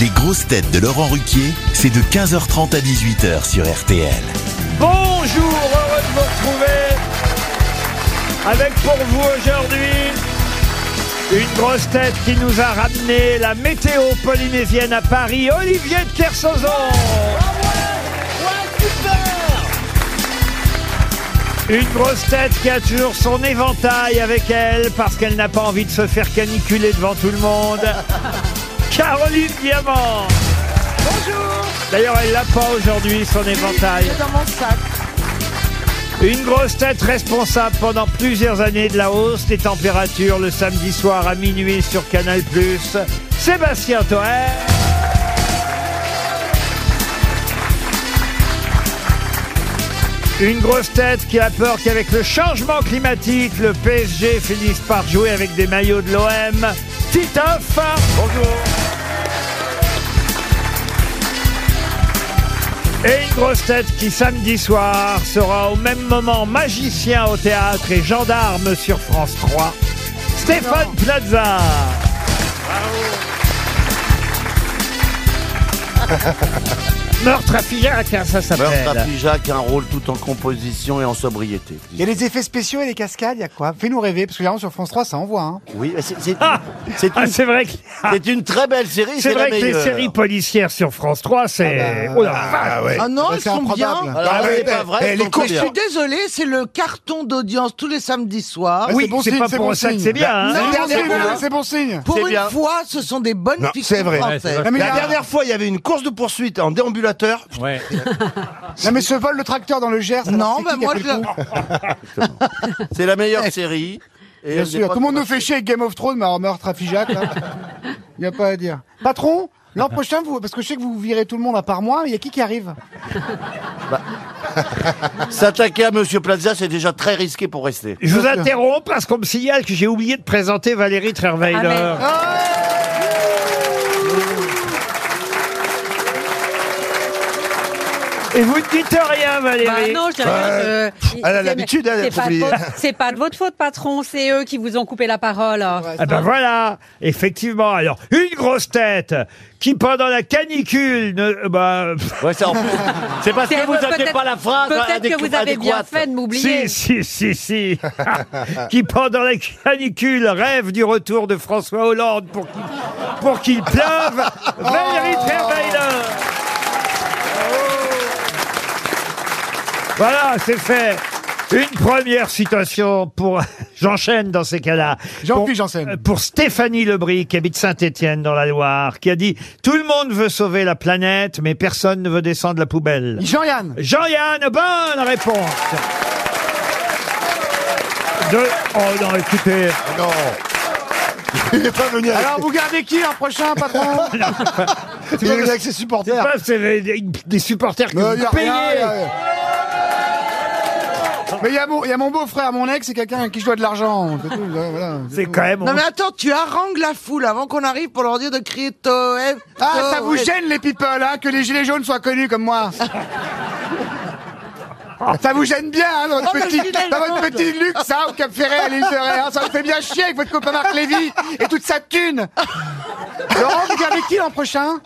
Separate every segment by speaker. Speaker 1: Les grosses têtes de Laurent Ruquier, c'est de 15h30 à 18h sur RTL.
Speaker 2: Bonjour, heureux de vous retrouver avec pour vous aujourd'hui une grosse tête qui nous a ramené la météo polynésienne à Paris, Olivier de Kersauzon. Une grosse tête qui a toujours son éventail avec elle parce qu'elle n'a pas envie de se faire caniculer devant tout le monde. Caroline Diamant. Bonjour. D'ailleurs, elle l'a pas aujourd'hui son éventail.
Speaker 3: dans mon sac.
Speaker 2: Une grosse tête responsable pendant plusieurs années de la hausse des températures le samedi soir à minuit sur Canal+. Sébastien Toer. Une grosse tête qui a peur qu'avec le changement climatique, le PSG finisse par jouer avec des maillots de l'OM. Titoff. Bonjour. Et une grosse tête qui samedi soir sera au même moment magicien au théâtre et gendarme sur France 3, Stéphane Plaza. Meurtre à Figeac, hein, ça s'appelle.
Speaker 4: Meurtre à Pijac, un rôle tout en composition et en sobriété.
Speaker 5: Il y a les effets spéciaux et les cascades, il y a quoi Fais-nous rêver, parce que généralement sur France 3, ça envoie. Hein.
Speaker 4: Oui, c'est c'est- c'est
Speaker 2: Ah,
Speaker 4: une,
Speaker 2: c'est vrai que,
Speaker 4: c'est une très belle série,
Speaker 2: c'est
Speaker 4: c'est la
Speaker 2: vrai que les
Speaker 4: meilleure.
Speaker 2: séries policières sur France 3, c'est... Oh la vache.
Speaker 3: bah, Ah non,
Speaker 5: Bah,
Speaker 3: elles
Speaker 5: c'est
Speaker 3: sont
Speaker 5: improbable.
Speaker 3: bien.
Speaker 4: Alors,
Speaker 6: Ah
Speaker 4: là,
Speaker 6: ouais,
Speaker 4: c'est pas
Speaker 6: eh,
Speaker 4: vrai,
Speaker 6: eh,
Speaker 4: je
Speaker 6: les
Speaker 4: t'en
Speaker 3: Je
Speaker 4: conviens.
Speaker 3: suis désolé, c'est le carton d'audience tous les samedis soirs.
Speaker 2: Oui,
Speaker 5: c'est bon
Speaker 2: c'est
Speaker 5: signe,
Speaker 2: pas
Speaker 5: c'est
Speaker 2: pour
Speaker 5: bon
Speaker 2: ça que
Speaker 5: signe.
Speaker 2: c'est bien. hein.
Speaker 3: Non,
Speaker 5: C'est bon
Speaker 3: c'est
Speaker 5: signe,
Speaker 3: bien.
Speaker 5: c'est bon signe.
Speaker 3: Pour
Speaker 4: c'est
Speaker 3: une
Speaker 4: bien.
Speaker 3: fois, ce sont des bonnes
Speaker 6: Non,
Speaker 3: fictions
Speaker 6: c'est vrai.
Speaker 3: françaises.
Speaker 5: Non mais, il y
Speaker 4: La
Speaker 5: a-
Speaker 4: dernière fois, il y avait une course de poursuite en déambulateur.
Speaker 5: non, mais ce vol le tracteur dans le Gers, alors
Speaker 3: non,
Speaker 6: Oh,
Speaker 5: c'est
Speaker 3: bah
Speaker 5: qui qui a
Speaker 3: moi,
Speaker 5: fait
Speaker 3: je...
Speaker 5: le coup
Speaker 4: C'est la meilleure série. Et
Speaker 5: Bien
Speaker 4: elle n'est
Speaker 5: sûr,
Speaker 4: pas
Speaker 5: tout le monde nous
Speaker 4: commencée.
Speaker 5: fait chier avec Game of Thrones, mais alors meurtre à Figeac, là, il n'y a pas à dire. Patron, l'an prochain, vous, parce que je sais que vous virez tout le monde à part moi, il y a qui qui arrive
Speaker 4: Bah, S'attaquer à Monsieur Plaza, c'est déjà très risqué pour rester.
Speaker 2: Je vous interromps parce qu'on me signale que j'ai oublié de présenter Valérie Trierweiler.
Speaker 7: Ah,
Speaker 2: Et vous ne dites rien, Valérie.
Speaker 7: Bah non, je dirais rien,
Speaker 6: Euh,
Speaker 7: je-
Speaker 6: elle a
Speaker 7: c'est-
Speaker 6: l'habitude, elle,
Speaker 7: c'est
Speaker 6: faut
Speaker 7: pas de
Speaker 6: oublier.
Speaker 7: votre- C'est pas de votre faute, patron. C'est eux qui vous ont coupé la parole.
Speaker 2: ah
Speaker 7: hein.
Speaker 2: ben voilà, effectivement. Alors, une grosse tête qui, pendant la canicule, ne... euh, bah,
Speaker 4: Ouais, ça, en plus. c'est parce
Speaker 7: C'est-
Speaker 4: que vous n'avez
Speaker 7: peut-être-
Speaker 4: pas la phrase.
Speaker 7: Peut-être
Speaker 4: adéqu-
Speaker 7: que vous avez bien
Speaker 4: adéquate.
Speaker 7: fait de m'oublier.
Speaker 2: si, si, si, si, qui, pendant la canicule, rêve du retour de François Hollande pour qu'il, pour qu'il pleuve,
Speaker 4: Oh.
Speaker 2: Valérie Trierweiler. Voilà, c'est fait. Une première citation pour... J'enchaîne dans ces cas-là.
Speaker 5: Jean-Pierre
Speaker 2: Pour-
Speaker 5: Janssen.
Speaker 2: euh, Pour Stéphanie Lebris, qui habite Saint-Étienne dans la Loire, qui a dit « Tout le monde veut sauver la planète, mais personne ne veut descendre la poubelle.
Speaker 5: Jean-Yann »
Speaker 2: Jean-Yann, bonne réponse De... Oh non, écoutez,
Speaker 6: Non. Ah Il n'est pas venu avec,
Speaker 5: Alors vous gardez qui l'an prochain, patron
Speaker 6: il est venu avec ses supporters.
Speaker 2: ça, c'est des- des, des supporters que
Speaker 5: Euh,
Speaker 6: Non, il y a
Speaker 2: vous payez.
Speaker 6: rien, il y a-
Speaker 5: Mais il y a mon, il y a mon beau-frère, mon ex, c'est quelqu'un à qui je dois de l'argent. C'est tout, voilà.
Speaker 2: C'est quand même...
Speaker 3: Non mais attends, tu harangues la foule avant qu'on arrive pour leur dire de crier Toem.
Speaker 5: Ah, ça
Speaker 3: Toem.
Speaker 5: vous gêne les people, hein, que les gilets jaunes soient connus comme moi Ça vous gêne bien, hein, dans votre,
Speaker 3: Oh, le
Speaker 5: petit,
Speaker 3: gilet
Speaker 5: dans votre
Speaker 3: jaune.
Speaker 5: petit luxe, hein, au Cap Ferret, à l'île de Ré, hein, ça vous fait bien chier avec votre copain Marc Lévy et toute sa thune Laurent, vous gardez qui l'an prochain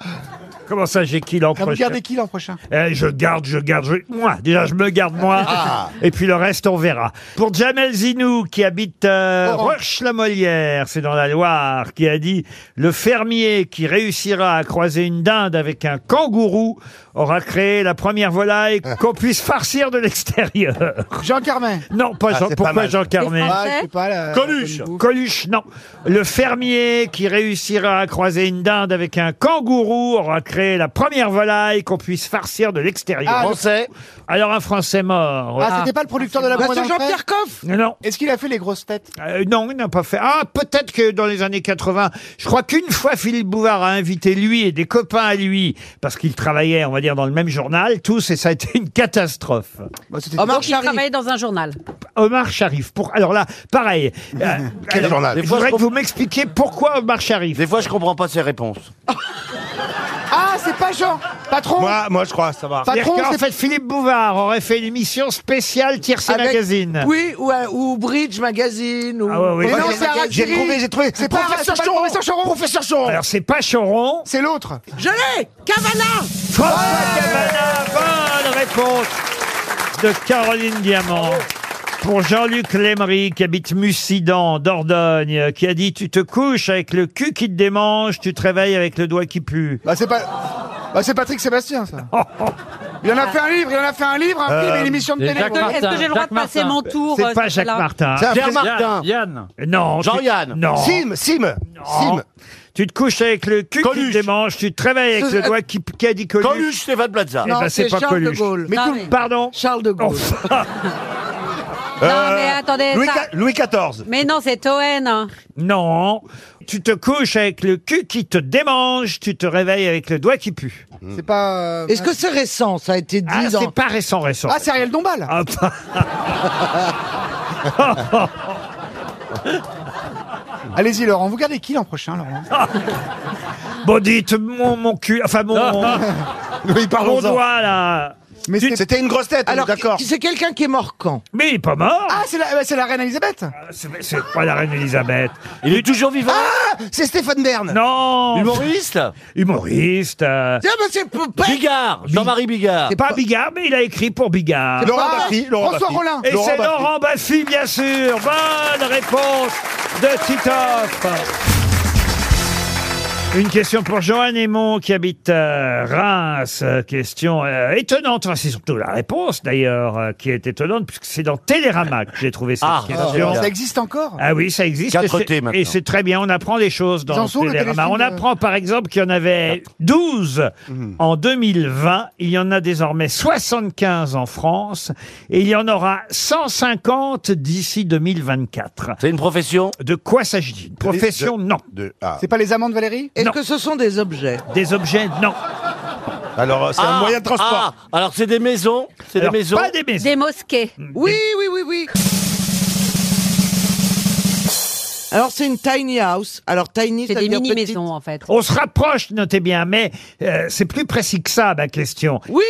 Speaker 2: Comment ça, j'ai qui l'an
Speaker 5: Ah, Vous
Speaker 2: prochain
Speaker 5: gardez qui l'an prochain
Speaker 2: Eh, je garde, je garde, je... moi. Déjà, je me garde moi.
Speaker 6: Ah.
Speaker 2: Et puis le reste, on verra. Pour Jamel Zinou, qui habite euh,
Speaker 5: Orange.
Speaker 2: Roche-la-Molière, c'est dans la Loire, qui a dit le fermier qui réussira à croiser une dinde avec un kangourou aura créé la première volaille
Speaker 6: Ah.
Speaker 2: qu'on puisse farcir de l'extérieur.
Speaker 5: Jean Carmet
Speaker 2: Non, Ah, pas Jean.
Speaker 6: c'est pas
Speaker 2: Pourquoi
Speaker 6: mal.
Speaker 2: Jean Carmet
Speaker 7: Français.
Speaker 5: je sais pas, là,
Speaker 4: Coluche.
Speaker 5: comme vous.
Speaker 2: euh, Coluche, non. Le fermier qui réussira à croiser une dinde avec un kangourou aura créé la première volaille qu'on puisse farcir de l'extérieur.
Speaker 5: Ah, le-
Speaker 4: Français.
Speaker 2: Alors un Français mort.
Speaker 5: Ah, c'était pas le producteur de la
Speaker 3: Monsieur
Speaker 5: Bretagne
Speaker 3: Jean-Pierre Coff
Speaker 2: Non,
Speaker 5: Est-ce qu'il a fait les grosses têtes
Speaker 2: euh, non, il n'a pas fait. Ah, peut-être que dans les années 80, je crois qu'une fois Philippe Bouvard a invité lui et des copains à lui, parce qu'ils travaillaient, on va dire, dans le même journal, tous, et ça a été une catastrophe.
Speaker 5: Bah, c'était-
Speaker 3: Omar
Speaker 7: Qui
Speaker 3: Sharif.
Speaker 7: travaille dans un journal.
Speaker 2: Omar Sharif, pour... alors là, pareil. Euh,
Speaker 6: Quel
Speaker 2: alors,
Speaker 6: journal
Speaker 2: Je voudrais que vous m'expliquiez pourquoi Omar Sharif.
Speaker 4: Des fois, je comprends pas ses réponses.
Speaker 5: Ah, c'est pas Jean Patron
Speaker 6: Moi, moi, je crois, ça va.
Speaker 5: Patron,
Speaker 2: en
Speaker 5: c'est-
Speaker 2: fait, Philippe Bouvard aurait fait une émission spéciale Tiercé
Speaker 3: Avec-
Speaker 2: Magazine.
Speaker 3: Oui, ou, euh, ou Bridge Magazine. Ou...
Speaker 2: Ah ouais, oui.
Speaker 5: Mais non,
Speaker 3: Roger
Speaker 5: c'est Aragon.
Speaker 6: J'ai
Speaker 5: Thierry.
Speaker 6: trouvé, j'ai trouvé.
Speaker 5: C'est pas-
Speaker 6: Professeur
Speaker 5: c'est pas le
Speaker 6: Choron.
Speaker 5: professeur Choron.
Speaker 6: Professeur Choron.
Speaker 2: Alors, c'est pas Choron.
Speaker 5: C'est l'autre.
Speaker 3: Je l'ai Cavana
Speaker 2: François Cabana, bonne réponse de Caroline Diamant. Pour Jean-Luc Lémery, qui habite Mussidan, en Dordogne, qui a dit Tu te couches avec le cul qui te démange, tu te réveilles avec le doigt qui pue.
Speaker 5: Bah, c'est pas. Bah, c'est Patrick Sébastien, ça. Il en a fait un livre, il en a fait un livre,
Speaker 2: Euh,
Speaker 5: un film et une émission de
Speaker 8: et
Speaker 5: télé.
Speaker 8: Jacques
Speaker 7: Que- Est-ce
Speaker 8: Martin,
Speaker 7: que j'ai le droit
Speaker 8: Jacques
Speaker 7: de passer
Speaker 8: Martin.
Speaker 7: mon tour euh,
Speaker 2: C'est pas Jacques
Speaker 7: celle-là
Speaker 2: Martin.
Speaker 6: C'est un
Speaker 4: Pierre
Speaker 6: président-
Speaker 4: Martin.
Speaker 8: Yann,
Speaker 2: Non. tu-
Speaker 4: Jean-Yann.
Speaker 2: Non.
Speaker 6: Sim, Sim,
Speaker 2: Non.
Speaker 6: Sim.
Speaker 2: Tu te couches avec le cul qui te
Speaker 4: Coluche.
Speaker 2: démange, tu te réveilles avec le doigt qui, qui a dit Coluche.
Speaker 4: Coluche, Stéphane Plaza.
Speaker 2: Eh
Speaker 3: Non,
Speaker 2: ben, c'est
Speaker 3: c'est
Speaker 2: pas
Speaker 3: Charles
Speaker 2: Coluche.
Speaker 3: de Gaulle.
Speaker 2: Mais
Speaker 7: Non,
Speaker 2: tout-
Speaker 7: mais-
Speaker 2: Pardon
Speaker 3: Charles de Gaulle.
Speaker 2: Enfin, Euh,
Speaker 7: Non, mais attendez,
Speaker 6: Louis,
Speaker 7: ça-
Speaker 6: Ca- Louis XIV.
Speaker 7: Mais non, c'est Toen. hein.
Speaker 2: Non. Tu te couches avec le cul qui te démange, tu te réveilles avec le doigt qui pue.
Speaker 5: C'est pas. euh,
Speaker 3: Est-ce que c'est récent Ça a été dit
Speaker 2: Ah,
Speaker 3: dans...
Speaker 2: c'est pas récent, récent.
Speaker 5: Ah, c'est Ariel Dombal.
Speaker 2: Ah, pas-
Speaker 5: Allez-y, Laurent. Vous gardez qui l'an prochain, Laurent
Speaker 2: bon, dites mon, mon cul, enfin mon, mon
Speaker 6: Oui, parlons-en.
Speaker 2: doigt là.
Speaker 5: Mais c'est-
Speaker 6: C'était une grosse tête, on est
Speaker 3: Alors,
Speaker 6: d'accord.
Speaker 3: qui- c'est quelqu'un qui est mort quand
Speaker 2: Mais il est pas mort. Ah,
Speaker 5: Ah, c'est la, bah, c'est la reine Elisabeth.
Speaker 2: C'est c'est pas la reine Elisabeth. Ah,
Speaker 4: Il est toujours vivant.
Speaker 6: C'est Stéphane Bern.
Speaker 2: Non.
Speaker 4: Humoriste
Speaker 2: Humoriste. euh,
Speaker 3: Tiens, mais c'est peu- pas-
Speaker 4: Bigard. Jean-Marie Bigard.
Speaker 3: C'est
Speaker 2: pas Bigard, mais il a écrit pour Bigard.
Speaker 6: Laurent
Speaker 5: Ah,
Speaker 6: Baffy. Laurent
Speaker 5: François
Speaker 6: Baffy.
Speaker 5: Rollin.
Speaker 2: Et c'est
Speaker 6: Baffy.
Speaker 2: Laurent Baffy, bien sûr. Bonne réponse de Titoff. Une question pour Johan Aymon qui habite euh, Reims. Euh, Question euh, étonnante. Enfin, c'est surtout la réponse d'ailleurs euh, qui est étonnante puisque c'est dans Télérama que j'ai trouvé cette
Speaker 4: Ah,
Speaker 2: question.
Speaker 5: Ça existe encore
Speaker 2: Ah oui, ça existe.
Speaker 4: Quatre
Speaker 2: Et c'est-
Speaker 4: T maintenant.
Speaker 2: Et c'est très bien, on apprend des choses dans
Speaker 5: en sont, le
Speaker 2: Télérama. On
Speaker 5: téléfilm, euh,
Speaker 2: apprend par exemple qu'il y en avait
Speaker 4: Ah.
Speaker 2: 12
Speaker 4: Mhm.
Speaker 2: en 2020, il y en a désormais 75 en France et il y en aura 150 d'ici 2024.
Speaker 4: C'est une profession.
Speaker 2: De quoi s'agit-il Profession, non.
Speaker 6: De- ah.
Speaker 5: C'est pas les amants de Valérie
Speaker 3: Est-ce
Speaker 2: Non.
Speaker 3: que ce sont des objets
Speaker 2: Des objets, non.
Speaker 6: Alors, euh, c'est
Speaker 4: Ah,
Speaker 6: un moyen de transport.
Speaker 4: ah, alors c'est des maisons. C'est des
Speaker 2: Alors,
Speaker 4: maisons.
Speaker 2: Pas des maisons.
Speaker 7: Des mosquées.
Speaker 3: Oui, oui, oui, oui. Alors, c'est une tiny house. Alors, tiny,
Speaker 7: C'est des
Speaker 3: c'est-à-dire petite.
Speaker 7: mini-maisons, en fait.
Speaker 2: On se rapproche, notez bien, mais euh, c'est plus précis que ça, ma question.
Speaker 3: Oui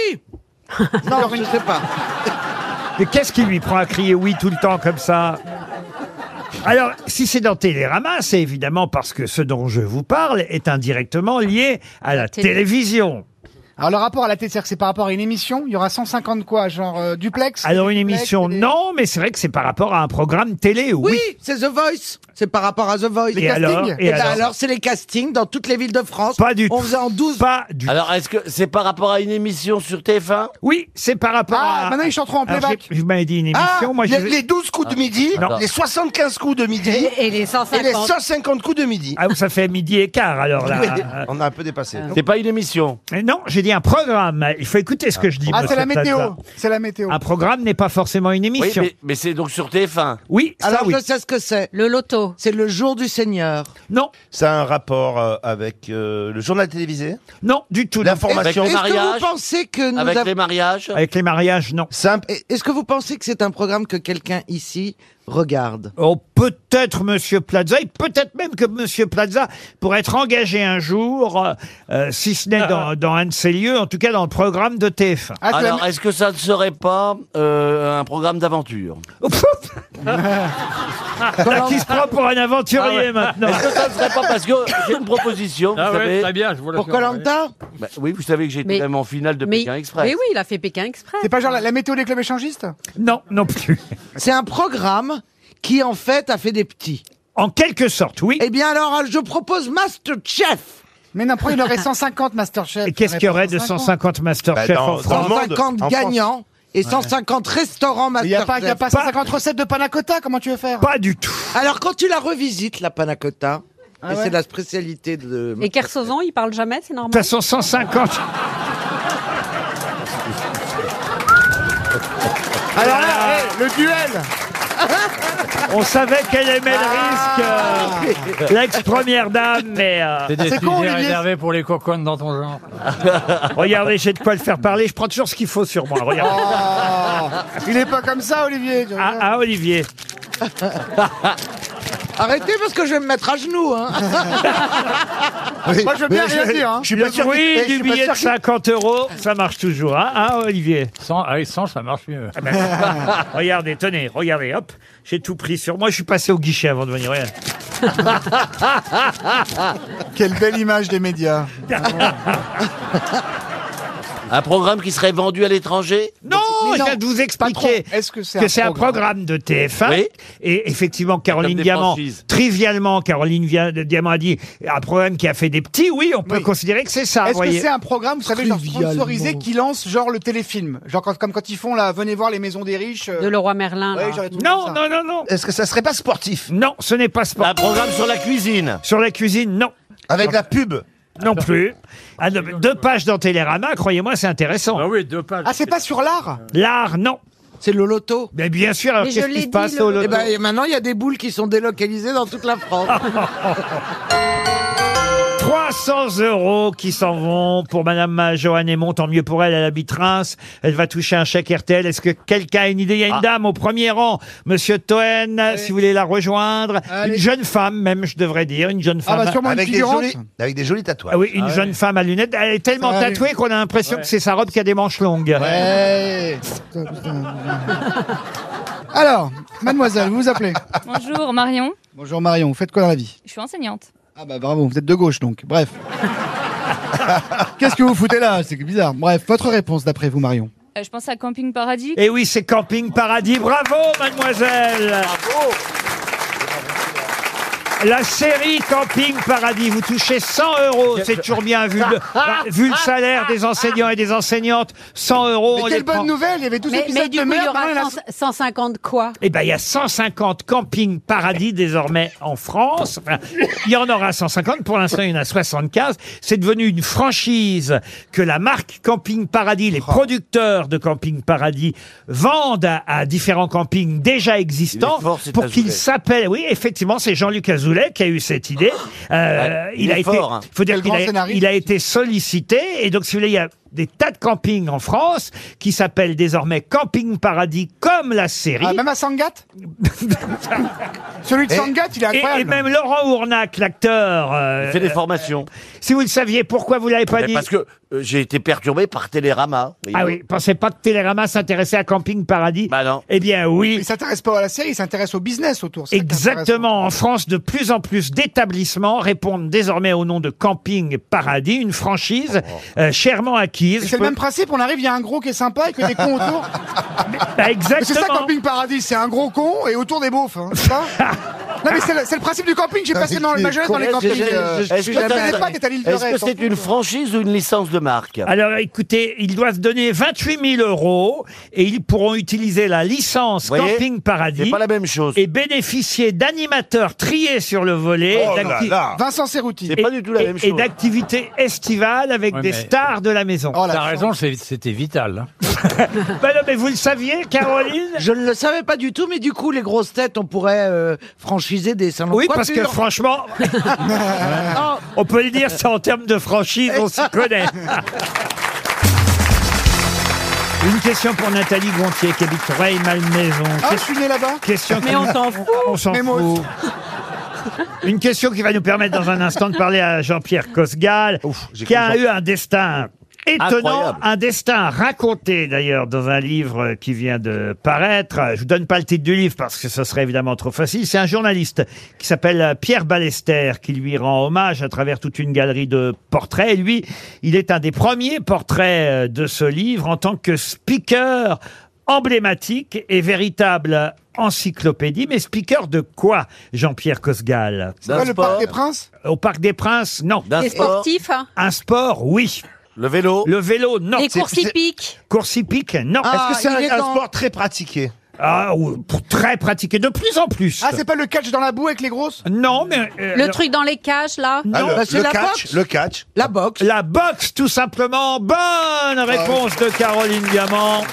Speaker 3: Non, je ne sais pas.
Speaker 2: Mais qu'est-ce qui lui prend à crier oui tout le temps comme ça alors, si c'est dans Télérama, c'est évidemment parce que ce dont je vous parle est indirectement lié à la
Speaker 7: Télé.
Speaker 2: télévision.
Speaker 5: Alors, le rapport à la tête, c'est-à-dire que c'est par rapport à une émission. Il y aura 150 quoi Genre euh, duplex
Speaker 2: Alors, Ah, une
Speaker 5: duplex,
Speaker 2: émission,
Speaker 5: des-
Speaker 2: non, mais c'est vrai que c'est par rapport à un programme télé, oui.
Speaker 3: Oui, c'est The Voice. C'est par rapport à The Voice.
Speaker 2: et alors,
Speaker 5: castings.
Speaker 2: et
Speaker 3: Et bah,
Speaker 2: alors,
Speaker 3: alors, c'est les castings dans toutes les villes de France.
Speaker 2: Pas du
Speaker 3: On
Speaker 2: tout.
Speaker 3: faisait en 12
Speaker 2: Pas du
Speaker 4: Alors est-ce que c'est par rapport à une émission sur TF1
Speaker 2: Oui, c'est par rapport
Speaker 5: Ah,
Speaker 2: à...
Speaker 5: maintenant ils chanteront en
Speaker 2: Alors,
Speaker 5: playback.
Speaker 2: j'ai- je m'avais dit une émission,
Speaker 6: Ah,
Speaker 2: moi je... Ah.
Speaker 6: les, les 12
Speaker 5: Ah.
Speaker 6: coups de midi,
Speaker 4: Attends.
Speaker 6: les 75 coups de midi
Speaker 7: Et les
Speaker 6: et les
Speaker 7: 150.
Speaker 6: 150 coups de midi.
Speaker 2: Ah, ça fait midi et quart, alors là.
Speaker 6: Oui,
Speaker 2: Euh,
Speaker 6: on a un peu dépassé.
Speaker 4: C'est pas une émission.
Speaker 2: mais non, j'ai dit un programme. Il faut écouter ce que je dis.
Speaker 5: Ah, c'est
Speaker 2: monsieur
Speaker 5: la météo.
Speaker 2: Plaza.
Speaker 5: C'est la météo.
Speaker 2: Un programme n'est pas forcément une
Speaker 4: Oui,
Speaker 2: émission.
Speaker 4: mais, mais c'est donc sur TF1.
Speaker 2: Oui, ça
Speaker 3: Alors,
Speaker 2: oui.
Speaker 3: je sais ce que c'est.
Speaker 7: Le loto.
Speaker 3: C'est le jour du Seigneur.
Speaker 2: Non,
Speaker 6: Ça a un rapport euh, avec euh, le journal télévisé,
Speaker 2: non, du tout. non.
Speaker 6: l'information.
Speaker 4: Avec-
Speaker 3: Est-ce que
Speaker 4: mariage,
Speaker 3: vous pensez que nous
Speaker 4: Avec
Speaker 3: avons-
Speaker 4: les mariages.
Speaker 2: Avec les mariages, non.
Speaker 6: Simple.
Speaker 3: Et- Est-ce que vous pensez que c'est un programme que quelqu'un ici regarde
Speaker 2: Oh, peut-être Monsieur Plaza, et peut-être même que Monsieur Plaza pourrait être engagé un jour, euh, euh, si ce n'est dans, dans un de ces lieux, en tout cas dans le programme de TF1.
Speaker 5: Ah, c'est la
Speaker 4: Alors,
Speaker 5: mé-
Speaker 4: est-ce que ça ne serait pas euh, un programme d'aventure
Speaker 2: Ouf, ouf. Là, qui se prend pour un aventurier maintenant
Speaker 4: Ah Est-ce que ça ne serait pas parce que j'ai une proposition, vous
Speaker 8: Ah ouais,
Speaker 4: savez
Speaker 8: très bien, je vous la
Speaker 3: Pour
Speaker 8: fais envoyer.
Speaker 3: Colanta
Speaker 4: Bah Oui, vous savez que j'ai été
Speaker 7: Mais-
Speaker 4: même en finale de
Speaker 7: Mais,
Speaker 4: Pékin Express.
Speaker 7: mais oui, il a fait Pékin Express.
Speaker 5: C'est pas genre la, la météo des clubs échangistes
Speaker 2: Non, non plus.
Speaker 3: C'est un programme qui, en fait, a fait des petits.
Speaker 2: En quelque sorte, oui.
Speaker 3: Eh bien, alors, je propose Masterchef
Speaker 5: Mais non, pourquoi il aurait 150 Masterchef
Speaker 2: Et qu'est-ce qu'il y aurait de 150 Masterchef
Speaker 6: Bah, dans-
Speaker 2: en France
Speaker 6: dans le monde,
Speaker 3: 150
Speaker 6: en France.
Speaker 3: gagnants et 150 restaurants
Speaker 5: Il n'y a, pas-
Speaker 3: Masterchef.
Speaker 5: il y a pas 150 recettes de panna cotta, comment tu veux faire
Speaker 2: Pas du tout.
Speaker 3: Alors, quand tu la revisites, la panna cotta,
Speaker 5: Ah
Speaker 3: et
Speaker 5: ouais
Speaker 3: c'est la spécialité de...
Speaker 7: Et Kersozon, il parle jamais, c'est
Speaker 2: De
Speaker 7: normal.
Speaker 2: toute façon, 150.
Speaker 5: Alors
Speaker 6: Ah.
Speaker 5: là, eh, le duel
Speaker 2: On savait qu'elle aimait le risque, euh, l'ex-première dame, mais euh,
Speaker 8: C'est des
Speaker 5: Ah. C'est con,
Speaker 8: sujets
Speaker 5: Olivier.
Speaker 8: réservés pour les coconnes dans ton genre.
Speaker 2: regardez, j'ai de quoi le faire parler. Je prends toujours ce qu'il faut sur moi. Regardez.
Speaker 5: Oh, Il est pas comme ça, Olivier. tu
Speaker 2: Ah,
Speaker 5: vois.
Speaker 2: ah, Olivier.
Speaker 3: Arrêtez parce que je vais me mettre à genoux. Hein.
Speaker 5: Moi, je veux bien rien dire. Hein.
Speaker 6: Je suis
Speaker 2: Le
Speaker 6: pas sûr. qu'il-
Speaker 2: bruit
Speaker 6: eh, je
Speaker 2: du
Speaker 6: suis pas
Speaker 2: billet de
Speaker 6: sûr qu'il-
Speaker 2: 50 euros, ça marche toujours, hein, hein, Olivier Ah, ben,
Speaker 8: Sans, avec 100, ça marche mieux.
Speaker 2: Regardez, tenez, regardez, hop, j'ai tout pris sur moi, je suis passé au guichet avant de venir. regarde.
Speaker 5: Quelle belle image des médias.
Speaker 4: Un programme qui serait vendu à l'étranger
Speaker 2: Non,
Speaker 5: Mais
Speaker 2: je
Speaker 5: non,
Speaker 2: viens de vous expliquer
Speaker 5: Patron, est-ce que c'est
Speaker 2: que
Speaker 5: un
Speaker 2: c'est un programme de TF1.
Speaker 4: Oui.
Speaker 2: Et effectivement, Caroline
Speaker 4: des
Speaker 2: Diamant,
Speaker 4: franchises.
Speaker 2: trivialement, Caroline Via- Diamant a dit un programme qui a fait des petits, oui, on peut
Speaker 5: Oui.
Speaker 2: considérer que c'est ça,
Speaker 5: Est-ce que
Speaker 2: voyez.
Speaker 5: c'est un programme, vous savez, genre
Speaker 9: Trivialement.
Speaker 5: sponsorisé qui lance genre le téléfilm Genre quand- comme quand ils font là, venez voir les maisons des riches. euh,
Speaker 7: De Leroy Merlin. là.
Speaker 5: ouais, genre des trucs
Speaker 2: Non,
Speaker 5: comme ça.
Speaker 2: non, non, non.
Speaker 6: Est-ce que ça serait pas sportif
Speaker 2: Non, ce n'est pas sport.
Speaker 4: Un programme sur la cuisine
Speaker 2: Sur la cuisine, non.
Speaker 6: Avec la pub
Speaker 2: Non plus. Ah, de- deux pages dans Télérama, croyez-moi, c'est
Speaker 8: Ah
Speaker 2: intéressant.
Speaker 8: oui, deux pages.
Speaker 5: Ah, c'est pas sur l'art
Speaker 2: L'art, non.
Speaker 3: C'est le loto.
Speaker 2: Mais bien sûr, alors
Speaker 7: Mais je
Speaker 2: qu'est-ce qui
Speaker 7: l'ai
Speaker 2: se
Speaker 7: dit,
Speaker 2: passe
Speaker 7: le-
Speaker 2: au loto
Speaker 3: Et ben, et maintenant, il y a des boules qui sont délocalisées dans toute la France.
Speaker 2: 300 euros qui s'en vont pour Madame Joanne Aymon. Tant mieux pour elle, elle habite Reims. Elle va toucher un chèque RTL. Est-ce que quelqu'un a une idée Il y a
Speaker 5: Ah.
Speaker 2: une dame au premier rang, Monsieur Toen, si vous voulez la rejoindre.
Speaker 5: Allez.
Speaker 2: Une jeune femme, même, je devrais dire. Une jeune
Speaker 5: Ah
Speaker 2: femme.
Speaker 5: bah sûrement une
Speaker 6: avec des,
Speaker 5: figurante.
Speaker 6: jolis, avec des jolis tatouages.
Speaker 2: Ah oui, une jeune femme à lunettes. Elle est tellement
Speaker 5: Ça va
Speaker 2: tatouée qu'on a l'impression que c'est sa robe qui a des manches longues.
Speaker 5: Ouais. Alors, mademoiselle, vous vous appelez
Speaker 10: Bonjour Marion,
Speaker 5: Bonjour Marion, vous faites quoi dans la vie
Speaker 10: je suis enseignante.
Speaker 5: Ah bah bravo, vous êtes de gauche donc, bref. Qu'est-ce que vous foutez là C'est bizarre. Bref, votre réponse d'après vous Marion
Speaker 10: Euh, je pense à Camping Paradis.
Speaker 2: Et oui, c'est Camping Paradis. Bravo, mademoiselle. La série Camping Paradis, vous touchez 100 euros, c'est toujours bien vu le, bah, vu le salaire des enseignants et des enseignantes, 100 euros. on
Speaker 5: Mais
Speaker 2: les
Speaker 5: quelle bonne
Speaker 2: prend.
Speaker 5: nouvelle Il y avait tous ces
Speaker 7: Mais, mais
Speaker 5: épisodes
Speaker 7: du
Speaker 5: de
Speaker 7: coup, il y
Speaker 5: merde.
Speaker 7: aura
Speaker 5: Marion, elle a-
Speaker 7: 100 150 quoi
Speaker 2: Eh ben, il y a 150 campings paradis désormais en France. Enfin, il y en aura 150. Pour l'instant, il y en a 75. C'est devenu une franchise que la marque Camping Paradis,
Speaker 4: Oh.
Speaker 2: les producteurs de Camping Paradis vendent à, à différents campings déjà existants
Speaker 4: Il est fort, cet
Speaker 2: pour qu'ils
Speaker 4: Azoulay.
Speaker 2: s'appellent. Oui, effectivement, c'est Jean-Luc Azoulay qui a eu cette idée. Euh,
Speaker 4: Ouais, il est
Speaker 2: été,
Speaker 4: fort, hein.
Speaker 2: faut dire
Speaker 5: Quel
Speaker 2: qu'il
Speaker 5: grand
Speaker 2: a,
Speaker 5: scénariste.
Speaker 2: il a été sollicité. Et donc, si vous voulez, il y a des tas de campings en France qui s'appellent désormais Camping Paradis comme la série.
Speaker 5: Ah, même à Sangat Celui de Sangat, il est
Speaker 2: Et,
Speaker 5: incroyable.
Speaker 2: et même Laurent Ournac, l'acteur. euh,
Speaker 4: Il fait des formations.
Speaker 2: si vous le saviez, pourquoi vous l'avez pas
Speaker 4: Mais
Speaker 2: dit
Speaker 4: parce que euh, j'ai été perturbé par Télérama. voyez-vous.
Speaker 2: Ah oui, pensez pas que Télérama s'intéressait à Camping Paradis
Speaker 4: Bah non.
Speaker 2: Eh bien
Speaker 5: Il
Speaker 2: oui.
Speaker 5: s'intéresse pas à la série, il s'intéresse au business autour. c'est ça qui est
Speaker 2: Exactement, en France, de plus en plus d'établissements répondent désormais au nom de Camping Paradis, une franchise
Speaker 4: Oh.
Speaker 2: euh, chèrement
Speaker 5: intéressant.
Speaker 2: acquise.
Speaker 5: Et C'est
Speaker 2: Je
Speaker 5: le même
Speaker 2: peux-
Speaker 5: principe, on arrive, il y a un gros qui est sympa et que des cons autour.
Speaker 2: Bah,
Speaker 5: Mais C'est ça
Speaker 2: exactement.
Speaker 5: Camping Paradis, c'est un gros con et autour des beaufs. hein, c'est ça non mais c'est le, c'est le principe du camping, j'ai passé dans ma jeunesse dans les campings. euh,
Speaker 4: Est-ce que
Speaker 5: je connaissais
Speaker 4: ça-
Speaker 5: pas hein. t'étais à l'île de
Speaker 4: est-ce
Speaker 5: Ré,
Speaker 4: que
Speaker 5: t'en
Speaker 4: c'est
Speaker 5: fous,
Speaker 4: une
Speaker 5: toi.
Speaker 4: franchise ou une licence de marque
Speaker 2: Alors écoutez, ils doivent donner 28 000 euros et ils pourront utiliser la licence
Speaker 4: Vous voyez
Speaker 2: Camping Paradis
Speaker 4: C'est pas la même chose.
Speaker 2: et bénéficier d'animateurs triés sur le volet,
Speaker 6: Oh là
Speaker 2: d'acti-
Speaker 6: là.
Speaker 5: Vincent Serrouti.
Speaker 4: C'est pas du tout la
Speaker 2: et-
Speaker 4: même
Speaker 2: et
Speaker 4: chose.
Speaker 2: d'activités estivales avec
Speaker 8: Ouais,
Speaker 2: des
Speaker 8: mais-
Speaker 2: stars de la maison.
Speaker 5: Oh, la
Speaker 8: T'as
Speaker 5: chance.
Speaker 8: raison, c'est- c'était vital. hein.
Speaker 2: Bah non, mais vous le saviez, Caroline
Speaker 3: Je ne le savais pas du tout, mais du coup, les grosses têtes, on pourrait euh, franchiser des salons
Speaker 2: Oui,
Speaker 3: de
Speaker 2: parce que
Speaker 3: coiffure.
Speaker 2: franchement, Ah, on peut le dire, ça en termes de franchise, on s'y connaît. Une question pour Nathalie Gontier qui habite Reil-Malmaison.
Speaker 5: Ah, je
Speaker 2: Question-
Speaker 5: suis né là-bas.
Speaker 2: Question
Speaker 7: Mais on s'en fout.
Speaker 2: On s'en
Speaker 5: Mais moi
Speaker 2: fout. Une question qui va nous permettre dans un instant de parler à Jean-Pierre Cosgal,
Speaker 6: j'ai
Speaker 2: qui a
Speaker 6: compris.
Speaker 2: eu un destin étonnant,
Speaker 4: Incroyable.
Speaker 2: un destin raconté d'ailleurs dans un livre qui vient de paraître. Je vous donne pas le titre du livre parce que ce serait évidemment trop facile. C'est un journaliste qui s'appelle Pierre Ballester qui lui rend hommage à travers toute une galerie de portraits. Et lui, il est un des premiers portraits euh, de ce livre en tant que speaker emblématique et véritable encyclopédie, mais speaker de quoi, Jean-Pierre Cosgal
Speaker 5: C'est pas
Speaker 4: D'un
Speaker 5: le Parc
Speaker 4: sport,
Speaker 5: des Princes
Speaker 2: Au Parc des Princes, non.
Speaker 4: d'un
Speaker 7: Des
Speaker 4: sport,
Speaker 7: sportifs hein
Speaker 2: Un sport, oui.
Speaker 4: le vélo.
Speaker 2: Le vélo, non.
Speaker 7: Des
Speaker 2: C'est-
Speaker 7: courses hippiques
Speaker 2: Course hippique, non.
Speaker 5: Ah,
Speaker 6: Est-ce que c'est
Speaker 5: il est
Speaker 6: un, un
Speaker 5: dans-
Speaker 6: sport très pratiqué
Speaker 2: Ah, ou- pour très pratiqué, de plus en plus.
Speaker 5: Ah, c'est pas le catch dans la boue avec les grosses
Speaker 2: non, mais... euh,
Speaker 7: Le
Speaker 2: non.
Speaker 7: truc dans les cages, là
Speaker 6: Ah, le,
Speaker 3: bah, c'est
Speaker 6: le
Speaker 3: la
Speaker 6: catch,
Speaker 3: boxe.
Speaker 6: le catch.
Speaker 3: La boxe.
Speaker 2: La boxe, tout simplement. Bonne réponse de Caroline Diamant.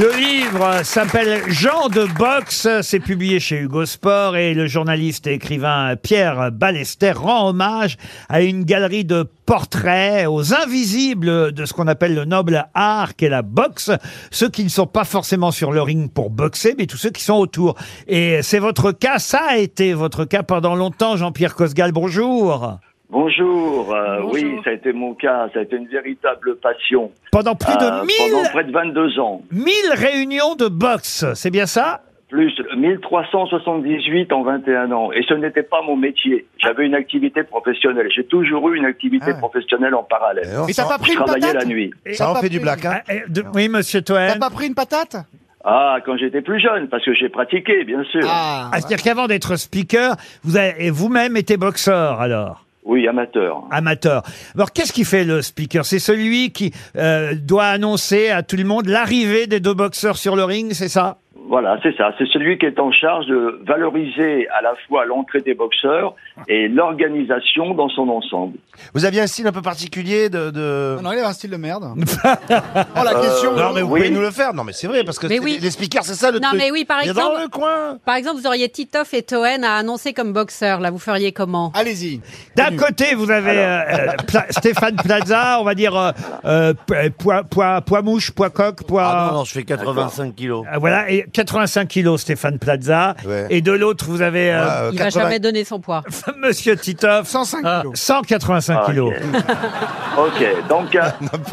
Speaker 2: Le livre s'appelle Jean de boxe, c'est publié chez Hugo Sport et le journaliste et écrivain Pierre Ballester rend hommage à une galerie de portraits aux invisibles de ce qu'on appelle le noble art qu'est la boxe, ceux qui ne sont pas forcément sur le ring pour boxer, mais tous ceux qui sont autour. Et c'est votre cas, ça a été votre cas pendant longtemps, Jean-Pierre Cosgal, bonjour.
Speaker 9: Bonjour, euh,
Speaker 10: Bonjour.
Speaker 9: oui, ça a été mon cas, ça a été une véritable passion.
Speaker 2: Pendant plus
Speaker 9: Euh,
Speaker 2: de 1000,
Speaker 9: Pendant près de 22 ans,
Speaker 2: 1000 réunions de boxe, c'est bien ça
Speaker 9: plus 1378 en 21 ans. Et ce n'était pas mon métier, j'avais une activité professionnelle, j'ai toujours eu une activité
Speaker 5: Ah ouais.
Speaker 9: professionnelle en parallèle.
Speaker 5: Mais t'as pas
Speaker 9: Je
Speaker 5: pris une
Speaker 9: travaillais
Speaker 5: patate
Speaker 9: la nuit.
Speaker 6: Ça
Speaker 5: T'as
Speaker 6: en
Speaker 5: pas
Speaker 6: fait du
Speaker 5: pris-
Speaker 6: black, hein
Speaker 2: Ah, eh, de- Oui, monsieur Toen.
Speaker 5: T'as pas pris une patate
Speaker 9: Ah, quand j'étais plus jeune, parce que j'ai pratiqué, bien sûr.
Speaker 5: Ah,
Speaker 2: Ah, c'est-à-dire qu'avant d'être speaker, vous avez et vous-même été boxeur alors
Speaker 9: Oui, amateur.
Speaker 2: amateur. Alors qu'est-ce qui fait le speaker C'est celui qui euh, doit annoncer à tout le monde l'arrivée des deux boxeurs sur le ring, c'est ça
Speaker 9: Voilà, c'est ça. C'est celui qui est en charge de valoriser à la fois l'entrée des boxeurs et l'organisation dans son ensemble.
Speaker 6: Vous aviez un style un peu particulier de. de-
Speaker 5: Non, il avait un style de merde.
Speaker 6: Oh la question Non, mais vous
Speaker 9: oui.
Speaker 6: pouvez nous le faire. Non, mais c'est vrai, parce que
Speaker 7: Mais
Speaker 6: c'est-
Speaker 7: oui.
Speaker 6: les speakers, c'est ça le
Speaker 7: Non,
Speaker 6: truc.
Speaker 7: mais oui, par
Speaker 6: Il est dans
Speaker 7: exemple-
Speaker 6: le coin
Speaker 7: Par exemple, vous auriez Titoff et Toen à annoncer comme boxeur. Là, vous feriez comment
Speaker 5: Allez-y.
Speaker 2: D'un côté, vous avez euh, euh, Pla- Stéphane Plaza, on va dire euh, euh, p- poids, poids, poids mouche, poids coq, poids...
Speaker 4: Ah non, non, je fais 85 kilos.
Speaker 2: Euh, Voilà, et 85 kilos, Stéphane Plaza.
Speaker 6: Ouais.
Speaker 2: Et de l'autre, vous avez euh,
Speaker 6: Euh,
Speaker 7: Il va
Speaker 6: 80
Speaker 7: jamais donner son poids.
Speaker 2: Monsieur Titoff,
Speaker 5: 105
Speaker 8: Ah.
Speaker 5: kilos.
Speaker 2: 185
Speaker 9: Ah,
Speaker 2: kilos.
Speaker 9: Ok, donc, euh,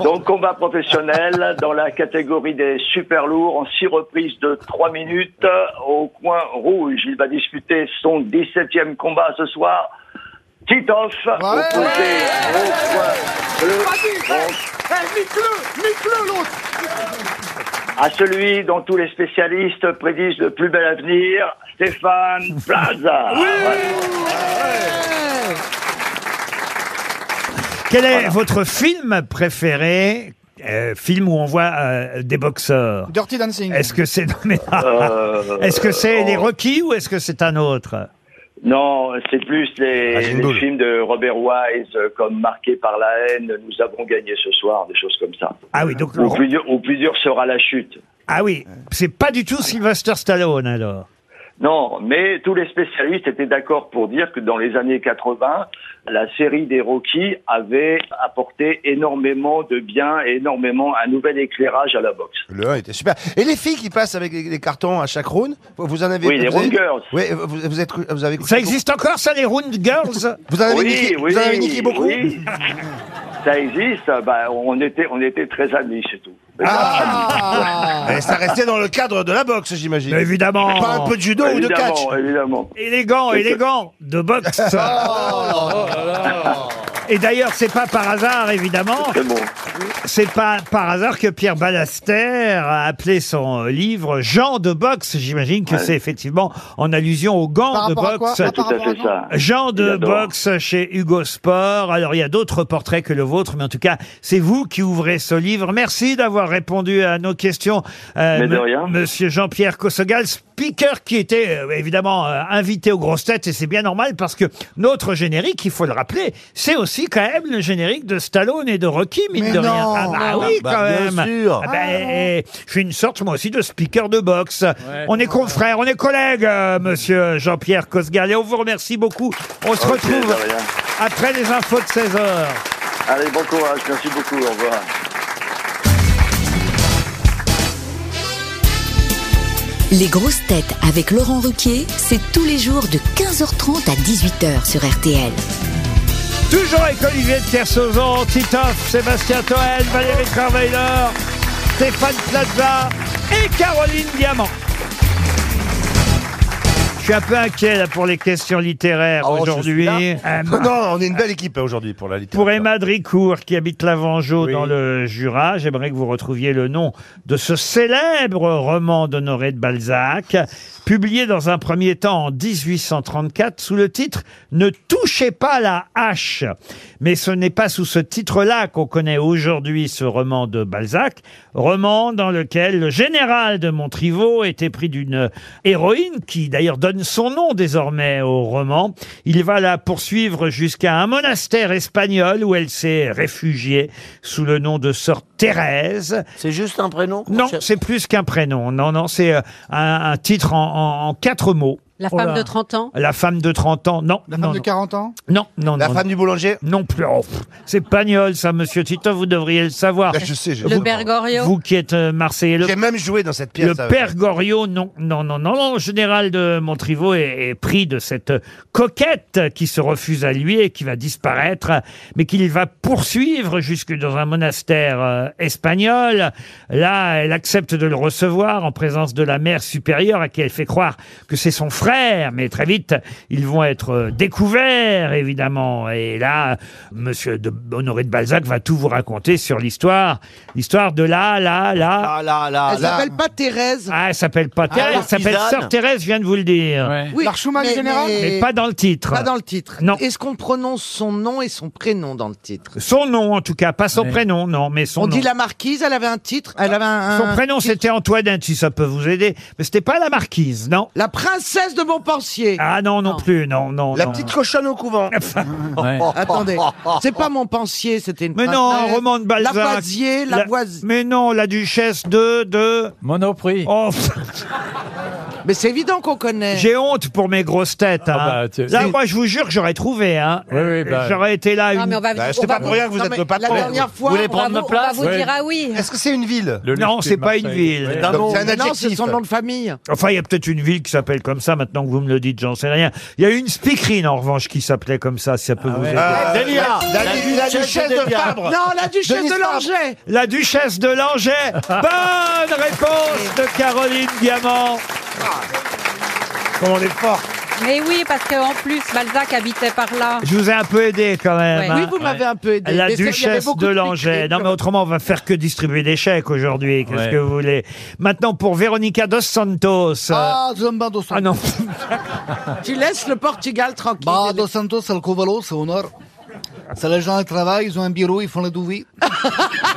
Speaker 9: donc combat professionnel dans la catégorie des super lourds en six reprises de trois minutes euh, au coin rouge. Il va disputer son 17e combat ce soir. Titoff, opposé au coin bleu, donc
Speaker 5: Nique-le Nique-le l'autre
Speaker 9: à celui dont tous les spécialistes prédisent le plus bel avenir, Stéphane Plaza.
Speaker 2: Quel est votre film préféré Euh, Film où on voit euh, des boxeurs.
Speaker 5: Dirty Dancing.
Speaker 2: Est-ce que c'est non, mais-
Speaker 9: Euh,
Speaker 2: Ah. est-ce que c'est
Speaker 9: euh,
Speaker 2: les Rocky ou est-ce que c'est un autre
Speaker 9: Non, c'est plus les,
Speaker 6: Ah, c'est une
Speaker 9: les
Speaker 6: boule.
Speaker 9: films de Robert Wise euh, comme Marqué par la haine, Nous avons gagné ce soir, des choses comme ça.
Speaker 2: Ah oui, donc
Speaker 9: Ou plus, dur, ou plus dur sera la chute.
Speaker 2: ah oui, c'est pas du tout Sylvester Stallone alors.
Speaker 9: Non, mais tous les spécialistes étaient d'accord pour dire que dans les années 80, la série des Rocky avait apporté énormément de bien, et énormément un nouvel éclairage à la boxe.
Speaker 6: Le 1 était super. Et les filles qui passent avec les, les cartons à chaque round, vous en avez
Speaker 9: Oui, les
Speaker 6: vous avez-
Speaker 9: Round Girls.
Speaker 6: Oui, euh, vous, vous êtes, vous avez
Speaker 2: Ça existe encore ça les Round Girls
Speaker 6: Vous en avez
Speaker 9: oui,
Speaker 6: niqué,
Speaker 9: oui,
Speaker 6: vous en avez niqué beaucoup.
Speaker 9: oui. Ça existe, bah, on était, on était très amis, c'est tout.
Speaker 5: Ah
Speaker 6: Et ça restait dans le cadre de la boxe, j'imagine.
Speaker 2: Mais Évidemment.
Speaker 6: Pas un peu de judo ou de catch.
Speaker 9: évidemment, évidemment.
Speaker 2: Élégant, élégant, de boxe.
Speaker 6: Oh,
Speaker 2: Et d'ailleurs, c'est pas par hasard, évidemment,
Speaker 9: C'est bon.
Speaker 2: c'est pas par hasard que Pierre Ballaster a appelé son livre Jean de boxe. J'imagine que
Speaker 9: Ouais.
Speaker 2: c'est effectivement en allusion au gant
Speaker 5: Par
Speaker 2: de
Speaker 5: rapport à quoi
Speaker 2: boxe.
Speaker 5: Ah,
Speaker 9: Tout
Speaker 5: par
Speaker 9: à
Speaker 5: rapport à
Speaker 9: fait
Speaker 5: quoi
Speaker 9: ça.
Speaker 2: Jean de
Speaker 9: J'adore.
Speaker 2: boxe chez Hugo Sport. Alors il y a d'autres portraits que le vôtre, mais en tout cas c'est vous qui ouvrez ce livre. Merci d'avoir répondu à nos questions, euh,
Speaker 9: Mais de
Speaker 2: m-
Speaker 9: rien.
Speaker 2: Monsieur Jean-Pierre Kossogal, speaker qui était euh, évidemment euh, invité aux grosses têtes et c'est bien normal parce que notre générique, il faut le rappeler, c'est aussi quand même le générique de Stallone et de Rocky mine
Speaker 5: Mais
Speaker 2: de rien.
Speaker 5: non,
Speaker 2: Ah bah
Speaker 5: non.
Speaker 2: oui quand
Speaker 4: Bah, bien
Speaker 2: même.
Speaker 4: sûr.
Speaker 2: Ah bah, eh, je suis une sorte moi aussi de speaker de boxe. on est confrères, on est collègues, euh, Monsieur Jean-Pierre Kossogal et on vous remercie beaucoup. On se
Speaker 9: Ok,
Speaker 2: retrouve
Speaker 9: de rien.
Speaker 2: après les infos de 16h.
Speaker 9: Allez, bon courage, merci beaucoup, au revoir.
Speaker 11: Les grosses têtes avec Laurent Ruquier, c'est tous les jours de 15h30 à 18h sur RTL.
Speaker 2: Toujours avec Olivier de Kersauzon, Titoff, Sébastien Toen, Valérie Travailer, Stéphane Plaza et Caroline Diamant. Je suis un peu inquiet là, pour les questions littéraires
Speaker 4: Oh, je
Speaker 2: aujourd'hui.
Speaker 4: suis
Speaker 2: Euh,
Speaker 6: Non, on est une belle équipe euh, aujourd'hui pour la littérature.
Speaker 2: Pour Emma Dricourt, qui habite la
Speaker 8: Oui.
Speaker 2: dans le Jura, j'aimerais que vous retrouviez le nom de ce célèbre roman d'Honoré de Balzac, publié dans un premier temps en 1834 sous le titre Ne touchez pas la hache. Mais ce n'est pas sous ce titre-là qu'on connaît aujourd'hui ce roman de Balzac, roman dans lequel le général de Montriveau était pris d'une héroïne qui d'ailleurs donne son nom désormais au roman. Il va la poursuivre jusqu'à un monastère espagnol où elle s'est réfugiée sous le nom de sœur Thérèse.
Speaker 4: C'est juste un prénom qu'on
Speaker 2: Non,
Speaker 4: cherche
Speaker 2: c'est plus qu'un prénom. Non, non, c'est euh, un, un titre en, en- en quatre mots.
Speaker 7: La
Speaker 2: Oh
Speaker 7: femme
Speaker 2: là.
Speaker 7: de 30 ans
Speaker 2: La femme de 30 ans, non. La
Speaker 5: femme de 40 ans
Speaker 2: Non, non, La femme
Speaker 6: du boulanger
Speaker 2: Non plus. Oh, pff, c'est pagnol, ça, monsieur Tito, vous devriez le savoir.
Speaker 6: Ah, je sais, je
Speaker 2: Vous-
Speaker 6: sais. Le
Speaker 7: Bergoglio
Speaker 2: Vous qui êtes euh, marseillais.
Speaker 6: J'ai même joué dans cette pièce.
Speaker 2: Le père Goriot, non, non, non, non, non. Le général de Montriveau est, est pris de cette coquette qui se refuse à lui et qui va disparaître, mais qu'il va poursuivre jusque dans un monastère euh, espagnol. Là, elle accepte de le recevoir en présence de la mère supérieure à qui elle fait croire que c'est son frère, mais très vite, ils vont être euh, découverts, évidemment. Et là, monsieur de Honoré de Balzac va tout vous raconter sur l'histoire, l'histoire de là, là, là.
Speaker 4: Ah là là
Speaker 3: Elle
Speaker 4: là.
Speaker 3: s'appelle pas Thérèse.
Speaker 2: Ah, elle s'appelle pas Thérèse, elle s'appelle
Speaker 4: l'artisane.
Speaker 2: Sœur Thérèse, je viens de vous le dire.
Speaker 3: Oui,
Speaker 5: L'archouman du général
Speaker 2: euh, Mais pas dans le titre.
Speaker 3: Pas dans le titre.
Speaker 2: Non.
Speaker 3: Est-ce qu'on prononce son nom et son prénom dans le titre
Speaker 2: Son nom, en tout cas, pas son
Speaker 8: Ouais.
Speaker 2: prénom, non, mais son
Speaker 3: On
Speaker 2: nom.
Speaker 3: dit la marquise, elle avait un titre, elle avait un...
Speaker 2: Son
Speaker 3: un-
Speaker 2: prénom, c'était Antoinette, si ça peut vous aider. Mais c'était pas la marquise, non
Speaker 3: La princesse de Montpensier.
Speaker 2: Ah non, non plus, non, non.
Speaker 6: La
Speaker 2: non.
Speaker 6: petite cochonne au couvent.
Speaker 8: Ouais.
Speaker 3: Attendez, c'est pas Montpensier, c'était une
Speaker 2: Mais non,
Speaker 3: princesse.
Speaker 2: roman de Balzac.
Speaker 3: Lavoisier,
Speaker 2: La-
Speaker 3: Lavoisier.
Speaker 2: Mais non, la duchesse de... de...
Speaker 8: Monoprix.
Speaker 2: Oh, pff,
Speaker 3: Mais c'est évident qu'on connaît.
Speaker 2: j'ai honte pour mes grosses têtes.
Speaker 6: Ah
Speaker 2: hein.
Speaker 8: bah, tu-
Speaker 2: Là, moi, je vous jure que j'aurais trouvé. Hein.
Speaker 8: Oui, oui, bah-
Speaker 2: J'aurais été là.
Speaker 7: Non,
Speaker 2: une-
Speaker 7: mais on va
Speaker 6: Bah,
Speaker 7: on
Speaker 6: c'est
Speaker 7: va
Speaker 6: pas
Speaker 7: vous-
Speaker 6: pour rien que vous
Speaker 3: Non,
Speaker 6: êtes
Speaker 3: mais
Speaker 6: le patron.
Speaker 3: La dernière fois,
Speaker 6: Vous voulez
Speaker 7: on va
Speaker 6: prendre ma
Speaker 7: vous- on va
Speaker 6: place
Speaker 7: vous dire ah oui.
Speaker 6: Est-ce que c'est une ville
Speaker 8: Le
Speaker 2: Non,
Speaker 8: Luxe
Speaker 2: c'est
Speaker 8: de
Speaker 2: pas une
Speaker 8: Marseille.
Speaker 2: ville.
Speaker 8: Ouais.
Speaker 6: Non,
Speaker 4: nom.
Speaker 6: c'est un
Speaker 3: non, c'est
Speaker 6: adjectif.
Speaker 3: son nom de famille.
Speaker 2: Enfin, il y a peut-être une ville qui s'appelle comme ça, maintenant que vous me le dites, j'en sais rien. Il y a une speakerine, en revanche, qui s'appelait comme ça, si ça peut vous aider.
Speaker 6: Euh,
Speaker 4: Delia.
Speaker 6: la- la
Speaker 4: La
Speaker 6: duchesse de
Speaker 4: Delia.
Speaker 6: Fabre.
Speaker 3: Non, la duchesse
Speaker 6: Denise
Speaker 3: de
Speaker 6: Fabre.
Speaker 3: Langeais.
Speaker 2: La duchesse de Langeais. Bonne réponse de Caroline Diamant.
Speaker 6: Comment on est fort.
Speaker 7: Mais oui, parce qu'en plus, Balzac habitait par là.
Speaker 2: Je vous ai un peu aidé quand même.
Speaker 7: Ouais.
Speaker 2: hein.
Speaker 3: Oui, vous m'avez un peu aidé.
Speaker 2: La
Speaker 3: Mais c'est- il y avait
Speaker 2: duchesse
Speaker 3: beaucoup
Speaker 2: de
Speaker 3: de
Speaker 2: Langeais.
Speaker 3: piqûres.
Speaker 2: Non, mais autrement, on va faire que distribuer des chèques aujourd'hui. Qu'est-ce
Speaker 8: Ouais.
Speaker 2: que vous voulez Maintenant, pour Véronica dos Santos. euh,
Speaker 5: Ah, Zomba dos
Speaker 2: ah
Speaker 5: Santos.
Speaker 2: non.
Speaker 3: Tu laisses le Portugal tranquille.
Speaker 5: Bah, dos Santos, c'est le Covalo, c'est au nord. C'est les gens qui travaillent, ils ont un bureau, ils font les douilles.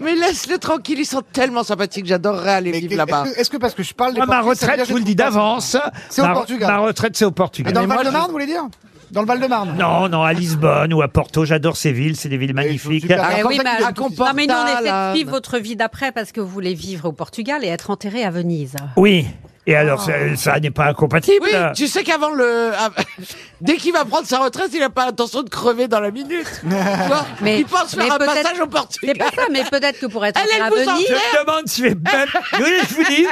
Speaker 3: Mais laisse-le tranquille, ils sont tellement sympathiques, j'adorerais aller vivre là-bas.
Speaker 5: Est-ce que, est-ce que parce que je parle des
Speaker 2: Moi, ma
Speaker 5: Portugais, ça veut
Speaker 2: retraite,
Speaker 5: dire
Speaker 2: je vous le
Speaker 5: que
Speaker 2: dis
Speaker 5: trouve pas
Speaker 2: d'avance.
Speaker 5: C'est au
Speaker 2: ma,
Speaker 5: Portugal.
Speaker 2: ma retraite, c'est au Portugal.
Speaker 5: Et dans le
Speaker 3: Mais moi,
Speaker 5: Val-de-Marne, vous voulez dire Dans le Val-de-Marne
Speaker 2: Non, non, à Lisbonne ou à Porto, j'adore ces villes, c'est des villes magnifiques.
Speaker 5: super. Ah,
Speaker 7: Eh
Speaker 5: comme
Speaker 7: oui,
Speaker 5: ça
Speaker 7: mais,
Speaker 5: qu'il
Speaker 3: est tout
Speaker 7: non, mais nous, on
Speaker 3: petit.
Speaker 7: essaie de vivre votre vie d'après parce que vous voulez vivre au Portugal et être enterré à Venise.
Speaker 2: Oui. Et alors,
Speaker 5: Ah.
Speaker 2: ça, ça n'est pas incompatible.
Speaker 3: Oui, tu sais qu'avant le. ah. av- Dès qu'il va prendre sa retraite, il n'a pas l'intention de crever dans la minute. Tu vois
Speaker 7: Mais-
Speaker 3: il pense
Speaker 7: mais
Speaker 3: faire un
Speaker 7: peut-être-
Speaker 3: passage au
Speaker 7: C'est
Speaker 3: Portugal.
Speaker 7: pas ça, mais peut-être que pour être
Speaker 3: Elle, elle
Speaker 7: enterré à
Speaker 3: vous en
Speaker 7: Venise,
Speaker 2: Je me demande si je vais même. Oui, je vous dis,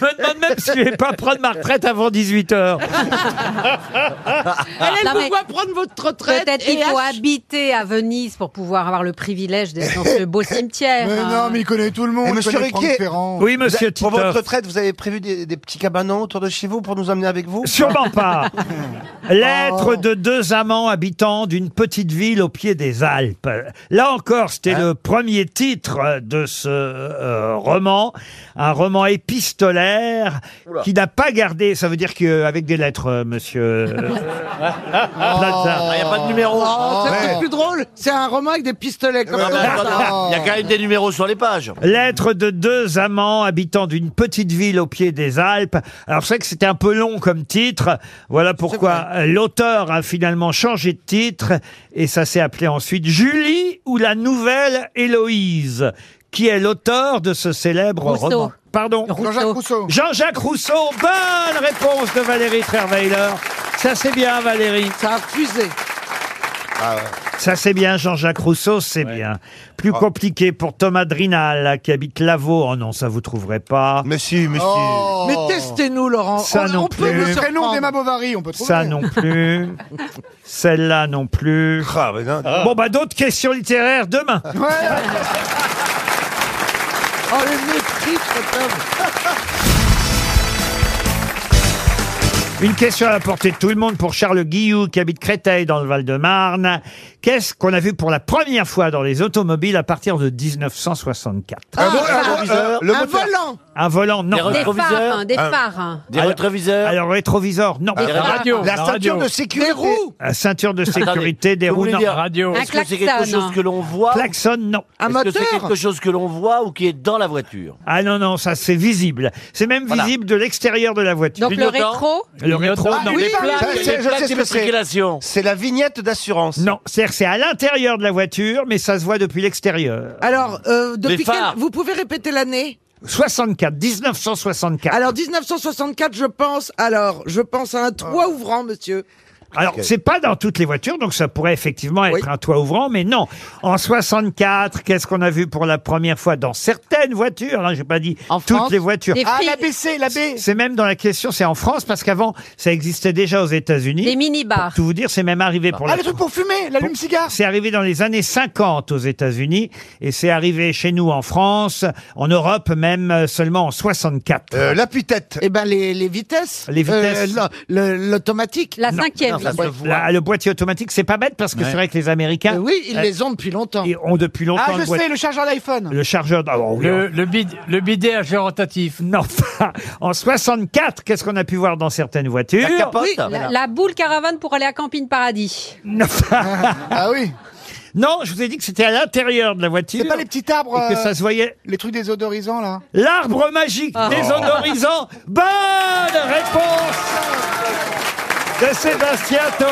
Speaker 2: je me demande même si je vais pas prendre ma retraite avant 18 h
Speaker 5: Ah.
Speaker 3: Elle, elle
Speaker 7: Non,
Speaker 3: vous
Speaker 7: mais-
Speaker 3: voit prendre votre retraite.
Speaker 7: peut-être qu'il
Speaker 3: et
Speaker 7: faut
Speaker 3: ach-
Speaker 7: habiter à Venise pour pouvoir avoir le privilège d'être dans ce beau cimetière.
Speaker 5: Mais
Speaker 7: hein.
Speaker 5: non, mais il connaît tout le monde.
Speaker 6: Et
Speaker 5: il
Speaker 6: monsieur
Speaker 5: connaît Franck
Speaker 6: Riquet
Speaker 5: Ferrand.
Speaker 2: Oui,
Speaker 6: Vous
Speaker 2: monsieur
Speaker 6: avez- Pour votre
Speaker 2: Tito.
Speaker 6: retraite, vous avez prévu des, des petits cabanons autour de chez vous pour nous emmener avec vous
Speaker 2: Sûrement pas. Lettre de deux amants habitants d'une petite ville au pied des Alpes. Là encore, c'était le premier titre euh, de ce euh, roman, un roman épistolaire qui n'a pas gardé. Ça veut dire qu'avec des lettres, euh, monsieur. euh, Plaza.
Speaker 4: Il n'y Ah, a pas de numéro.
Speaker 3: Oh, c'est
Speaker 5: Ouais.
Speaker 3: peut-être plus drôle. C'est un roman avec des pistolets. Comme
Speaker 4: Ah
Speaker 3: ça.
Speaker 4: bah, attends, Il y a quand même des numéros sur les pages.
Speaker 2: Lettre de deux amants habitant d'une petite ville au pied des Alpes. Alors c'est vrai que c'était un peu long comme titre. Voilà pourquoi euh, l'auteur a finalement changé de titre et ça s'est appelé ensuite Julie ou la nouvelle Héloïse, qui est l'auteur de ce célèbre
Speaker 7: Rousseau.
Speaker 2: roman. Pardon.
Speaker 5: Jean-Jacques Rousseau.
Speaker 2: Jean-Jacques Rousseau. Bonne réponse de Valérie Trierweiler. Ça c'est bien Valérie.
Speaker 3: Ça a fusé.
Speaker 2: Ça c'est bien, Jean-Jacques Rousseau, c'est bien. Plus compliqué pour Thomas Drinal, qui habite Lavaux. Oh non, ça vous trouverez pas.
Speaker 6: Monsieur, monsieur.
Speaker 5: Oh.
Speaker 3: Mais testez-nous, Laurent.
Speaker 2: Ça
Speaker 3: on,
Speaker 2: non
Speaker 3: on peut
Speaker 2: plus.
Speaker 3: vous
Speaker 5: Le prénom
Speaker 3: surprendre.
Speaker 5: d'Emma Bovary, on peut trouver.
Speaker 2: Ça non plus. Celle-là non plus.
Speaker 6: Ah, mais non.
Speaker 2: Bon, bah, d'autres questions littéraires demain.
Speaker 3: Oh, le mépris, cet homme.
Speaker 2: Une question à la portée de tout le monde pour Charles Guillou, qui habite Créteil dans le Val-de-Marne. Qu'est-ce qu'on a vu pour la première fois dans les automobiles à partir de 1964
Speaker 6: Un vo- un vo- euh, le
Speaker 3: Un
Speaker 6: moteur. Ah.
Speaker 3: volant.
Speaker 2: Un volant,
Speaker 4: Les
Speaker 2: non.
Speaker 7: Des phares,
Speaker 4: Rétroviseur.
Speaker 7: hein, des
Speaker 6: Un-
Speaker 7: phares. hein.
Speaker 4: Des
Speaker 2: Alors-
Speaker 4: rétroviseurs.
Speaker 2: Alors, rétroviseur, non.
Speaker 8: La radio.
Speaker 6: Ah, La
Speaker 8: la
Speaker 6: ceinture
Speaker 8: radio.
Speaker 6: de
Speaker 3: Des
Speaker 6: sécurité.
Speaker 3: roues.
Speaker 2: Euh, Ceinture de sécurité, des
Speaker 4: vous
Speaker 2: roues,
Speaker 4: voulez
Speaker 2: non.
Speaker 4: dire-
Speaker 8: Radio.
Speaker 7: Un
Speaker 4: Est-ce que c'est quelque
Speaker 7: klaxon.
Speaker 4: chose que l'on voit ou-
Speaker 2: Klaxon, non.
Speaker 3: Un
Speaker 4: Est-ce que c'est
Speaker 3: moteur.
Speaker 4: quelque chose que l'on voit ou qui est dans la voiture
Speaker 2: Ah non, non, ça c'est visible. C'est même
Speaker 4: Voilà.
Speaker 2: visible de l'extérieur de la voiture.
Speaker 7: Donc le rétro,
Speaker 2: Le rétro,
Speaker 8: Clignotant.
Speaker 2: non.
Speaker 5: oui,
Speaker 4: Les plaques,
Speaker 6: Ah, ça,
Speaker 4: les plaques
Speaker 6: c'est- je sais ce que c'est.
Speaker 4: d'immatriculation.
Speaker 6: C'est la vignette d'assurance.
Speaker 2: Non, c'est-à-dire que c'est à l'intérieur de la voiture, mais ça se voit depuis l'extérieur.
Speaker 3: Alors, euh, depuis
Speaker 4: Les phares.
Speaker 3: quel- vous pouvez répéter l'année
Speaker 2: 64, 1964.
Speaker 12: Alors 1964, je pense. Alors, je pense à un toit ouvrant, monsieur.
Speaker 2: Alors, c'est pas dans toutes les voitures, donc ça pourrait effectivement être un toit ouvrant, mais non. En 64, qu'est-ce qu'on a vu pour la première fois dans certaines voitures Je J'ai pas dit toutes
Speaker 5: France
Speaker 2: les voitures.
Speaker 5: Des Ah, fri- la BC, la B.
Speaker 2: C'est même dans la question, c'est en France, parce qu'avant, ça existait déjà aux États-Unis.
Speaker 7: Des
Speaker 2: mini-bars. Pour tout vous dire, c'est même arrivé pour
Speaker 5: Ah,
Speaker 2: la
Speaker 5: le truc pour fumer, l'allume-cigare.
Speaker 2: c'est arrivé dans les années 50 aux États-Unis et c'est arrivé chez nous en France, en Europe même euh, seulement en 64.
Speaker 5: Euh,
Speaker 3: la tête Eh ben, les, les vitesses.
Speaker 2: Les vitesses.
Speaker 3: Euh, le- le- L'automatique.
Speaker 7: La
Speaker 2: Non, non, ça se voit. La- le boîtier automatique, c'est pas bête parce que
Speaker 3: Ouais.
Speaker 2: c'est vrai que les Américains.
Speaker 3: Euh, oui, ils les
Speaker 2: ont depuis longtemps. Ils ont depuis longtemps.
Speaker 5: Ah, je
Speaker 2: le boîtier-
Speaker 5: sais, le chargeur d'iPhone.
Speaker 2: le chargeur. d- ah, bon, oui,
Speaker 8: Le, le, bid- le bidet à géant rotatif.
Speaker 2: Non, enfin, en 64, qu'est-ce qu'on a pu voir dans certaines voitures
Speaker 7: Oui, la, la boule caravane pour aller à Camping Paradis.
Speaker 2: ah oui. Non, je vous ai dit que c'était à l'intérieur de la voiture.
Speaker 5: C'est pas les petits arbres.
Speaker 2: Et que
Speaker 5: euh,
Speaker 2: ça se voyait.
Speaker 5: Les trucs désodorisants, là.
Speaker 2: L'arbre magique
Speaker 5: Ah.
Speaker 2: désodorisant. Bonne réponse de Sébastien Toen.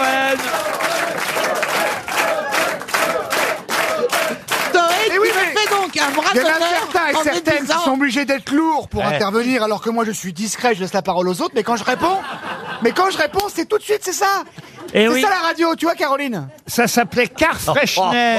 Speaker 5: Et oui, mais
Speaker 12: donc un bras
Speaker 5: Il y en a
Speaker 12: d'honneur
Speaker 5: certains et
Speaker 12: en
Speaker 5: certaines
Speaker 12: déduisant.
Speaker 5: qui sont obligés d'être lourds pour
Speaker 12: Ouais.
Speaker 5: intervenir, alors que moi je suis discret, je laisse la parole aux autres, mais quand je réponds, mais quand je réponds, c'est tout de suite, c'est ça
Speaker 2: Eh
Speaker 5: C'est
Speaker 2: oui.
Speaker 5: ça la radio, tu vois Caroline Oh,
Speaker 2: Ça s'appelait Car Freshner.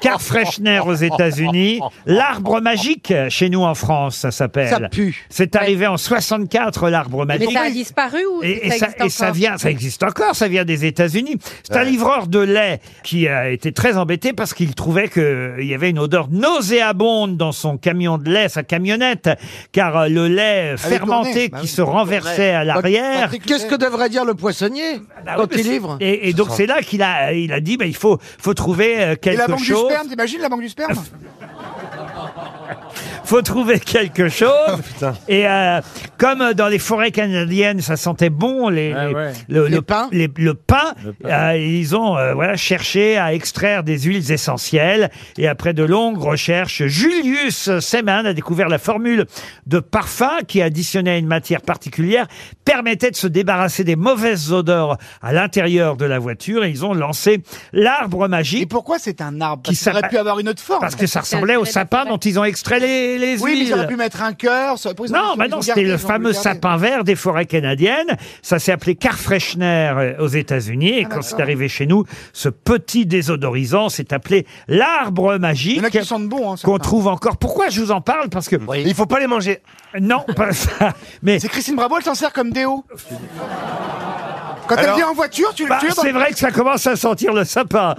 Speaker 2: Car Freshner aux États-Unis. L'arbre magique, chez nous en France, ça s'appelle.
Speaker 7: Ça pue.
Speaker 2: C'est arrivé en 64, l'arbre magique.
Speaker 7: Mais ça a disparu ou
Speaker 2: Et, et
Speaker 7: ça,
Speaker 2: ça,
Speaker 7: existe
Speaker 2: et ça
Speaker 7: encore
Speaker 2: vient, ça existe encore, ça vient des États-Unis. C'est un livreur de lait qui a été très embêté parce qu'il trouvait qu'il y avait une odeur nauséabonde dans son camion de lait, sa camionnette, car euh, le lait fermenté
Speaker 3: tournait,
Speaker 2: qui
Speaker 3: bah oui,
Speaker 2: se renversait
Speaker 3: tournait.
Speaker 2: à l'arrière.
Speaker 3: Qu'est-ce que devrait dire le poissonnier
Speaker 2: Ah oui,
Speaker 3: quand
Speaker 2: mais
Speaker 3: il
Speaker 2: c'est-
Speaker 3: livre
Speaker 2: Et, et donc c'est là qu'il a, il a dit, bah, il faut, faut trouver euh,
Speaker 5: Et la
Speaker 2: quelque
Speaker 5: banque
Speaker 2: chose.
Speaker 5: du sperme, t'imagines la banque du sperme
Speaker 2: faut trouver quelque chose.
Speaker 5: Oh,
Speaker 2: et euh, comme dans les forêts canadiennes, ça sentait bon les, les-
Speaker 8: Ah ouais.
Speaker 2: le,
Speaker 8: Les
Speaker 2: le-
Speaker 8: pins.
Speaker 2: les- le pain.
Speaker 8: Le pain.
Speaker 2: euh, ils ont euh, voilà cherché à extraire des huiles essentielles et après de longues recherches, Julius Seman a découvert la formule de parfum qui additionnée à une matière particulière permettait de se débarrasser des mauvaises odeurs à l'intérieur de la voiture et ils ont lancé l'arbre magique. Et
Speaker 5: pourquoi c'est un arbre
Speaker 2: qui
Speaker 5: Ça aurait pu avoir une autre forme.
Speaker 2: parce que ça ressemblait au sapin dont ils ont extrait les, les
Speaker 5: Oui, mais
Speaker 2: huiles.
Speaker 5: ils auraient pu mettre un cœur. ça- ils ont- ils
Speaker 2: Non,
Speaker 5: ont-
Speaker 2: bah
Speaker 5: ils ont
Speaker 2: non,
Speaker 5: gardé,
Speaker 2: c'était le
Speaker 5: ils ont
Speaker 2: fameux
Speaker 5: voulu garder.
Speaker 2: sapin vert des forêts canadiennes. Ça s'est appelé car Freshner euh, aux États-Unis.
Speaker 5: Ah,
Speaker 2: Et quand c'est arrivé chez nous, ce petit désodorisant s'est appelé l'arbre magique.
Speaker 5: hein,
Speaker 2: Qu'on trouve encore. Pourquoi je vous en parle Parce que. Il faut pas les manger. Non, pas ça. Mais.
Speaker 5: C'est Christine Bravo, elle s'en sert comme déo. Quand elle
Speaker 2: Alors-
Speaker 5: vient en voiture, tu le
Speaker 2: Bah,
Speaker 5: tues dans-
Speaker 2: c'est vrai que ça commence à sentir le sapin.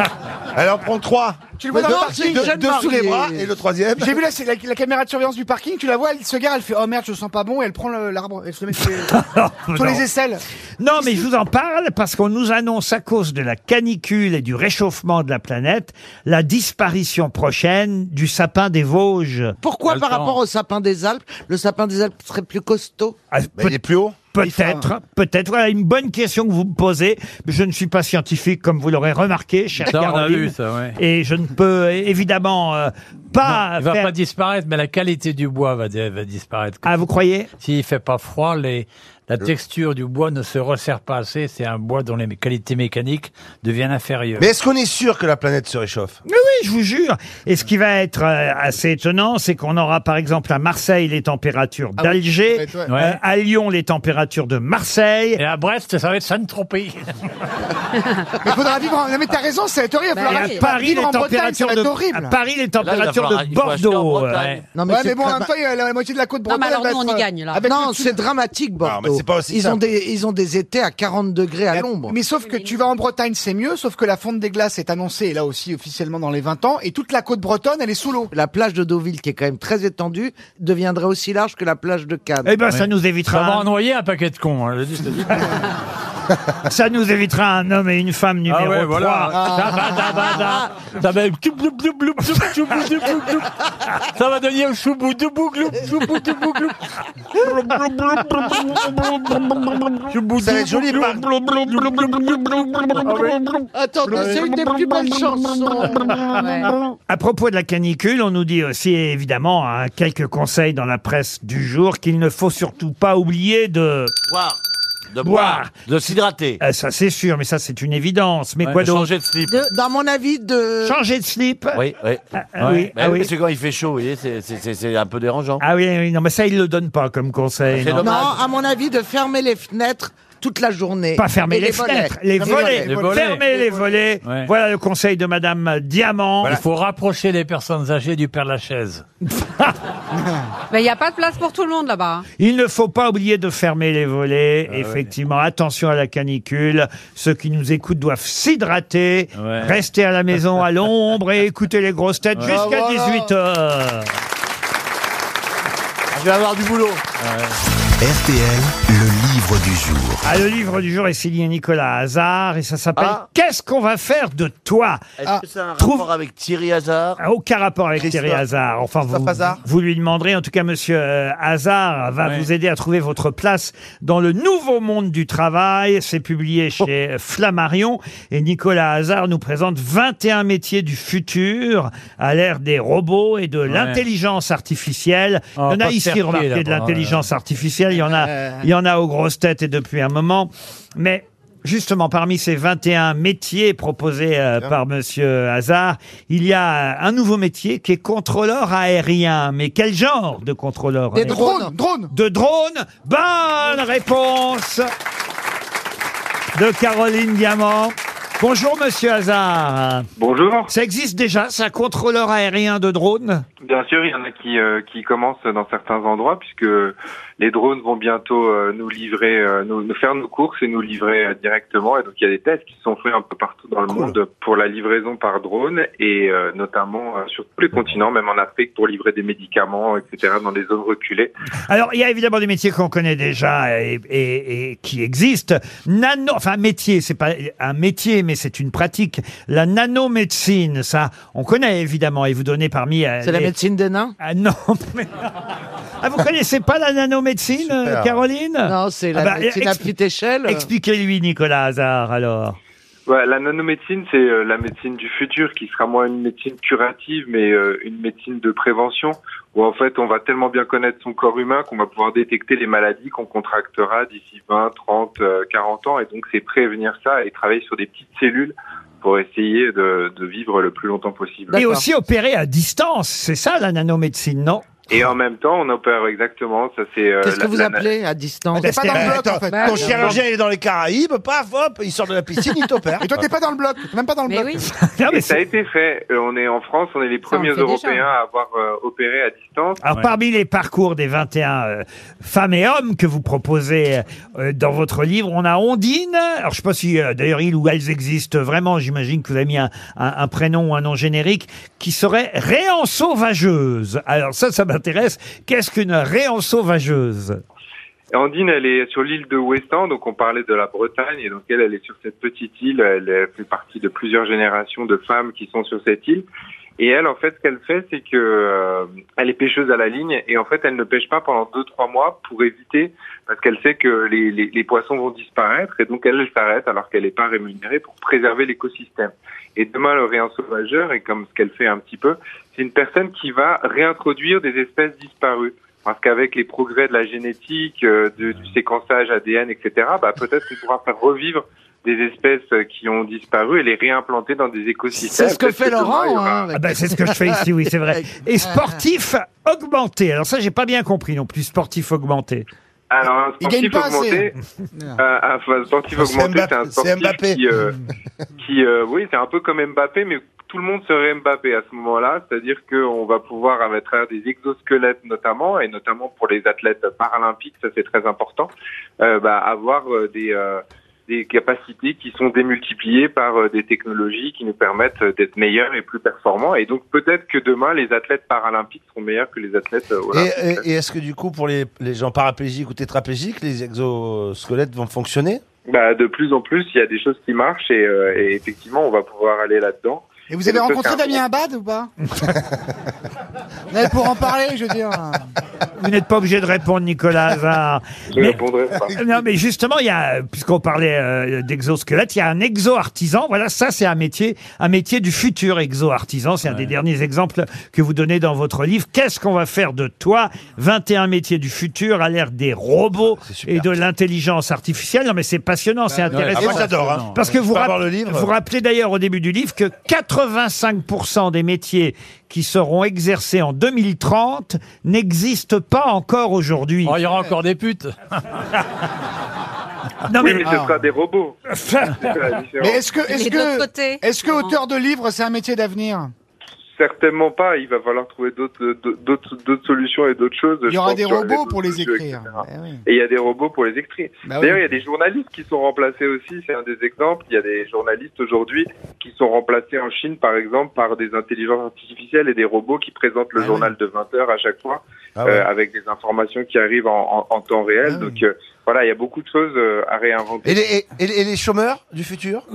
Speaker 6: Alors, prends trois.
Speaker 5: Tu le vois dans le
Speaker 6: Deux-
Speaker 5: parking,
Speaker 6: deux-
Speaker 5: jeune
Speaker 6: deux sous
Speaker 5: marié.
Speaker 6: les bras et le troisième.
Speaker 5: J'ai vu la, la- la caméra de surveillance du parking, tu la vois, elle se gare, elle fait Oh merde, je sens pas bon, et elle prend le- l'arbre, elle se le met sur, les- sur
Speaker 2: Non.
Speaker 5: les aisselles.
Speaker 2: Non, mais je vous en parle parce qu'on nous annonce à cause de la canicule et du réchauffement de la planète la disparition prochaine du sapin des Vosges.
Speaker 3: Pourquoi par rapport au sapin des Alpes, le sapin des Alpes serait plus costaud
Speaker 2: il est plus haut Ah, Peut-être, peut-être. Voilà une bonne question que vous me posez. Je ne suis pas scientifique, comme vous l'aurez remarqué, chère
Speaker 8: Ça, on a
Speaker 2: Caroline.
Speaker 8: vu ça, ouais.
Speaker 2: Et je ne peux euh, évidemment euh, pas
Speaker 8: Il va
Speaker 2: faire-
Speaker 8: pas disparaître, mais la qualité du bois va, di- va disparaître.
Speaker 2: Ah, vous croyez
Speaker 8: S'il fait pas froid, les, la texture du bois ne se resserre pas assez. C'est un bois dont les mé- qualités mécaniques deviennent inférieures.
Speaker 6: Mais est-ce qu'on est sûr que la planète se réchauffe
Speaker 2: Mais oui, je vous jure. Et ce qui va être euh, assez étonnant, c'est qu'on aura par exemple à Marseille les températures
Speaker 8: Ah oui,
Speaker 2: d'Alger,
Speaker 8: ça va être, ouais.
Speaker 2: euh,
Speaker 8: Ouais.
Speaker 2: à Lyon les températures de Marseille. Et
Speaker 8: à Brest, ça va être Sainte-Tropez.
Speaker 5: Mais faudra vivre. en- Non, mais t'as raison, ça va être
Speaker 12: Bah,
Speaker 5: horrible.
Speaker 2: Et
Speaker 5: faudra-
Speaker 2: Bah à
Speaker 5: faudra
Speaker 2: Paris,
Speaker 5: vivre
Speaker 2: les
Speaker 5: en Bretagne, ça
Speaker 2: températures
Speaker 5: va
Speaker 2: de
Speaker 5: être horrible.
Speaker 2: Paris, les températures de Bordeaux. ouais.
Speaker 5: Non, mais, ouais, mais bon, en même temps, il y a la, la moitié de la côte
Speaker 12: Non, mais
Speaker 5: bretonne.
Speaker 12: alors
Speaker 5: elle va
Speaker 12: nous,
Speaker 5: être-
Speaker 12: on y gagne, là. Oh,
Speaker 5: avec
Speaker 3: Non,
Speaker 5: le-
Speaker 3: c'est dramatique, Bordeaux.
Speaker 5: mais c'est pas aussi
Speaker 3: ils, ont
Speaker 5: simple.
Speaker 3: des, ils ont des étés à 40 degrés à l'ombre.
Speaker 5: Mais sauf que tu vas en Bretagne, c'est mieux, sauf que la fonte des glaces est annoncée, là aussi officiellement dans les 20 ans, et toute la côte bretonne, elle est sous l'eau.
Speaker 3: La plage de Deauville, qui est quand même très étendue, deviendrait aussi large que la plage de Cannes.
Speaker 2: Eh ben, ça nous évitera.
Speaker 8: Ça va
Speaker 2: un- Ah,
Speaker 8: en noyer un paquet de cons. hein, je le dis, je le dis.
Speaker 2: euh, Ça nous évitera un homme et une femme numéro
Speaker 8: Ah ouais, voilà.
Speaker 2: 3. bah,
Speaker 8: Ah. Ça va blou, blou, blou, blou, blou, blou, blou, blou, blou. Ça va donner un choubou, doubou, glou, choubou, doubou, glou. Choubou,
Speaker 6: Ça va être
Speaker 8: doubou,
Speaker 6: joli,
Speaker 8: glou,
Speaker 6: par- Ah
Speaker 8: glou, glou, glou, glou, glou, glou, glou, glou.
Speaker 12: Attendez, c'est une des plus belles chansons.
Speaker 2: À propos de la canicule, on nous dit aussi évidemment hein, quelques conseils dans la presse du jour qu'il ne faut surtout pas oublier de De boire. De s'hydrater. ça, c'est sûr, mais ça, c'est une évidence. Mais quoi d'autre
Speaker 4: Changer de slip.
Speaker 12: dans mon avis, de...
Speaker 2: Changer de slip
Speaker 4: Oui, oui.
Speaker 2: ah oui,
Speaker 4: Mais
Speaker 2: ah oui.
Speaker 4: Parce que quand il fait chaud, vous voyez, c'est- c'est c'est- c'est un peu dérangeant.
Speaker 2: Ah oui, oui, non, mais ça, il le donne pas comme conseil.
Speaker 4: C'est
Speaker 2: non. ah,
Speaker 12: Non, à mon avis, de fermer les fenêtres toute la journée.
Speaker 2: Pas fermer
Speaker 12: Et
Speaker 2: les,
Speaker 12: volets.
Speaker 2: fenêtres, les volets, fermer les volets. Voilà le conseil de Madame Diamant.
Speaker 8: Il faut rapprocher les personnes âgées du Père Lachaise.
Speaker 7: Mais il n'y a pas de place pour tout le monde là-bas. hein.
Speaker 2: Il ne faut pas oublier de fermer les
Speaker 4: Ah
Speaker 2: volets. Effectivement, attention à la canicule. Ceux qui nous écoutent doivent s'hydrater, rester à la maison à l'ombre et écouter les grosses têtes
Speaker 6: Ouais.
Speaker 2: jusqu'à
Speaker 6: Ah, voilà.
Speaker 2: 18h.
Speaker 4: Je vais avoir du boulot.
Speaker 1: RTL, le livre du jour.
Speaker 2: Ah, le livre du jour est signé Nicolas Hazard et ça s'appelle Qu'est-ce qu'on va faire de
Speaker 4: Ah
Speaker 2: toi Ah,
Speaker 4: Est-ce que c'est un rapport
Speaker 2: Trouve-
Speaker 4: avec Thierry Hazard
Speaker 2: Ah, Aucun rapport avec
Speaker 4: Christophe-
Speaker 2: Thierry Hazard. Enfin, vous,
Speaker 4: Christophe Hazard
Speaker 2: vous lui demanderez. En tout cas, Monsieur euh, Hazard va vous aider à trouver votre place dans le nouveau monde du travail. C'est publié
Speaker 4: Oh.
Speaker 2: chez euh, Flammarion. Et Nicolas Hazard nous présente 21 métiers du futur à l'ère des robots et de l'intelligence artificielle.
Speaker 8: Oh,
Speaker 2: il y en
Speaker 8: pas
Speaker 2: a
Speaker 8: se faire
Speaker 2: ici,
Speaker 8: pied,
Speaker 2: remarquez,
Speaker 8: là,
Speaker 2: de
Speaker 8: bon,
Speaker 2: l'intelligence artificielle. Il y en a,
Speaker 5: Euh.
Speaker 2: il y en a aux grosses têtes et depuis un moment. Mais Justement, parmi ces 21 métiers proposés euh, par Monsieur Hazard, il y a un nouveau métier qui est contrôleur aérien. Mais quel genre de contrôleur
Speaker 5: Des
Speaker 2: aérien
Speaker 5: drones, drones.
Speaker 2: De drones Bonne réponse de Caroline Diamant. Bonjour Monsieur Hazard.
Speaker 13: Bonjour.
Speaker 2: Ça existe déjà, ça, contrôleur aérien de drones
Speaker 13: Bien sûr, il y en a qui, euh, qui commencent dans certains endroits puisque les drones vont bientôt euh, nous livrer, euh, nous, nous faire nos courses et nous livrer euh, directement. Et donc il y a des tests qui sont faits un peu partout dans le monde pour la livraison par drone et euh, notamment euh, sur tous les continents, même en Afrique, pour livrer des médicaments, etc. dans des zones reculées.
Speaker 2: Alors, il y a évidemment des métiers qu'on connaît déjà et, et- et qui existent. Nano, enfin, métier, c'est pas un métier, mais c'est une pratique. La nanomédecine, ça, on connaît évidemment. Et vous donnez parmi. euh,
Speaker 12: C'est la
Speaker 2: les-
Speaker 12: médecine des nains
Speaker 2: Ah non, mais... Ah, vous connaissez pas la nanomédecine, euh,
Speaker 12: Super.
Speaker 2: Caroline Ah, bah,
Speaker 12: Non, c'est la médecine à petite échelle.
Speaker 2: Expliquez-lui, Nicolas Hazard, alors.
Speaker 13: Ouais, la nanomédecine, c'est euh, la médecine du futur qui sera moins une médecine curative, mais euh, une médecine de prévention, où en fait on va tellement bien connaître son corps humain qu'on va pouvoir détecter les maladies qu'on contractera d'ici 20, 30, euh, 40 ans, et donc c'est prévenir ça et travailler sur des petites cellules pour essayer de, de vivre le plus longtemps possible.
Speaker 2: Et aussi opérer à distance, c'est ça la nanomédecine, non
Speaker 13: Et en même temps, on opère exactement. Ça c'est. euh,
Speaker 12: Qu'est-ce
Speaker 13: la-
Speaker 12: que vous
Speaker 13: la-
Speaker 12: appelez à distance
Speaker 13: On n'est pas dans le bloc, en fait. Bah,
Speaker 6: Ton chirurgien, il est dans les Caraïbes, paf, hop, il sort de la piscine, il t'opère.
Speaker 5: Et toi, t'es pas dans le bloc, t'es même pas dans le bloc.
Speaker 13: Et ça a été fait. Euh, On est en France, on est les premiers
Speaker 2: le fait déjà.
Speaker 13: Européens à avoir euh, opéré à distance.
Speaker 2: Alors, Ah, parmi les parcours des 21 euh, femmes et hommes que vous proposez euh, dans votre livre, on a Ondine. Alors, je sais pas si, euh, d'ailleurs, il ou elles existent vraiment. J'imagine que vous avez mis un, un- un prénom ou un nom générique qui serait réensauvageuse. Alors, ça, ça m'intéresse. Qu'est-ce qu'une réensauvageuse
Speaker 13: Et Andine, elle est sur l'île de Ouessant, donc on parlait de la Bretagne, et donc elle, elle est sur cette petite île, elle euh, fait partie de plusieurs générations de femmes qui sont sur cette île. Et elle, en fait, ce qu'elle fait, c'est que euh, elle est pêcheuse à la ligne, et en fait, elle ne pêche pas pendant deux trois mois pour éviter, parce qu'elle sait que les, les, les poissons vont disparaître, et donc elle elle s'arrête alors qu'elle n'est pas rémunérée pour préserver l'écosystème. Et demain, le réensauvageur, et comme ce qu'elle fait un petit peu, c'est une personne qui va réintroduire des espèces disparues. Parce qu'avec les progrès de la génétique, euh, de- du séquençage ADN, etc., bah, peut-être qu'on pourra faire revivre des espèces euh, qui ont disparu et les réimplanter dans des écosystèmes.
Speaker 12: C'est ce que
Speaker 13: Peut-être
Speaker 12: fait
Speaker 13: demain, il y
Speaker 12: Laurent.
Speaker 13: aura-
Speaker 12: hein, avec-
Speaker 2: Ah ben, C'est ce que je fais ici, oui, c'est vrai. Et sportif augmenté. Alors, ça, j'ai pas bien compris non plus. Sportif augmenté.
Speaker 13: Alors, un
Speaker 2: Il gagne
Speaker 13: sportif
Speaker 2: pas
Speaker 13: augmenté, euh, un sportif
Speaker 2: C'est
Speaker 13: augmenté,
Speaker 2: Mbappé-
Speaker 13: c'est un
Speaker 2: c'est
Speaker 13: sportif
Speaker 2: Mbappé.
Speaker 13: qui, euh, qui, euh, oui, c'est un peu comme Mbappé, mais tout le monde serait Mbappé à ce moment-là, c'est-à-dire qu'on va pouvoir, à travers des exosquelettes notamment, et notamment pour les athlètes paralympiques, ça c'est très important, euh, bah, avoir euh, des, euh, des capacités qui sont démultipliées par euh, des technologies qui nous permettent euh, d'être meilleurs et plus performants, et donc peut-être que demain les athlètes paralympiques seront meilleurs que les athlètes euh,
Speaker 6: Et,
Speaker 13: olympiques.
Speaker 6: et- et est-ce que du coup, pour les, les gens paraplégiques ou tétraplégiques, les exosquelettes vont fonctionner
Speaker 13: Bah, de plus en plus, il y a des choses qui marchent et, euh, et effectivement, on va pouvoir aller là-dedans.
Speaker 5: Et vous avez
Speaker 13: donc,
Speaker 5: rencontré
Speaker 13: c'est un-
Speaker 5: Damien Abad ou pas Ouais, Pour en parler, je veux dire.
Speaker 2: Vous n'êtes pas obligé de répondre, Nicolas Hazard.
Speaker 13: Je répondrai pas.
Speaker 2: Non, mais justement, il y a, puisqu'on parlait euh, d'exosquelette, il y a un exo-artisan. Voilà, ça, c'est un métier, un métier du futur exo-artisan. C'est un des derniers exemples que vous donnez dans votre livre. Qu'est-ce qu'on va faire de toi 21 métiers du futur à l'ère des robots et de l'intelligence artificielle. Non, mais c'est passionnant, c'est
Speaker 6: Ah, ouais,
Speaker 2: intéressant.
Speaker 6: ah, moi, j'adore, hein.
Speaker 2: Parce que
Speaker 6: Je
Speaker 2: vous,
Speaker 6: peux
Speaker 2: rap-
Speaker 6: avoir le livre
Speaker 2: vous rappelez d'ailleurs au début du livre que 85% des métiers qui seront exercés en 2030 n'existent pas encore aujourd'hui. Oh, il y aura encore des putes. non, mais-
Speaker 13: oui, mais ce sera des robots. C'est la différence.
Speaker 5: Mais est-ce que, est-ce que, est-ce que auteur de livre, c'est un métier d'avenir
Speaker 13: Certainement pas. Il va falloir trouver d'autres, d'autres, d'autres solutions et d'autres choses.
Speaker 5: Il y
Speaker 13: Je
Speaker 5: aura
Speaker 13: pense
Speaker 5: des
Speaker 13: sur
Speaker 5: robots
Speaker 13: réseaux
Speaker 5: pour les
Speaker 13: sociaux,
Speaker 5: écrire.
Speaker 13: etc.
Speaker 5: Eh oui.
Speaker 13: Ah. Et il y a des robots pour les écrire.
Speaker 5: Bah
Speaker 13: D'ailleurs,
Speaker 5: oui.
Speaker 13: il y a des journalistes qui sont remplacés aussi, c'est un des exemples. Il y a des journalistes aujourd'hui qui sont remplacés en Chine, par exemple, par des intelligences artificielles et des robots qui présentent le journal de 20 heures à chaque fois,
Speaker 6: Ah ouais.
Speaker 13: euh, avec des informations qui arrivent en, en- en temps réel. Donc euh, voilà, il y a beaucoup de choses euh, à réinventer.
Speaker 6: Et les, et- et les- et les chômeurs du futur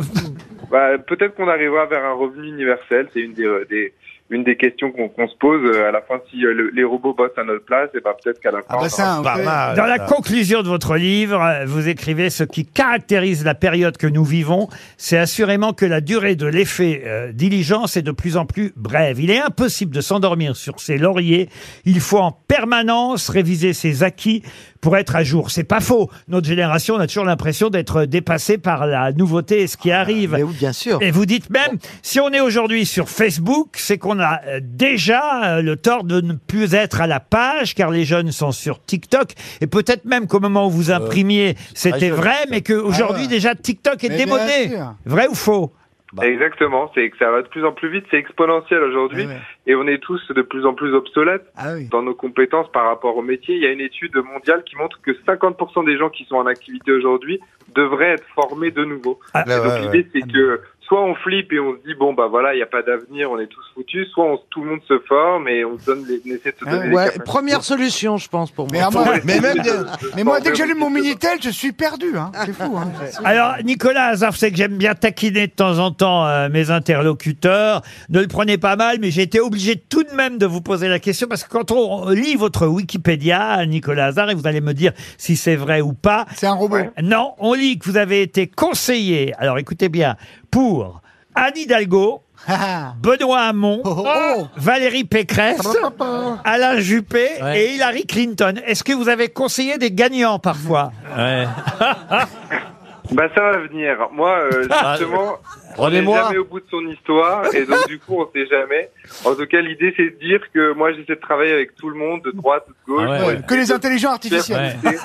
Speaker 13: Bah, peut-être qu'on arrivera vers un revenu universel. C'est une des, euh, des- une des questions qu'on qu'on se pose. Euh, À la fin, si euh, le- les robots bossent à notre place, et ben peut-être qu'à la
Speaker 2: bah
Speaker 13: fin. on
Speaker 2: Oh,
Speaker 13: aura-
Speaker 2: Dans la conclusion de votre livre, euh, vous écrivez ce qui caractérise la période que nous vivons, c'est assurément que la durée de l'effet euh, diligence est de plus en plus brève. Il est impossible de s'endormir sur ses lauriers. Il faut en permanence réviser ses acquis pour être à jour. C'est pas faux. Notre génération, on a toujours l'impression d'être dépassé par la nouveauté et ce qui arrive. Ah, bien sûr. Et vous dites même, si on est aujourd'hui sur Facebook, c'est qu'on a euh, déjà euh, le tort de ne plus être à la page, car les jeunes sont sur TikTok. Et peut-être même qu'au moment où vous imprimiez, c'était
Speaker 13: très
Speaker 2: vrai,
Speaker 13: Euh, jeune,
Speaker 2: mais qu'aujourd'hui,
Speaker 13: Ah ouais.
Speaker 2: déjà, TikTok est
Speaker 13: Mais bien
Speaker 2: démodé.
Speaker 13: sûr.
Speaker 2: Vrai ou faux
Speaker 12: Bah.
Speaker 13: Exactement, c'est que ça va de plus en plus vite, c'est exponentiel
Speaker 12: Eh
Speaker 13: aujourd'hui, et on est tous de plus en plus obsolètes
Speaker 12: Ah
Speaker 13: dans nos compétences par rapport au métier. Il y a une étude mondiale qui montre que 50% des gens qui sont en activité aujourd'hui devraient être formés de nouveau.
Speaker 6: Ah,
Speaker 13: Et
Speaker 6: ouais,
Speaker 13: donc
Speaker 6: ouais,
Speaker 13: l'idée c'est que soit on flippe et on se dit bon bah voilà il n'y a pas d'avenir, on est tous foutus, soit on, tout le monde se forme et on se donne les, on essaie de se
Speaker 3: Hein
Speaker 13: donner les
Speaker 12: Ah Ouais,
Speaker 13: capacités.
Speaker 12: première solution, je pense, pour moi.
Speaker 5: Mais, à moi-
Speaker 13: de-
Speaker 5: mais moi, dès que j'allume mon Minitel, je suis perdu. Hein. C'est fou. Hein.
Speaker 2: Alors, Nicolas Hazard, c'est que j'aime bien taquiner de temps en temps euh, mes interlocuteurs. Ne le prenez pas mal, mais j'ai été obligé tout de même de vous poser la question parce que quand on lit votre Wikipédia, Nicolas Hazard, et vous allez me dire si c'est vrai ou pas.
Speaker 5: C'est un robot.
Speaker 2: Non, on lit que vous avez été conseiller. Alors, écoutez bien. Pour Anne Hidalgo.
Speaker 5: Ah,
Speaker 2: Benoît Hamon,
Speaker 5: Oh,
Speaker 2: Valérie Pécresse,
Speaker 5: Ah, bah,
Speaker 2: Alain Juppé
Speaker 8: Ouais.
Speaker 2: et Hillary Clinton. Est-ce que vous avez conseillé des gagnants parfois
Speaker 8: Ouais.
Speaker 13: Bah ça va venir. Moi euh,
Speaker 8: Ah,
Speaker 13: justement, on n'est
Speaker 8: prenez-moi.
Speaker 13: jamais au bout de son histoire et donc du coup on sait jamais. En tout cas l'idée c'est de dire que moi j'essaie de travailler avec tout le monde de droite, de gauche,
Speaker 5: Ah ouais.
Speaker 13: pour essayer
Speaker 5: Que les
Speaker 13: de
Speaker 5: intelligences
Speaker 13: faire
Speaker 5: artificielles.
Speaker 13: pousser,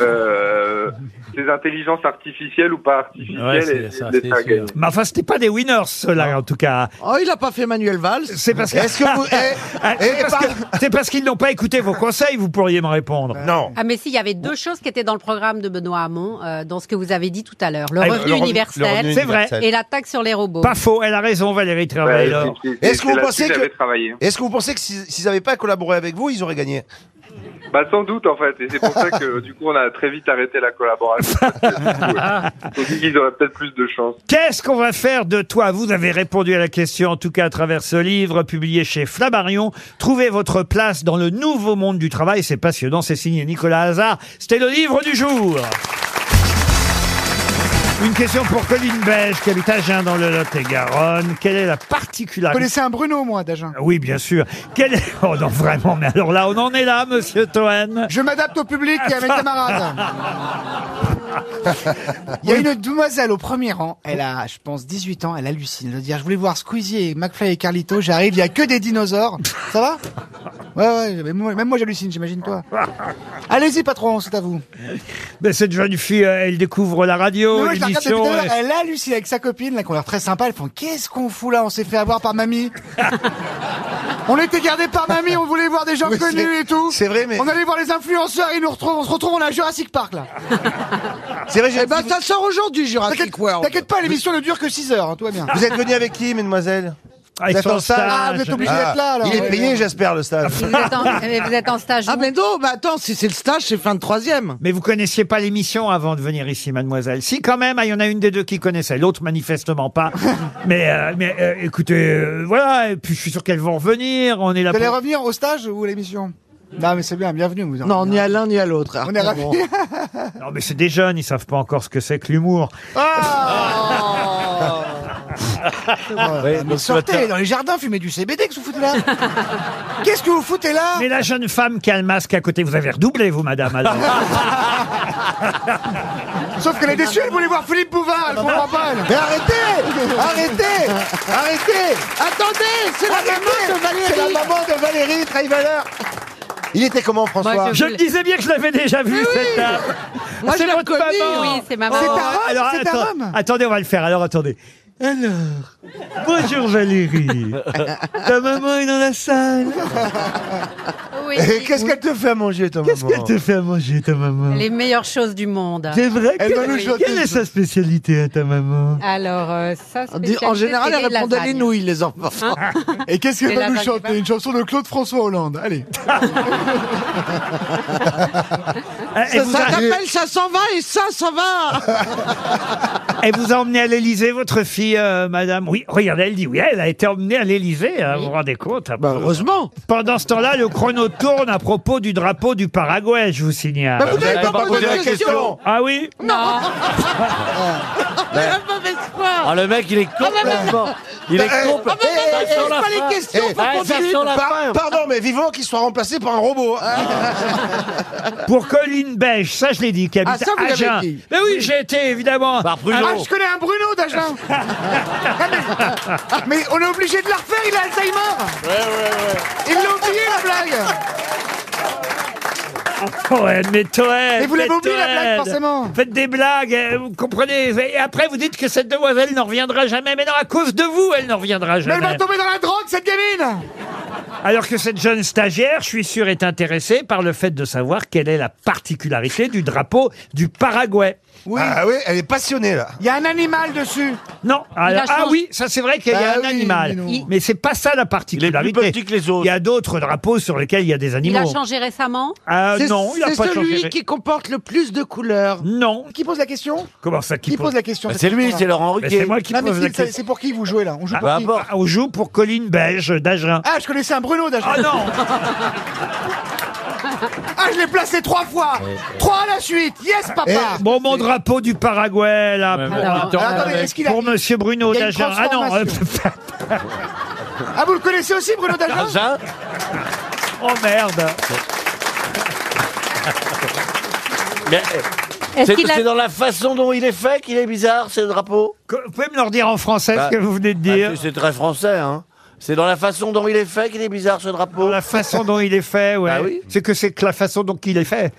Speaker 13: euh, ces intelligences artificielles ou pas artificielles
Speaker 2: Ouais, c'est-
Speaker 13: et
Speaker 2: ça,
Speaker 13: essayer de les
Speaker 2: c'est
Speaker 13: faire
Speaker 2: sûr.
Speaker 13: gagner.
Speaker 2: Mais enfin, c'était pas des winners, ceux-là, en tout cas.
Speaker 12: Oh, il a pas fait Manuel Valls.
Speaker 2: C'est parce que.
Speaker 12: Est-ce vous-
Speaker 2: Ah,
Speaker 12: eh,
Speaker 2: c'est parce
Speaker 12: par-
Speaker 2: que- c'est parce qu'ils n'ont pas écouté vos conseils, vous pourriez me répondre. Non.
Speaker 7: Ah mais si, il y avait deux choses qui étaient dans le programme de Benoît Hamon, euh, dans ce que vous avez dit tout à l'heure. Le
Speaker 2: Ah, le
Speaker 7: revenu
Speaker 2: revenu-
Speaker 7: universel,
Speaker 2: le revenu
Speaker 7: c'est vrai,
Speaker 2: universel.
Speaker 7: et la taxe sur les robots.
Speaker 2: Pas faux, Oh, elle a raison, Valérie Travailleur.
Speaker 13: c'est- c'est-
Speaker 6: Est-ce que
Speaker 13: c'est
Speaker 6: vous
Speaker 13: là-dessus
Speaker 6: pensez
Speaker 13: que j'avais
Speaker 6: que
Speaker 13: travaillé.
Speaker 6: Est-ce que vous pensez que s'ils s'ils n'avaient pas collaboré avec vous, ils auraient gagné
Speaker 13: Bah sans doute en fait, et c'est pour ça que du coup on a très vite arrêté la collaboration. euh, On dit qu'ils auraient peut-être plus de chance.
Speaker 2: Qu'est-ce qu'on va faire de toi Vous avez répondu à la question, en tout cas à travers ce livre publié chez Flammarion. Trouvez votre place dans le nouveau monde du travail. C'est passionnant, c'est signé Nicolas Hazard. C'était le livre du jour. Une question pour Colline Beige, qui habite Agen dans le Lot-et-Garonne. Quelle est la
Speaker 5: Je
Speaker 2: particularité
Speaker 5: connaissais un Bruno, moi, d'Agen.
Speaker 2: Oui, bien sûr. Quel est... Oh non, vraiment, mais alors là, on en est là, monsieur Toen.
Speaker 5: Je m'adapte au public et à mes camarades. Il y a une demoiselle au premier rang. Elle a, je pense, 18 ans. Elle hallucine. Elle doit dire, je voulais voir Squeezie et McFly et Carlito. J'arrive, il y a que des dinosaures. Ça va Ouais, ouais. mais moi- Même moi, j'hallucine. J'imagine toi. Allez-y, patron. C'est à vous.
Speaker 2: Mais cette jeune fille, euh, elle découvre la radio,
Speaker 5: Mais moi, je la regarde depuis
Speaker 2: l'émission.
Speaker 5: tout à l'heure,
Speaker 2: elle-
Speaker 5: Elle hallucine avec sa copine, là, qui ont l'air très sympa. Elles font Qu'est-ce qu'on fout là On s'est fait avoir par mamie. on était gardés par mamie, on voulait voir des gens
Speaker 6: Oui,
Speaker 5: connus
Speaker 6: c'est-
Speaker 5: et tout.
Speaker 6: c'est vrai, mais-
Speaker 5: On allait voir les influenceurs, ils nous retrouvent. On se retrouve, on a Jurassic Park là.
Speaker 6: C'est vrai, j'ai-
Speaker 5: Eh ben, ça sort aujourd'hui, Jurassic World. T'inquiète pas, l'émission ne dure que 6 heures, hein, tout va bien.
Speaker 6: Vous êtes venu avec qui, mademoiselle
Speaker 2: Avec
Speaker 6: Vous êtes
Speaker 2: son
Speaker 6: en stage
Speaker 5: Ah, vous êtes obligé d'être là, alors.
Speaker 6: Il est payé,
Speaker 5: Ouais.
Speaker 6: j'espère, le stage.
Speaker 7: Vous êtes en, mais vous êtes en stage.
Speaker 12: Ah,
Speaker 7: où
Speaker 12: mais non, bah attends, si c'est le stage, c'est fin de troisième.
Speaker 2: Mais vous connaissiez pas l'émission avant de venir ici, mademoiselle. Si, quand même, ah, il y en a une des deux qui connaissait, l'autre manifestement pas. mais euh, mais euh, écoutez, euh, voilà, et puis je suis sûr qu'elles vont revenir, on est là
Speaker 5: Vous allez
Speaker 2: pour...
Speaker 5: revenir au stage ou à l'émission Non, mais c'est bien, bienvenue. Vous
Speaker 12: Non, ni à l'un ni à l'autre.
Speaker 5: On est ravis.
Speaker 2: Non, mais c'est des jeunes, ils savent pas encore ce que c'est que l'humour.
Speaker 5: Ah, Oh. Ouais, Ah, mais sortez dans les jardins, fumez du CBD que vous foutez là. Qu'est-ce que vous foutez là
Speaker 2: Mais la jeune femme qui a le masque à côté, vous avez redoublé, vous, madame, alors.
Speaker 5: Sauf qu'elle est déçue, elle voulait voir Philippe Bouvard, elle comprend pas. elle.
Speaker 3: Mais arrêtez Arrêtez Arrêtez Attendez C'est la maman de Valérie
Speaker 5: C'est la maman de Valérie Traivaleur
Speaker 4: Il était comment, François
Speaker 2: Je le disais bien que je l'avais déjà vu, cette dame.
Speaker 7: Moi, je
Speaker 2: C'est
Speaker 7: la
Speaker 2: votre
Speaker 7: connais.
Speaker 5: hein.
Speaker 2: maman.
Speaker 7: Oui, c'est ma maman.
Speaker 2: Oh,
Speaker 7: C'est ta Rome,
Speaker 2: alors,
Speaker 7: c'est ta
Speaker 2: attends-
Speaker 7: Rome.
Speaker 2: Ah. Attendez, on va le faire. Alors, attendez. Alors, bonjour Valérie. Ta maman est dans la salle.
Speaker 6: Qu'est-ce qu'elle te fait à manger, ta Qu'est-ce
Speaker 2: qu'elle te fait à manger, ta maman
Speaker 7: Les meilleures choses du monde.
Speaker 2: C'est vrai
Speaker 7: Elle va
Speaker 2: que-
Speaker 7: nous chanter
Speaker 2: Quelle est
Speaker 7: ça.
Speaker 2: sa spécialité à ta maman
Speaker 7: Alors, euh, ça,
Speaker 3: On dit- En général, elle répond à les nouilles, les enfants.
Speaker 7: Hein
Speaker 5: Et qu'est-ce
Speaker 7: Et
Speaker 5: qu'elle va
Speaker 7: la
Speaker 5: nous
Speaker 7: vague
Speaker 5: chanter
Speaker 7: va-
Speaker 5: Une chanson de Claude François Hollande. Allez.
Speaker 2: Eh,
Speaker 12: Ça
Speaker 2: elle, vous a,
Speaker 12: s'appelle ça s'en va et ça, ça va.
Speaker 2: elle vous a emmené à l'Elysée, votre fille, euh, madame Oui, regardez, elle dit oui, elle a été emmenée à l'Elysée, hein, vous vous rendez compte Heureusement Pendant ce temps-là, le chrono tourne à propos du drapeau du Paraguay, je vous signale.
Speaker 12: Bah, vous Vous n'avez n'avez pas pas posé posé la la question. question.
Speaker 2: Ah oui
Speaker 12: Non.
Speaker 4: Ah, le mec, il est complètement. Il est
Speaker 6: Eh,
Speaker 4: complètement.
Speaker 6: eh, eh,
Speaker 4: Ça sent la fin. Eh, eh, ça sent la
Speaker 6: Par-
Speaker 4: fin.
Speaker 6: Pardon, mais vivant qu'il soit remplacé par un robot. hein,
Speaker 2: Pour Colline Beige, ça je l'ai dit, qui habite
Speaker 5: ça, vous
Speaker 2: à
Speaker 5: l'avez
Speaker 2: Agen.
Speaker 5: dit.
Speaker 2: Mais oui, j'ai été évidemment. Par
Speaker 5: Ah, je connais un Bruno d'Agen. Mais on est obligé de la refaire, il a Alzheimer. Il l'a oublié la blague.
Speaker 2: Toed, mais Toed,
Speaker 5: Mais vous l'avez oublié, la
Speaker 2: Toed.
Speaker 5: blague, forcément.
Speaker 2: Faites des blagues, eh, vous comprenez. Et après, vous dites que cette demoiselle n'en reviendra jamais. Mais non, à cause de vous, elle n'en reviendra
Speaker 5: Mais elle
Speaker 2: jamais.
Speaker 5: va tomber dans la drogue, cette gamine.
Speaker 2: Alors que cette jeune stagiaire, je suis sûr, est intéressée par le fait de savoir quelle est la particularité du drapeau du Paraguay.
Speaker 5: Oui.
Speaker 6: Ah oui, elle est passionnée là.
Speaker 5: Il y a un animal dessus.
Speaker 2: Non, alors-
Speaker 5: changé.
Speaker 2: ah oui, ça c'est vrai qu'il y a
Speaker 5: Bah
Speaker 2: un
Speaker 5: oui,
Speaker 2: animal,
Speaker 5: mais non.
Speaker 2: mais,
Speaker 5: Il-
Speaker 2: c'est pas ça la particularité. Il y a d'autres drapeaux sur lesquels il y a des
Speaker 7: Il
Speaker 2: animaux.
Speaker 7: a changé récemment
Speaker 2: Ah,
Speaker 3: C'est-
Speaker 2: non, il a
Speaker 3: c'est
Speaker 2: pas
Speaker 3: celui
Speaker 2: changé.
Speaker 3: qui comporte le plus de couleurs.
Speaker 2: Non.
Speaker 5: Qui pose la question
Speaker 2: Comment ça qui,
Speaker 5: Qui pose la question
Speaker 4: Bah,
Speaker 5: cette
Speaker 4: c'est lui,
Speaker 5: question-là
Speaker 4: c'est Laurent
Speaker 2: Mais
Speaker 4: Ruquier. Bah,
Speaker 2: c'est moi qui
Speaker 5: Non, mais
Speaker 2: pose la
Speaker 5: c'est- c'est-
Speaker 2: question.
Speaker 5: c'est pour qui vous jouez là On joue
Speaker 2: Ah,
Speaker 5: pour qui
Speaker 2: ah, on joue pour Colline Beige d'Agen.
Speaker 5: Ah, je connaissais un Bruno d'Agen.
Speaker 2: Ah non
Speaker 5: Ah, je l'ai placé trois fois Trois à la suite Yes,
Speaker 4: Eh.
Speaker 5: papa
Speaker 2: Eh, Bon, mon drapeau du Paraguay, là,
Speaker 8: Ouais,
Speaker 2: pour, euh,
Speaker 8: mais attends,
Speaker 5: Ah, attendez, est-ce qu'il a-
Speaker 2: pour Monsieur Bruno
Speaker 5: il y a une
Speaker 2: Dagen. Ah non, euh,
Speaker 5: Ah, vous le connaissez aussi, Bruno d'Agen
Speaker 4: Ah, Ça
Speaker 2: oh merde
Speaker 4: Mais, eh,
Speaker 7: Est-ce
Speaker 4: C'est
Speaker 7: qu'il a-
Speaker 4: c'est dans la façon dont il est fait qu'il est bizarre, ce drapeau
Speaker 2: Que- Vous pouvez me le redire en français,
Speaker 4: Bah,
Speaker 2: ce que vous venez de
Speaker 4: Ah,
Speaker 2: dire
Speaker 4: c'est- C'est très français, hein. C'est dans la façon dont il est fait qu'il est bizarre, ce drapeau.
Speaker 2: La façon dont il est fait, ouais.
Speaker 4: Bah oui.
Speaker 2: C'est que c'est que la façon dont il est fait,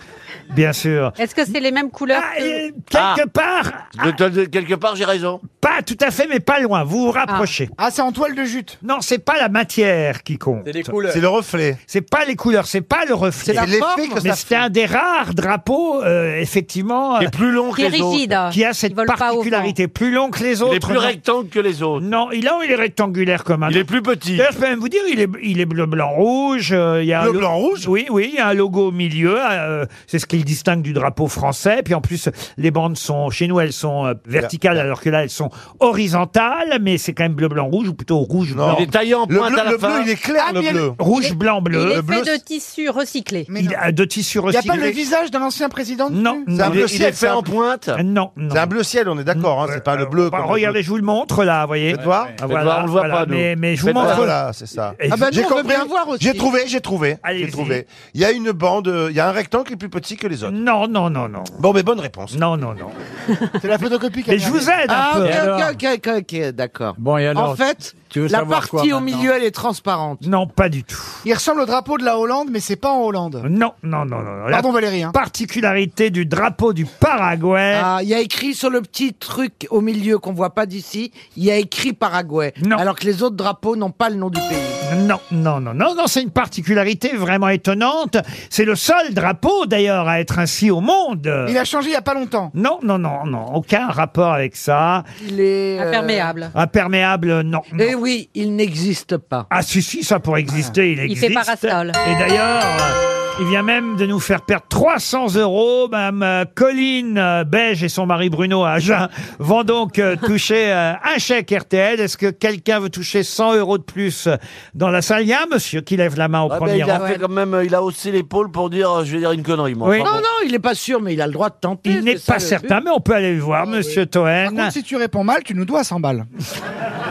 Speaker 2: bien sûr.
Speaker 7: Est-ce que c'est les mêmes couleurs
Speaker 2: Ah,
Speaker 7: que...
Speaker 2: et quelque part,
Speaker 4: De- de- de- quelque part, j'ai raison.
Speaker 2: pas tout à fait, mais pas loin. Vous vous rapprochez.
Speaker 5: Ah, c'est en toile de jute
Speaker 2: Non, c'est pas la matière qui compte.
Speaker 6: C'est le reflet.
Speaker 2: C'est pas les couleurs, c'est pas le reflet.
Speaker 6: C'est l'effet forme. que
Speaker 2: Mais
Speaker 6: ça
Speaker 2: c'était un des rares drapeaux, euh, effectivement,
Speaker 4: Il est plus long que
Speaker 7: Qui est
Speaker 4: les
Speaker 7: rigide.
Speaker 4: autres.
Speaker 2: qui a
Speaker 7: Ils
Speaker 2: cette
Speaker 7: volent pas au vent.
Speaker 2: particularité, plus long que les autres.
Speaker 4: Il est plus
Speaker 2: non.
Speaker 4: rectangle que les autres.
Speaker 2: Non, il, a- il est rectangulaire comme un.
Speaker 4: Il est plus petit.
Speaker 2: D'ailleurs, je peux même vous dire, il est, il est bleu, blanc, rouge. euh, il y a un
Speaker 6: Bleu,
Speaker 2: lo-
Speaker 6: blanc, rouge
Speaker 2: Oui, oui, il y a un logo au milieu. euh, c'est ce qui le distingue du drapeau français. Puis en plus, les bandes sont, chez nous, elles sont euh, verticales, alors que là, elles sont horizontales. Mais c'est quand même bleu, blanc, rouge, ou plutôt rouge, blanc.
Speaker 4: Il est taillé en
Speaker 6: Le
Speaker 4: pointe
Speaker 6: bleu,
Speaker 4: à la
Speaker 6: le
Speaker 4: fin.
Speaker 6: bleu, il est clair,
Speaker 5: Ah,
Speaker 6: le
Speaker 5: mais elle-
Speaker 6: bleu.
Speaker 2: Rouge, blanc,
Speaker 7: Il
Speaker 2: bleu.
Speaker 7: est
Speaker 6: Le bleu,
Speaker 7: fait de tissu recyclé.
Speaker 5: Mais
Speaker 2: Il
Speaker 5: non.
Speaker 4: euh,
Speaker 2: a de tissu
Speaker 5: Il n'y a
Speaker 2: recyclé.
Speaker 5: pas le visage d'un ancien président dessus
Speaker 2: Non,
Speaker 6: C'est un
Speaker 2: non,
Speaker 4: Il
Speaker 6: bleu
Speaker 4: est- il est
Speaker 6: ciel,
Speaker 4: fait
Speaker 6: c'est
Speaker 4: en
Speaker 6: un-
Speaker 4: pointe.
Speaker 2: Euh, non, non.
Speaker 6: c'est un bleu ciel, on est d'accord. hein, c'est pas le bleu.
Speaker 2: Bah,
Speaker 6: comme-
Speaker 2: regardez, je vous le montre là, vous voyez.
Speaker 6: Faites voir.
Speaker 2: Ah,
Speaker 4: voir, on le voit pas, nous.
Speaker 2: Mais, mais je
Speaker 4: Faites
Speaker 2: vous montre.
Speaker 4: voir.
Speaker 6: Voilà, c'est ça.
Speaker 2: Et-
Speaker 12: Ah bah nous,
Speaker 6: J'ai
Speaker 12: on veut
Speaker 6: compris.
Speaker 12: bien voir aussi.
Speaker 6: J'ai trouvé, j'ai trouvé.
Speaker 4: Ah,
Speaker 2: Allez-y.
Speaker 6: J'ai trouvé. Il y a une bande, euh, il y a un rectangle qui est plus petit que les autres.
Speaker 2: Non, non, non, non.
Speaker 6: Bon, mais bonne réponse.
Speaker 2: Non, non, non.
Speaker 5: hein. C'est la photocopie
Speaker 2: Mais je vous aide un
Speaker 3: Ah,
Speaker 2: peu.
Speaker 3: ok,
Speaker 8: alors
Speaker 3: ok, ok, ok, ok, d'accord.
Speaker 8: Bon, et alors
Speaker 3: En fait,
Speaker 8: tu veux
Speaker 3: la
Speaker 8: savoir quoi
Speaker 3: partie au
Speaker 8: maintenant
Speaker 3: milieu, elle est transparente.
Speaker 2: Non, pas du tout.
Speaker 5: Il ressemble au drapeau de la Hollande, mais c'est pas en Hollande.
Speaker 2: Non, non, non, non. non. La
Speaker 5: Pardon Valérie. hein.
Speaker 2: particularité du drapeau du Paraguay.
Speaker 3: Ah, Il y a écrit sur le petit truc au milieu qu'on voit pas d'ici, il y a écrit Paraguay.
Speaker 2: Non.
Speaker 3: Alors que les autres drapeaux n'ont pas le nom du pays.
Speaker 2: Non, non, non, non, non, c'est une particularité vraiment étonnante. C'est le seul drapeau, d'ailleurs, à être ainsi au monde.
Speaker 5: Il a changé il y a pas longtemps.
Speaker 2: Non, non, non, non, aucun rapport avec ça.
Speaker 3: Il est. euh,
Speaker 7: Imperméable.
Speaker 2: Imperméable, ah, non. non.
Speaker 3: Eh oui, il n'existe pas.
Speaker 2: Ah si, si, ça pour exister, il
Speaker 7: Il
Speaker 2: existe.
Speaker 7: fait parasol.
Speaker 2: Et d'ailleurs, euh, Il vient même de nous faire perdre 300 euros. Madame euh, Colline euh, Beige et son mari Bruno à Agen vont donc euh, toucher euh, un chèque RTL. Est-ce que quelqu'un veut toucher 100 euros de plus euh, dans la salle Il y a un monsieur qui lève la main
Speaker 3: Ah,
Speaker 2: au
Speaker 3: ben,
Speaker 4: Ouais, mais
Speaker 2: premier
Speaker 4: Ah, ben, il a
Speaker 2: rang.
Speaker 4: fait quand même, euh, il a haussé l'épaule pour dire, euh, je vais dire une connerie, moi.
Speaker 2: Oui. Oh,
Speaker 4: Enfin, bon.
Speaker 3: il n'est pas sûr, mais il a le droit de tenter.
Speaker 2: Il n'est pas certain, mais on peut aller le voir, monsieur
Speaker 5: Ah Par
Speaker 2: Toen.
Speaker 5: contre, si tu réponds mal, tu nous dois 100 balles.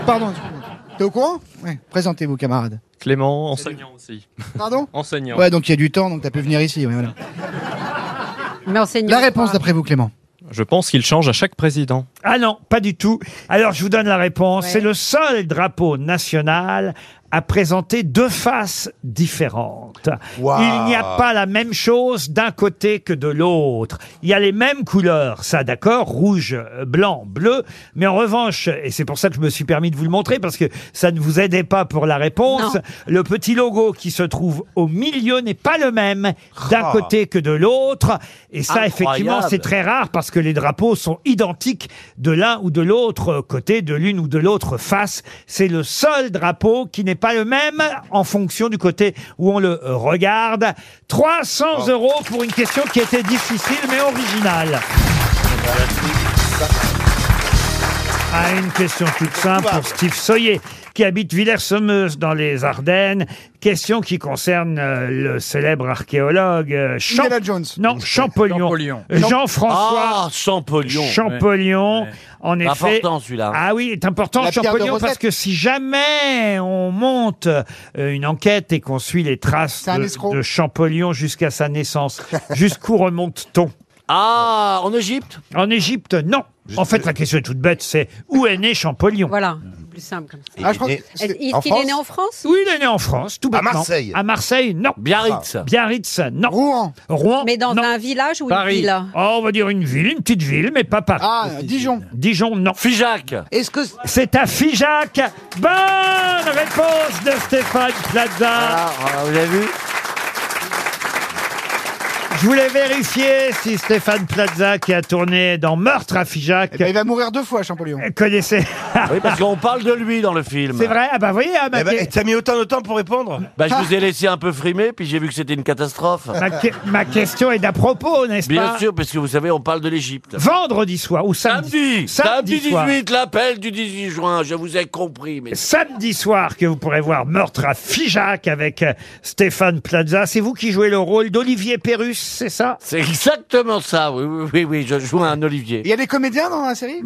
Speaker 5: Pardon. excuse-moi. T'es au courant Ouais. Présentez-vous, camarade.
Speaker 14: Clément, enseignant aussi.
Speaker 5: Pardon
Speaker 14: Enseignant.
Speaker 5: Ouais, donc il y a du temps, donc t'as pu venir ici. ouais, voilà. La réponse d'après vous, Clément.
Speaker 14: Je pense qu'il change à chaque président.
Speaker 2: Ah non, pas du tout. Alors je vous donne la réponse. C'est le seul drapeau national à présenter deux faces différentes. Il n'y a pas la même chose d'un côté que de l'autre. Il y a les mêmes couleurs, ça d'accord, rouge, euh, blanc, bleu, mais en revanche, et c'est pour ça que je me suis permis de vous le montrer parce que ça ne vous aidait pas pour la réponse,
Speaker 15: Non.
Speaker 2: le petit logo qui se trouve au milieu n'est pas le même d'un
Speaker 15: Ah.
Speaker 2: côté que de l'autre et ça effectivement
Speaker 15: Incroyable.
Speaker 2: c'est très rare parce que les drapeaux sont identiques de l'un ou de l'autre côté, de l'une ou de l'autre face. C'est le seul drapeau qui n'est pas le même en fonction du côté où on le euh, regarde. 300 euros pour une question qui était difficile mais originale.
Speaker 3: Ah,
Speaker 2: À Ah, une question toute simple pour Steve Soyer, qui habite Villers-Semeuse dans les Ardennes. Question qui concerne euh, le célèbre archéologue euh, Champ- Non, Champollion. Euh, Jean-François
Speaker 4: Ah, Champollion.
Speaker 2: Champollion.
Speaker 4: Ouais.
Speaker 2: En effet.
Speaker 4: Important, celui-là.
Speaker 2: Ah oui, est important
Speaker 4: La pierre de
Speaker 2: Champollion parce
Speaker 4: Rosette.
Speaker 2: que si jamais on monte euh, une enquête et qu'on suit les traces
Speaker 4: un
Speaker 2: de,
Speaker 4: escroc.
Speaker 2: de Champollion jusqu'à sa naissance, jusqu'où remonte-t-on
Speaker 4: Ah, en Égypte
Speaker 2: En Égypte, non. En fait, la question est toute bête, c'est où est né Champollion
Speaker 7: Voilà, plus simple comme ça.
Speaker 2: Ah, je pense que
Speaker 7: Est-ce-
Speaker 2: c'est-
Speaker 7: Est-ce
Speaker 2: en
Speaker 7: qu'il est né
Speaker 2: France
Speaker 7: en France
Speaker 2: Oui, il est né en France, tout
Speaker 7: À
Speaker 2: bêtement.
Speaker 7: Marseille.
Speaker 2: À Marseille, non.
Speaker 4: Biarritz.
Speaker 2: Biarritz, non. Rouen. Rouen.
Speaker 7: Mais dans un village ou une ville
Speaker 2: Oh, on va dire une ville, une petite ville, mais pas Paris.
Speaker 7: Ah,
Speaker 2: Dijon. Dijon, non. Figeac. Est-ce que c'est à Figeac Bonne réponse de Stéphane Plaza. vous avez vu je voulais vérifier si Stéphane Plaza, qui a tourné dans Meurtre à Figeac,
Speaker 5: Eh ben, il va mourir deux fois, Champollion.
Speaker 2: connaissait.
Speaker 4: Oui, parce qu'on parle de lui dans le film.
Speaker 2: C'est vrai Ah bah voyez, ah, ma,
Speaker 4: Eh ben,
Speaker 2: que-
Speaker 4: et
Speaker 6: T'as mis autant de temps pour répondre
Speaker 4: Bah, je vous ai laissé un peu frimer, puis j'ai vu que c'était une catastrophe.
Speaker 2: ma que- ma question est d'à propos, n'est-ce pas
Speaker 4: Bien sûr, parce que vous savez, on parle de l'Égypte.
Speaker 2: Vendredi soir ou samedi
Speaker 4: Samedi,
Speaker 2: Samedi,
Speaker 4: samedi
Speaker 2: soir.
Speaker 4: 18, l'appel du 18 juin, je vous ai compris. Mais...
Speaker 2: Samedi soir que vous pourrez voir Meurtre à Figeac avec euh, Stéphane Plaza. C'est vous qui jouez le rôle d'Olivier Pérus, c'est ça
Speaker 4: C'est exactement ça, oui, oui, oui, oui, je joue un Olivier.
Speaker 5: Il y a des comédiens dans la série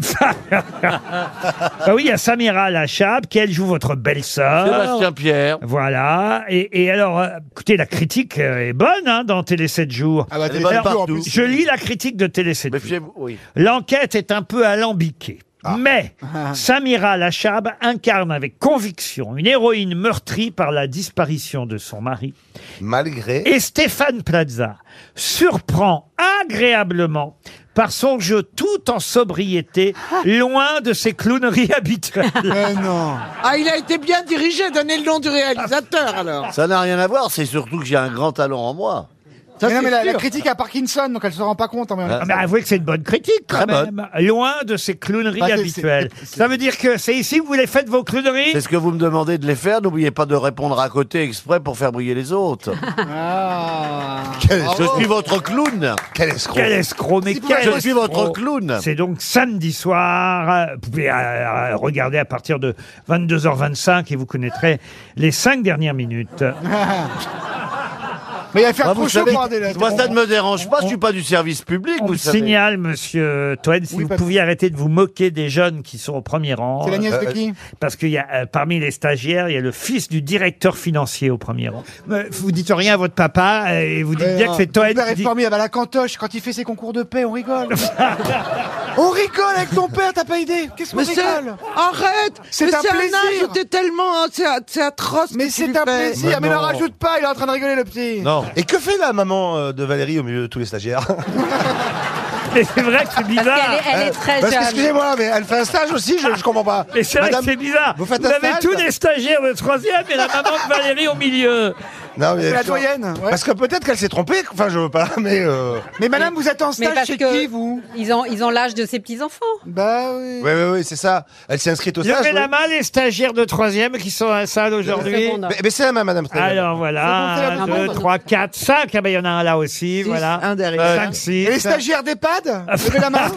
Speaker 2: Bah oui, il y a Samira Lachab qui, elle, joue votre belle-sœur.
Speaker 4: Sébastien Pierre.
Speaker 2: Voilà. Et, et alors, euh, écoutez, la critique euh, est bonne hein, dans Télé 7 jours.
Speaker 4: bah, Elle est Télé 7 bonne jours, en partout. plus.
Speaker 2: Je lis la critique de Télé 7 jours. L'enquête est un peu alambiquée.
Speaker 5: Ah.
Speaker 2: Mais Samira Lachab incarne avec conviction une héroïne meurtrie par la disparition de son mari.
Speaker 6: Malgré.
Speaker 2: Et Stéphane Plaza surprend agréablement par son jeu tout en sobriété, loin de ses clowneries habituelles. non.
Speaker 12: Ah, il a été bien dirigé, donnez le nom du réalisateur alors.
Speaker 4: Ça n'a rien à voir, c'est surtout que j'ai un grand talent en moi.
Speaker 5: Mais non, mais la, la
Speaker 4: sûr. Ah,
Speaker 5: critique à Parkinson, donc elle se rend pas compte. hein, en même temps.
Speaker 2: Ah, mais avouez que c'est une bonne critique quand
Speaker 5: Très
Speaker 2: même. Loin de ses clowneries
Speaker 5: Bah, c'est-
Speaker 2: habituelles. Ça veut dire que c'est ici que vous les faites vos clowneries
Speaker 4: C'est ce que vous me demandez de les faire, n'oubliez pas de répondre à côté exprès pour faire briller les autres. Je suis votre clown
Speaker 6: Quel escroc
Speaker 2: Ah. Quel escroc, mais quel
Speaker 4: Je suis
Speaker 2: escroc.
Speaker 4: votre clown
Speaker 2: C'est donc samedi soir. Vous pouvez euh, regarder à partir de 22h25 et vous connaîtrez les cinq dernières minutes.
Speaker 5: Mais il va faire
Speaker 4: Ah,
Speaker 5: trop
Speaker 4: vous
Speaker 5: chaud
Speaker 4: savez,
Speaker 5: pour regarder la Oh.
Speaker 4: moi, ça ne me dérange pas, je suis pas du service public,
Speaker 2: On
Speaker 4: vous
Speaker 2: me
Speaker 4: savez.
Speaker 2: signale, monsieur Toen, si
Speaker 4: Oui,
Speaker 2: vous
Speaker 4: parce-
Speaker 2: pouviez arrêter de vous moquer des jeunes qui sont au premier rang.
Speaker 5: C'est la nièce de qui
Speaker 2: Parce qu'il y a, euh, parmi les stagiaires, il y a le fils du directeur financier au premier rang. Mais Vous dites rien à votre papa euh, et vous dites
Speaker 5: Ouais,
Speaker 2: bien que
Speaker 5: hein.
Speaker 2: c'est
Speaker 5: Ton
Speaker 2: Toen
Speaker 5: père
Speaker 2: qui
Speaker 5: est
Speaker 2: dit...
Speaker 5: formidable à la cantoche quand il fait ses concours de paix, on rigole. on rigole avec ton père, t'as pas idée. Qu'est-ce qu'on
Speaker 12: Mais c'est-
Speaker 5: rigole
Speaker 12: Arrête
Speaker 5: C'est
Speaker 12: Mais
Speaker 5: un plaisir.
Speaker 12: âge où t'es tellement... hein, c'est a- c'est atroce
Speaker 5: Mais c'est un plaisir, mais, ne rajoute pas, il est en train de rigoler le petit.
Speaker 6: Non. Et que fait la maman euh, de Valérie au milieu de tous les stagiaires
Speaker 2: Mais c'est vrai que c'est bizarre.
Speaker 7: qu'elle est- elle est
Speaker 6: Euh,
Speaker 7: très
Speaker 6: parce que,
Speaker 7: jeune.
Speaker 6: Excusez-moi, mais elle fait un stage aussi, je, je comprends pas.
Speaker 2: Mais c'est vrai que
Speaker 6: Madame,
Speaker 2: c'est bizarre.
Speaker 6: Vous faites un
Speaker 2: avez
Speaker 6: stage
Speaker 2: tous les stagiaires de troisième et la maman de Valérie au milieu.
Speaker 6: Non, mais-
Speaker 5: C'est la doyenne, ouais.
Speaker 6: Parce que peut-être qu'elle s'est trompée, enfin je veux pas, mais... euh,
Speaker 5: Mais madame, vous êtes en
Speaker 7: Mais
Speaker 5: stage
Speaker 7: parce
Speaker 5: chez
Speaker 7: que
Speaker 5: qui, vous
Speaker 7: Ils ont ils ont l'âge de ses petits-enfants.
Speaker 5: Bah oui.
Speaker 6: Oui, oui, oui, c'est ça. Elle s'est inscrite au stage.
Speaker 2: Levez la
Speaker 6: oui.
Speaker 2: main les stagiaires de troisième qui sont à la salle aujourd'hui.
Speaker 6: Seconde. Ba- baissez la main, madame.
Speaker 2: Alors
Speaker 6: Seconde, c'est
Speaker 2: voilà,
Speaker 6: la
Speaker 2: 1, 2,
Speaker 6: seconde.
Speaker 2: 3, 4, 5. Ah ben il y en a un là aussi, voilà. Euh,
Speaker 12: un derrière.
Speaker 2: 5, 6.
Speaker 5: Et les stagiaires d'EHPAD Levez la main.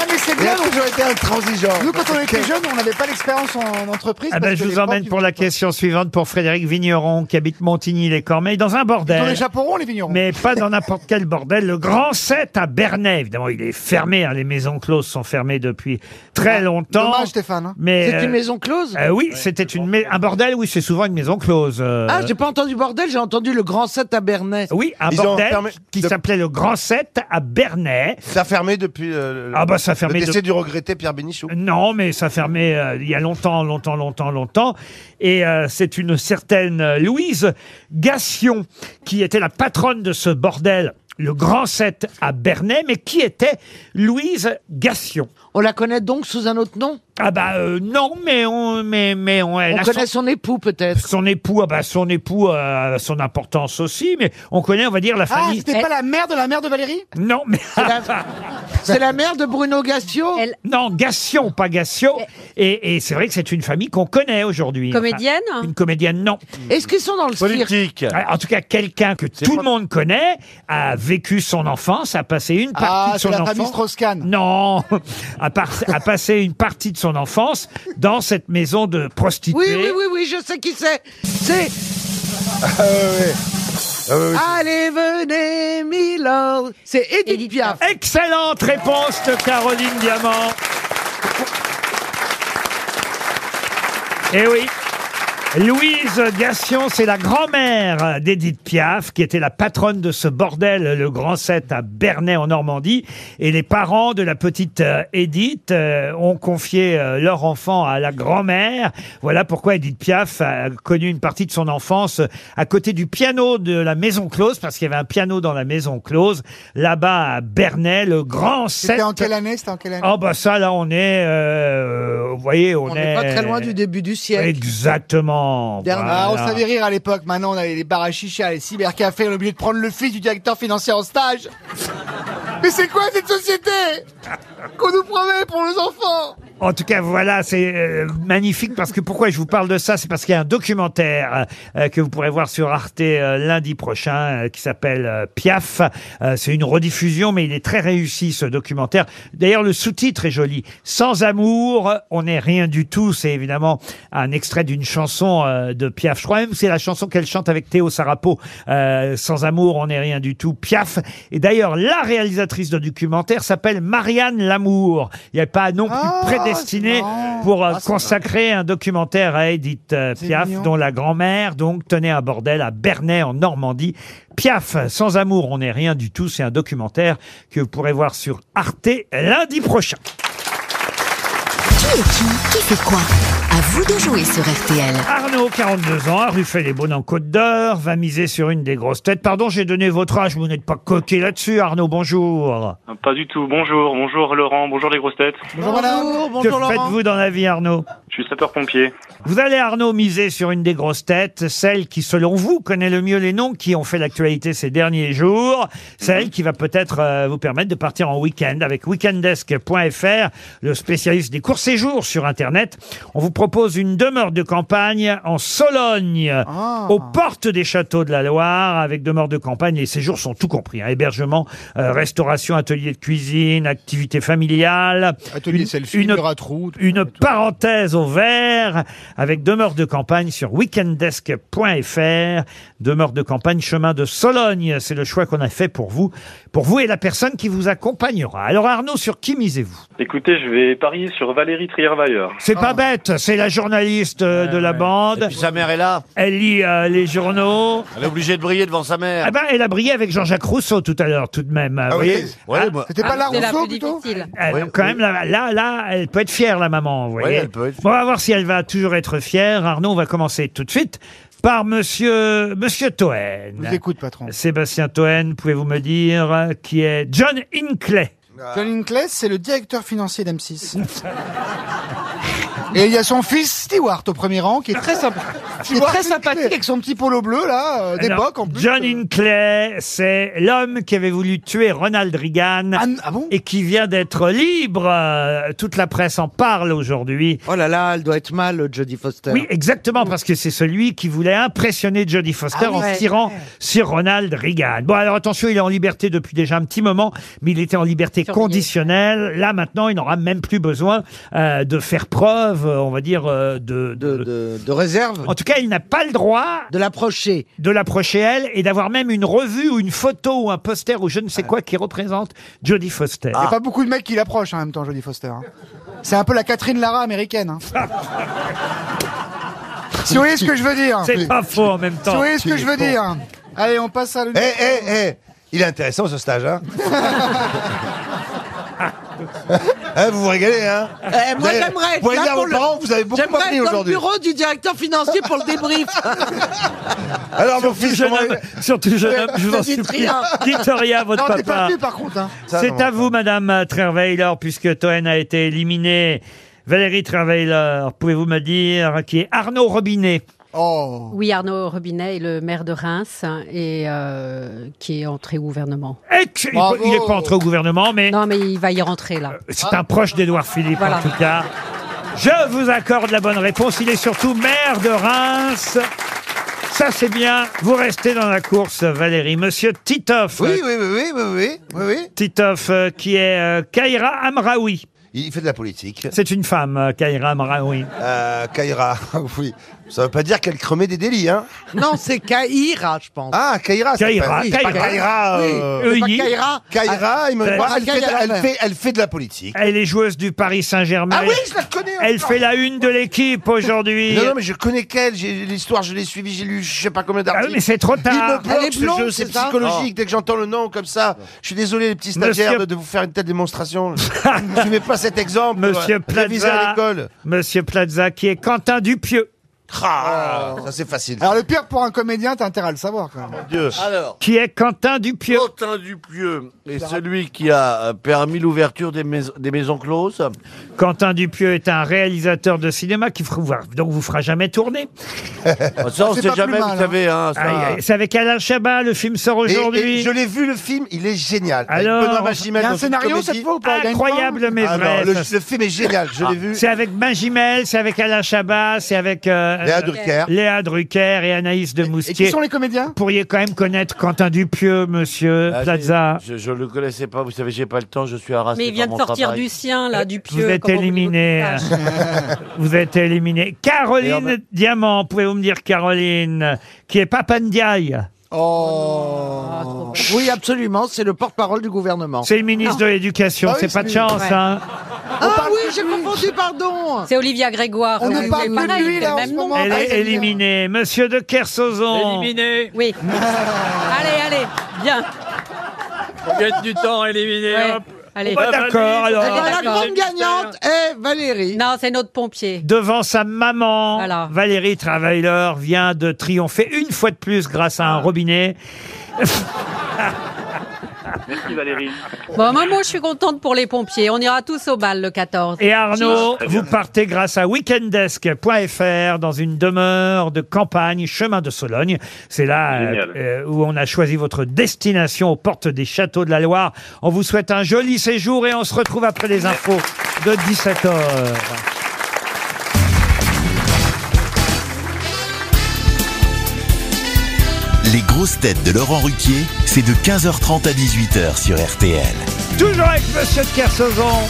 Speaker 5: Ah, mais c'est bien.
Speaker 6: toujours été intransigeant.
Speaker 5: Nous, quand on était jeunes, on n'avait pas l'expérience en, en entreprise.
Speaker 2: Ah ben,
Speaker 5: parce
Speaker 2: je
Speaker 5: que
Speaker 2: vous
Speaker 5: les
Speaker 2: emmène
Speaker 5: profs,
Speaker 2: pour la question suivante pour Frédéric Vigneron qui habite Montigny-les-Cormeilles dans un bordel.
Speaker 5: Dans les chaperons, les vignerons.
Speaker 2: Mais pas dans n'importe quel bordel. Le Grand 7 à Bernay, évidemment, il est fermé. hein, Les maisons closes sont fermées depuis très longtemps.
Speaker 5: Dommage, Stéphane. hein.
Speaker 2: Mais
Speaker 3: C'est une
Speaker 2: euh,
Speaker 3: maison close
Speaker 2: euh, Oui, c'était une mais- un bordel. Oui, c'est souvent une maison close. euh,
Speaker 3: Ah, j'ai pas entendu bordel, j'ai entendu le grand 7 à Bernay.
Speaker 2: Oui, un
Speaker 3: Ils ont
Speaker 2: bordel
Speaker 3: fermé-
Speaker 2: qui s'appelait le Grand 7 à Bernay.
Speaker 6: Ça a fermé depuis. euh, le-
Speaker 2: Ah bah, ça a fermé
Speaker 6: Le décès
Speaker 2: de-
Speaker 6: du regretté Pierre Bénichou.
Speaker 2: Non, mais ça fermait euh, il y a longtemps, longtemps, longtemps, longtemps. Et euh, c'est une certaine euh, Louise Gassion qui était la patronne de ce bordel, le Grand 7 à Bernay, mais qui était Louise Gassion.
Speaker 3: On la connaît donc sous un autre nom
Speaker 2: Ah bah euh, non, mais on, mais, mais on, elle
Speaker 3: On
Speaker 2: a
Speaker 3: connaît son époux peut-être.
Speaker 2: son époux, ah bah son époux euh, a son importance aussi, mais on connaît, on va dire, la
Speaker 5: Ah,
Speaker 2: famille.
Speaker 5: c'était pas la mère de la mère de Valérie
Speaker 2: Non, mais...
Speaker 3: C'est la mère de Bruno Gassio
Speaker 2: Non, Gassion, pas Gassion. Et, et c'est vrai que c'est une famille qu'on connaît aujourd'hui.
Speaker 7: Comédienne
Speaker 2: Enfin, Une comédienne, non. Ah,
Speaker 3: Est-ce qu'ils sont dans le cirque
Speaker 6: Politique.
Speaker 2: En tout cas, quelqu'un que tout le monde connaît a vécu son enfance, a passé une partie
Speaker 5: Ah,
Speaker 2: de
Speaker 5: c'est
Speaker 2: son
Speaker 5: la famille
Speaker 2: enfance.
Speaker 5: Strauss-Kahn.
Speaker 2: Non, a, par- a passé une partie de son enfance dans cette maison de prostituées.
Speaker 3: Oui, oui, oui, oui, je sais qui c'est. C'est.
Speaker 2: Ah,
Speaker 3: Ah. Allez, venez, Milord. C'est Edith, Piaf.
Speaker 2: Excellente réponse de Caroline Diamant. Eh oui. Louise Gassion, c'est la grand-mère d'Edith Piaf, qui était la patronne de ce bordel, le Grand 7 à Bernay en Normandie. Et les parents de la petite euh, Edith euh, ont confié euh, leur enfant à la grand-mère. Voilà pourquoi Edith Piaf a connu une partie de son enfance euh, à côté du piano de la maison close, parce qu'il y avait un piano dans la maison close, là-bas à Bernay, le Grand 7.
Speaker 5: C'était en quelle année C'était en quelle année
Speaker 2: Ah bah ça là on est euh, vous voyez on,
Speaker 3: On n'est pas très loin du début du siècle.
Speaker 2: Exactement.
Speaker 5: Ah,
Speaker 2: voilà.
Speaker 5: on savait rire à l'époque. Maintenant, on avait les bars à chicha, les cybercafés. On a oublié de prendre le fils du directeur financier en stage. Mais c'est quoi cette société qu'on nous promet pour nos enfants
Speaker 2: En tout cas, voilà, c'est euh, magnifique parce que pourquoi je vous parle de ça, c'est parce qu'il y a un documentaire euh, que vous pourrez voir sur Arte euh, lundi prochain euh, qui s'appelle euh, Piaf. Euh, c'est une rediffusion, mais il est très réussi ce documentaire. D'ailleurs, le sous-titre est joli. Sans amour, on n'est rien du tout. C'est évidemment un extrait d'une chanson euh, de Piaf. Je crois même que c'est la chanson qu'elle chante avec Théo Sarapo. Euh, Sans amour, on n'est rien du tout. Piaf. Et d'ailleurs, la réalisatrice de documentaire s'appelle Marianne Lamour. Il n'y a pas non plus
Speaker 5: Ah,
Speaker 2: prédestiné
Speaker 5: c'est marrant.
Speaker 2: pour euh,
Speaker 5: Ah, c'est
Speaker 2: consacrer un documentaire à Edith euh,
Speaker 5: C'est
Speaker 2: Piaf,
Speaker 5: mignon.
Speaker 2: dont la grand-mère donc tenait un bordel à Bernay en Normandie. Piaf, sans amour, on n'est rien du tout. C'est un documentaire que vous pourrez voir sur Arte lundi prochain.
Speaker 11: Qui est qui Qui fait quoi À vous de jouer sur RTL.
Speaker 2: Arnaud, 42 ans, a ruffé les bonnes en Côte d'Or, va miser sur une des grosses têtes. Pardon, j'ai donné votre âge, vous n'êtes pas coqué là-dessus, Arnaud, bonjour.
Speaker 15: Ah, Pas du tout. Bonjour, bonjour Laurent, bonjour les grosses têtes.
Speaker 5: Bonjour,
Speaker 15: Oh,
Speaker 5: madame.
Speaker 2: que faites-vous dans la vie, Arnaud
Speaker 15: Je suis sapeur-pompier.
Speaker 2: Vous allez, Arnaud, miser sur une des grosses têtes, celle qui, selon vous, connaît le mieux les noms qui ont fait l'actualité ces derniers jours, celle qui va peut-être euh, vous permettre de partir en week-end avec weekendesk.fr, le spécialiste des courts séjours sur Internet. On vous propose une demeure de campagne en Sologne, aux portes des châteaux de la Loire, avec demeure de campagne. Les séjours sont tout compris, hein, hébergement, euh, restauration, atelier de cuisine, activité familiale,
Speaker 5: Atelier
Speaker 2: une-
Speaker 5: selfie,
Speaker 2: une-
Speaker 5: mur à trous.
Speaker 2: une parenthèse au vert avec demeure de campagne sur weekendesk.fr. Demeure de campagne, chemin de Sologne. C'est le choix qu'on a fait pour vous, pour vous et la personne qui vous accompagnera. Alors Arnaud, sur qui misez-vous
Speaker 15: Écoutez, je vais parier sur Valérie Trierweiler.
Speaker 2: C'est
Speaker 5: Ah.
Speaker 2: pas bête, c'est la journaliste euh, de la bande.
Speaker 4: Puis sa mère est là.
Speaker 2: Elle lit euh, les journaux.
Speaker 4: Elle est obligée de briller devant sa mère.
Speaker 2: Ah ben, elle a brillé avec Jean-Jacques Rousseau tout à l'heure, tout de même. vous voyez
Speaker 4: Ouais,
Speaker 2: Ah,
Speaker 4: moi-
Speaker 5: C'était pas là
Speaker 7: C'est la
Speaker 5: Rousseau,
Speaker 7: plus
Speaker 5: plutôt
Speaker 7: difficile.
Speaker 2: Elle-
Speaker 4: Oui,
Speaker 2: Euh, quand
Speaker 4: oui.
Speaker 2: même, là, là, là, elle peut être fière, la maman. Vous
Speaker 4: Oui,
Speaker 2: voyez.
Speaker 4: elle peut être
Speaker 2: Bon, On va voir si elle va toujours être fière. Arnaud, on va commencer tout de suite par Monsieur Monsieur Toen.
Speaker 5: Je vous écoute, patron.
Speaker 2: Sébastien Toen, pouvez-vous me dire euh, qui est John Hinckley
Speaker 5: John Inkless, c'est le directeur financier d'M6. Et il y a son fils Stewart au premier rang qui est très sympa. qui est très sympathique avec son petit polo bleu là, euh, d'époque en plus.
Speaker 2: John Hinckley, c'est l'homme qui avait voulu tuer Ronald Reagan
Speaker 3: Ah,
Speaker 2: et qui vient d'être libre. Euh, Toute la presse en parle aujourd'hui.
Speaker 3: Oh là là, elle doit être mal, Jodie Foster.
Speaker 2: Oui, exactement, parce que c'est celui qui voulait impressionner Jodie Foster
Speaker 3: Ah oui.
Speaker 2: en
Speaker 3: Ouais.
Speaker 2: tirant sur Ronald Reagan. Bon, alors attention, il est en liberté depuis déjà un petit moment, mais il était en liberté conditionnelle. Là, maintenant, il n'aura même plus besoin euh, de faire preuve, euh, on va dire, euh, de, de,
Speaker 3: réserve.
Speaker 2: En tout cas, il n'a pas le droit
Speaker 3: de l'approcher.
Speaker 2: De l'approcher, elle, et d'avoir même une revue ou une photo ou un poster ou je ne sais quoi qui représente Jodie Foster.
Speaker 5: Il n'y a pas beaucoup de mecs qui l'approchent hein, en même temps, Jodie Foster. hein. C'est un peu la Catherine Lara américaine. hein. si vous voyez ce que je veux dire.
Speaker 2: C'est pas faux en même
Speaker 5: Si
Speaker 6: temps.
Speaker 5: vous voyez ce
Speaker 6: Tu
Speaker 5: que
Speaker 6: es
Speaker 5: je veux
Speaker 6: con.
Speaker 5: dire. Allez, on passe à
Speaker 6: Eh, eh, eh Il est intéressant ce stage, hein Hein, Vous vous régalez, hein
Speaker 12: Eh, moi,
Speaker 6: Vous avez-
Speaker 12: j'aimerais être
Speaker 6: Vous pouvez
Speaker 12: là
Speaker 6: dire
Speaker 12: pour
Speaker 6: aux
Speaker 12: le-
Speaker 6: parents que vous avez beaucoup
Speaker 12: J'aimerais
Speaker 6: appris
Speaker 12: être dans le
Speaker 6: aujourd'hui.
Speaker 12: bureau du directeur financier pour le débrief.
Speaker 6: Alors, mon fils, comment il-
Speaker 2: Surtout jeune homme, je vous en
Speaker 12: Ne dites
Speaker 2: supplie.
Speaker 12: rien.
Speaker 2: Dites rien à votre
Speaker 5: Ah. non, t'es
Speaker 2: papa.
Speaker 5: pas venu par contre. Hein.
Speaker 2: C'est à vous, Madame Traveiller, puisque Toen a été éliminée. Valérie Traveiller, pouvez-vous me dire qui est Arnaud Robinet
Speaker 7: Oui, Arnaud Robinet est le maire de Reims hein, et euh, qui est entré au gouvernement.
Speaker 2: Ex- il-
Speaker 7: Bravo.
Speaker 2: Il n'est pas entré au gouvernement, mais Euh,
Speaker 7: Non, mais il va y rentrer là.
Speaker 2: c'est un proche d'Édouard Philippe
Speaker 7: Voilà.
Speaker 2: en tout cas. Je vous accorde la bonne réponse. Il est surtout maire de Reims. Ça, c'est bien. Vous restez dans la course, Valérie. Monsieur Titoff.
Speaker 6: Oui, oui, oui, oui, oui, oui, oui, oui.
Speaker 2: Titoff, euh, qui est euh, Kaira Amraoui.
Speaker 6: Il fait de la politique.
Speaker 2: C'est une femme, euh, Kaira Amraoui.
Speaker 6: Euh, Kaira, oui. Ça veut pas dire qu'elle cremait des délits, hein
Speaker 12: Non, c'est Kaira, je pense.
Speaker 6: Ah, Kaira, c'est
Speaker 2: Kaira,
Speaker 6: pas- oui, c'est pas
Speaker 2: Kaira.
Speaker 6: Kaira. euh,
Speaker 2: Oui, c'est pas
Speaker 6: Euilly.
Speaker 2: Kaira.
Speaker 6: Kaira, il me-
Speaker 2: Euh,
Speaker 6: moi, elle, fait,
Speaker 2: Kaira.
Speaker 6: elle, fait, elle fait de la politique.
Speaker 2: Elle est joueuse du Paris Saint-Germain.
Speaker 6: Ah oui, je la connais
Speaker 2: Elle
Speaker 6: encore.
Speaker 2: fait la une de l'équipe aujourd'hui.
Speaker 6: Non, non, mais je connais qu'elle, j'ai l'histoire, je l'ai suivie, j'ai lu je sais pas combien d'articles.
Speaker 2: Ah oui, mais c'est trop tard.
Speaker 6: Il
Speaker 2: Elle
Speaker 6: me
Speaker 2: est
Speaker 6: bloque ce
Speaker 2: blonde,
Speaker 6: jeu,
Speaker 2: c'est
Speaker 6: c'est
Speaker 2: ça Oh.
Speaker 6: psychologique, dès que j'entends le nom comme ça. Je suis désolé, les petits stagiaires,
Speaker 2: Monsieur-
Speaker 6: de, de vous faire une telle démonstration. Je mets pas cet exemple.
Speaker 2: Monsieur
Speaker 6: euh, révisé à
Speaker 2: Plaza.
Speaker 6: l'école.
Speaker 2: Monsieur Plaza, qui est Quentin Dupieux.
Speaker 6: Ah, ça c'est facile.
Speaker 5: Alors le pire pour un comédien, t'as intérêt à le savoir quand même.
Speaker 4: Dieu.
Speaker 6: Alors.
Speaker 2: Qui est Quentin Dupieux
Speaker 6: Oh,
Speaker 4: Quentin Dupieux est celui qui a euh, permis l'ouverture des, mais- des maisons closes.
Speaker 2: Quentin Dupieux est un réalisateur de cinéma qui fera- vous- donc vous fera jamais tourner.
Speaker 6: Ah,
Speaker 2: Ah,
Speaker 4: Ça, on sait jamais, vous savez. Hein, ça.
Speaker 2: Aïe, aïe, C'est avec Alain Chabat, le film sort
Speaker 6: Et- et
Speaker 2: aujourd'hui.
Speaker 6: je l'ai vu le film, il est génial. Avec
Speaker 2: Alors,
Speaker 6: Benoît Magimel
Speaker 2: il y a un
Speaker 6: dans une
Speaker 2: scénario,
Speaker 6: comédie.
Speaker 2: cette fois, ou pas Il y a une Incroyable, fin mais
Speaker 6: Ah non,
Speaker 2: vrai,
Speaker 6: le,
Speaker 2: ça,
Speaker 6: le film est génial, je l'ai vu.
Speaker 2: Ah, C'est avec Magimel, c'est avec Alain Chabat, c'est avec euh,
Speaker 6: Léa
Speaker 2: euh,
Speaker 6: Drucker.
Speaker 2: Léa Drucker et Anaïs de
Speaker 5: Et
Speaker 2: Moustier.
Speaker 5: qui sont les comédiens
Speaker 2: Vous pourriez quand même connaître Quentin Dupieux, monsieur
Speaker 4: Ah,
Speaker 2: Plaza.
Speaker 4: Je, je le connaissais pas, vous savez, j'ai pas le temps, je suis harassé.
Speaker 7: Mais il vient de
Speaker 4: par mon
Speaker 7: sortir
Speaker 4: travail.
Speaker 7: du sien là, du pieu.
Speaker 2: Euh, Vous êtes
Speaker 7: comme on-
Speaker 2: éliminé. vous êtes éliminé.
Speaker 4: Et on va-
Speaker 2: Caroline Diamant, pouvez-vous me dire Caroline, qui est Papa
Speaker 7: Ah,
Speaker 2: Ndiaye
Speaker 12: Ah,
Speaker 3: Oh. Oui, absolument, c'est le porte-parole du gouvernement.
Speaker 2: C'est le ministre de
Speaker 6: Ah
Speaker 2: l'Éducation, c'est pas de chance. hein.
Speaker 12: Ah oui, j'ai confondu, pardon.
Speaker 7: C'est Olivia Grégoire. euh,
Speaker 12: On ne
Speaker 7: Ouais,
Speaker 12: parle
Speaker 7: c'est
Speaker 12: que de
Speaker 7: pareil,
Speaker 12: lui,
Speaker 7: c'est
Speaker 12: là,
Speaker 7: le
Speaker 12: en
Speaker 7: même
Speaker 12: ce
Speaker 7: nom.
Speaker 12: moment.
Speaker 2: Elle
Speaker 12: Ah,
Speaker 2: est
Speaker 12: c'est bien.
Speaker 2: éliminée. Monsieur de Kersozon.
Speaker 8: Éliminé.
Speaker 7: Oui. allez, allez, bien.
Speaker 8: On gagne du temps, éliminé.
Speaker 7: Ouais.
Speaker 8: Hop.
Speaker 7: Allez.
Speaker 5: Ah,
Speaker 2: Bah, d'accord, alors.
Speaker 12: Eh ben, la
Speaker 7: D'accord.
Speaker 12: grande gagnante est Valérie.
Speaker 7: Non, c'est notre pompier.
Speaker 2: Devant sa maman,
Speaker 7: Voilà.
Speaker 2: Valérie Travailer vient de triompher une fois de plus grâce à un robinet.
Speaker 15: Merci Valérie.
Speaker 7: Bon, moi, moi, je suis contente pour les pompiers. On ira tous au bal le 14.
Speaker 2: Et Arnaud,
Speaker 7: Si.
Speaker 2: vous partez grâce à weekendesk.fr dans une demeure de campagne, chemin de Sologne. C'est là euh,
Speaker 15: Génial.
Speaker 2: euh, où on a choisi votre destination aux portes des châteaux de la Loire. On vous souhaite un joli séjour et on se retrouve après les infos de 17h.
Speaker 1: Les grosses têtes de Laurent Ruquier, c'est de 15h30 à 18h sur RTL.
Speaker 2: Toujours avec Monsieur de Kersauzon,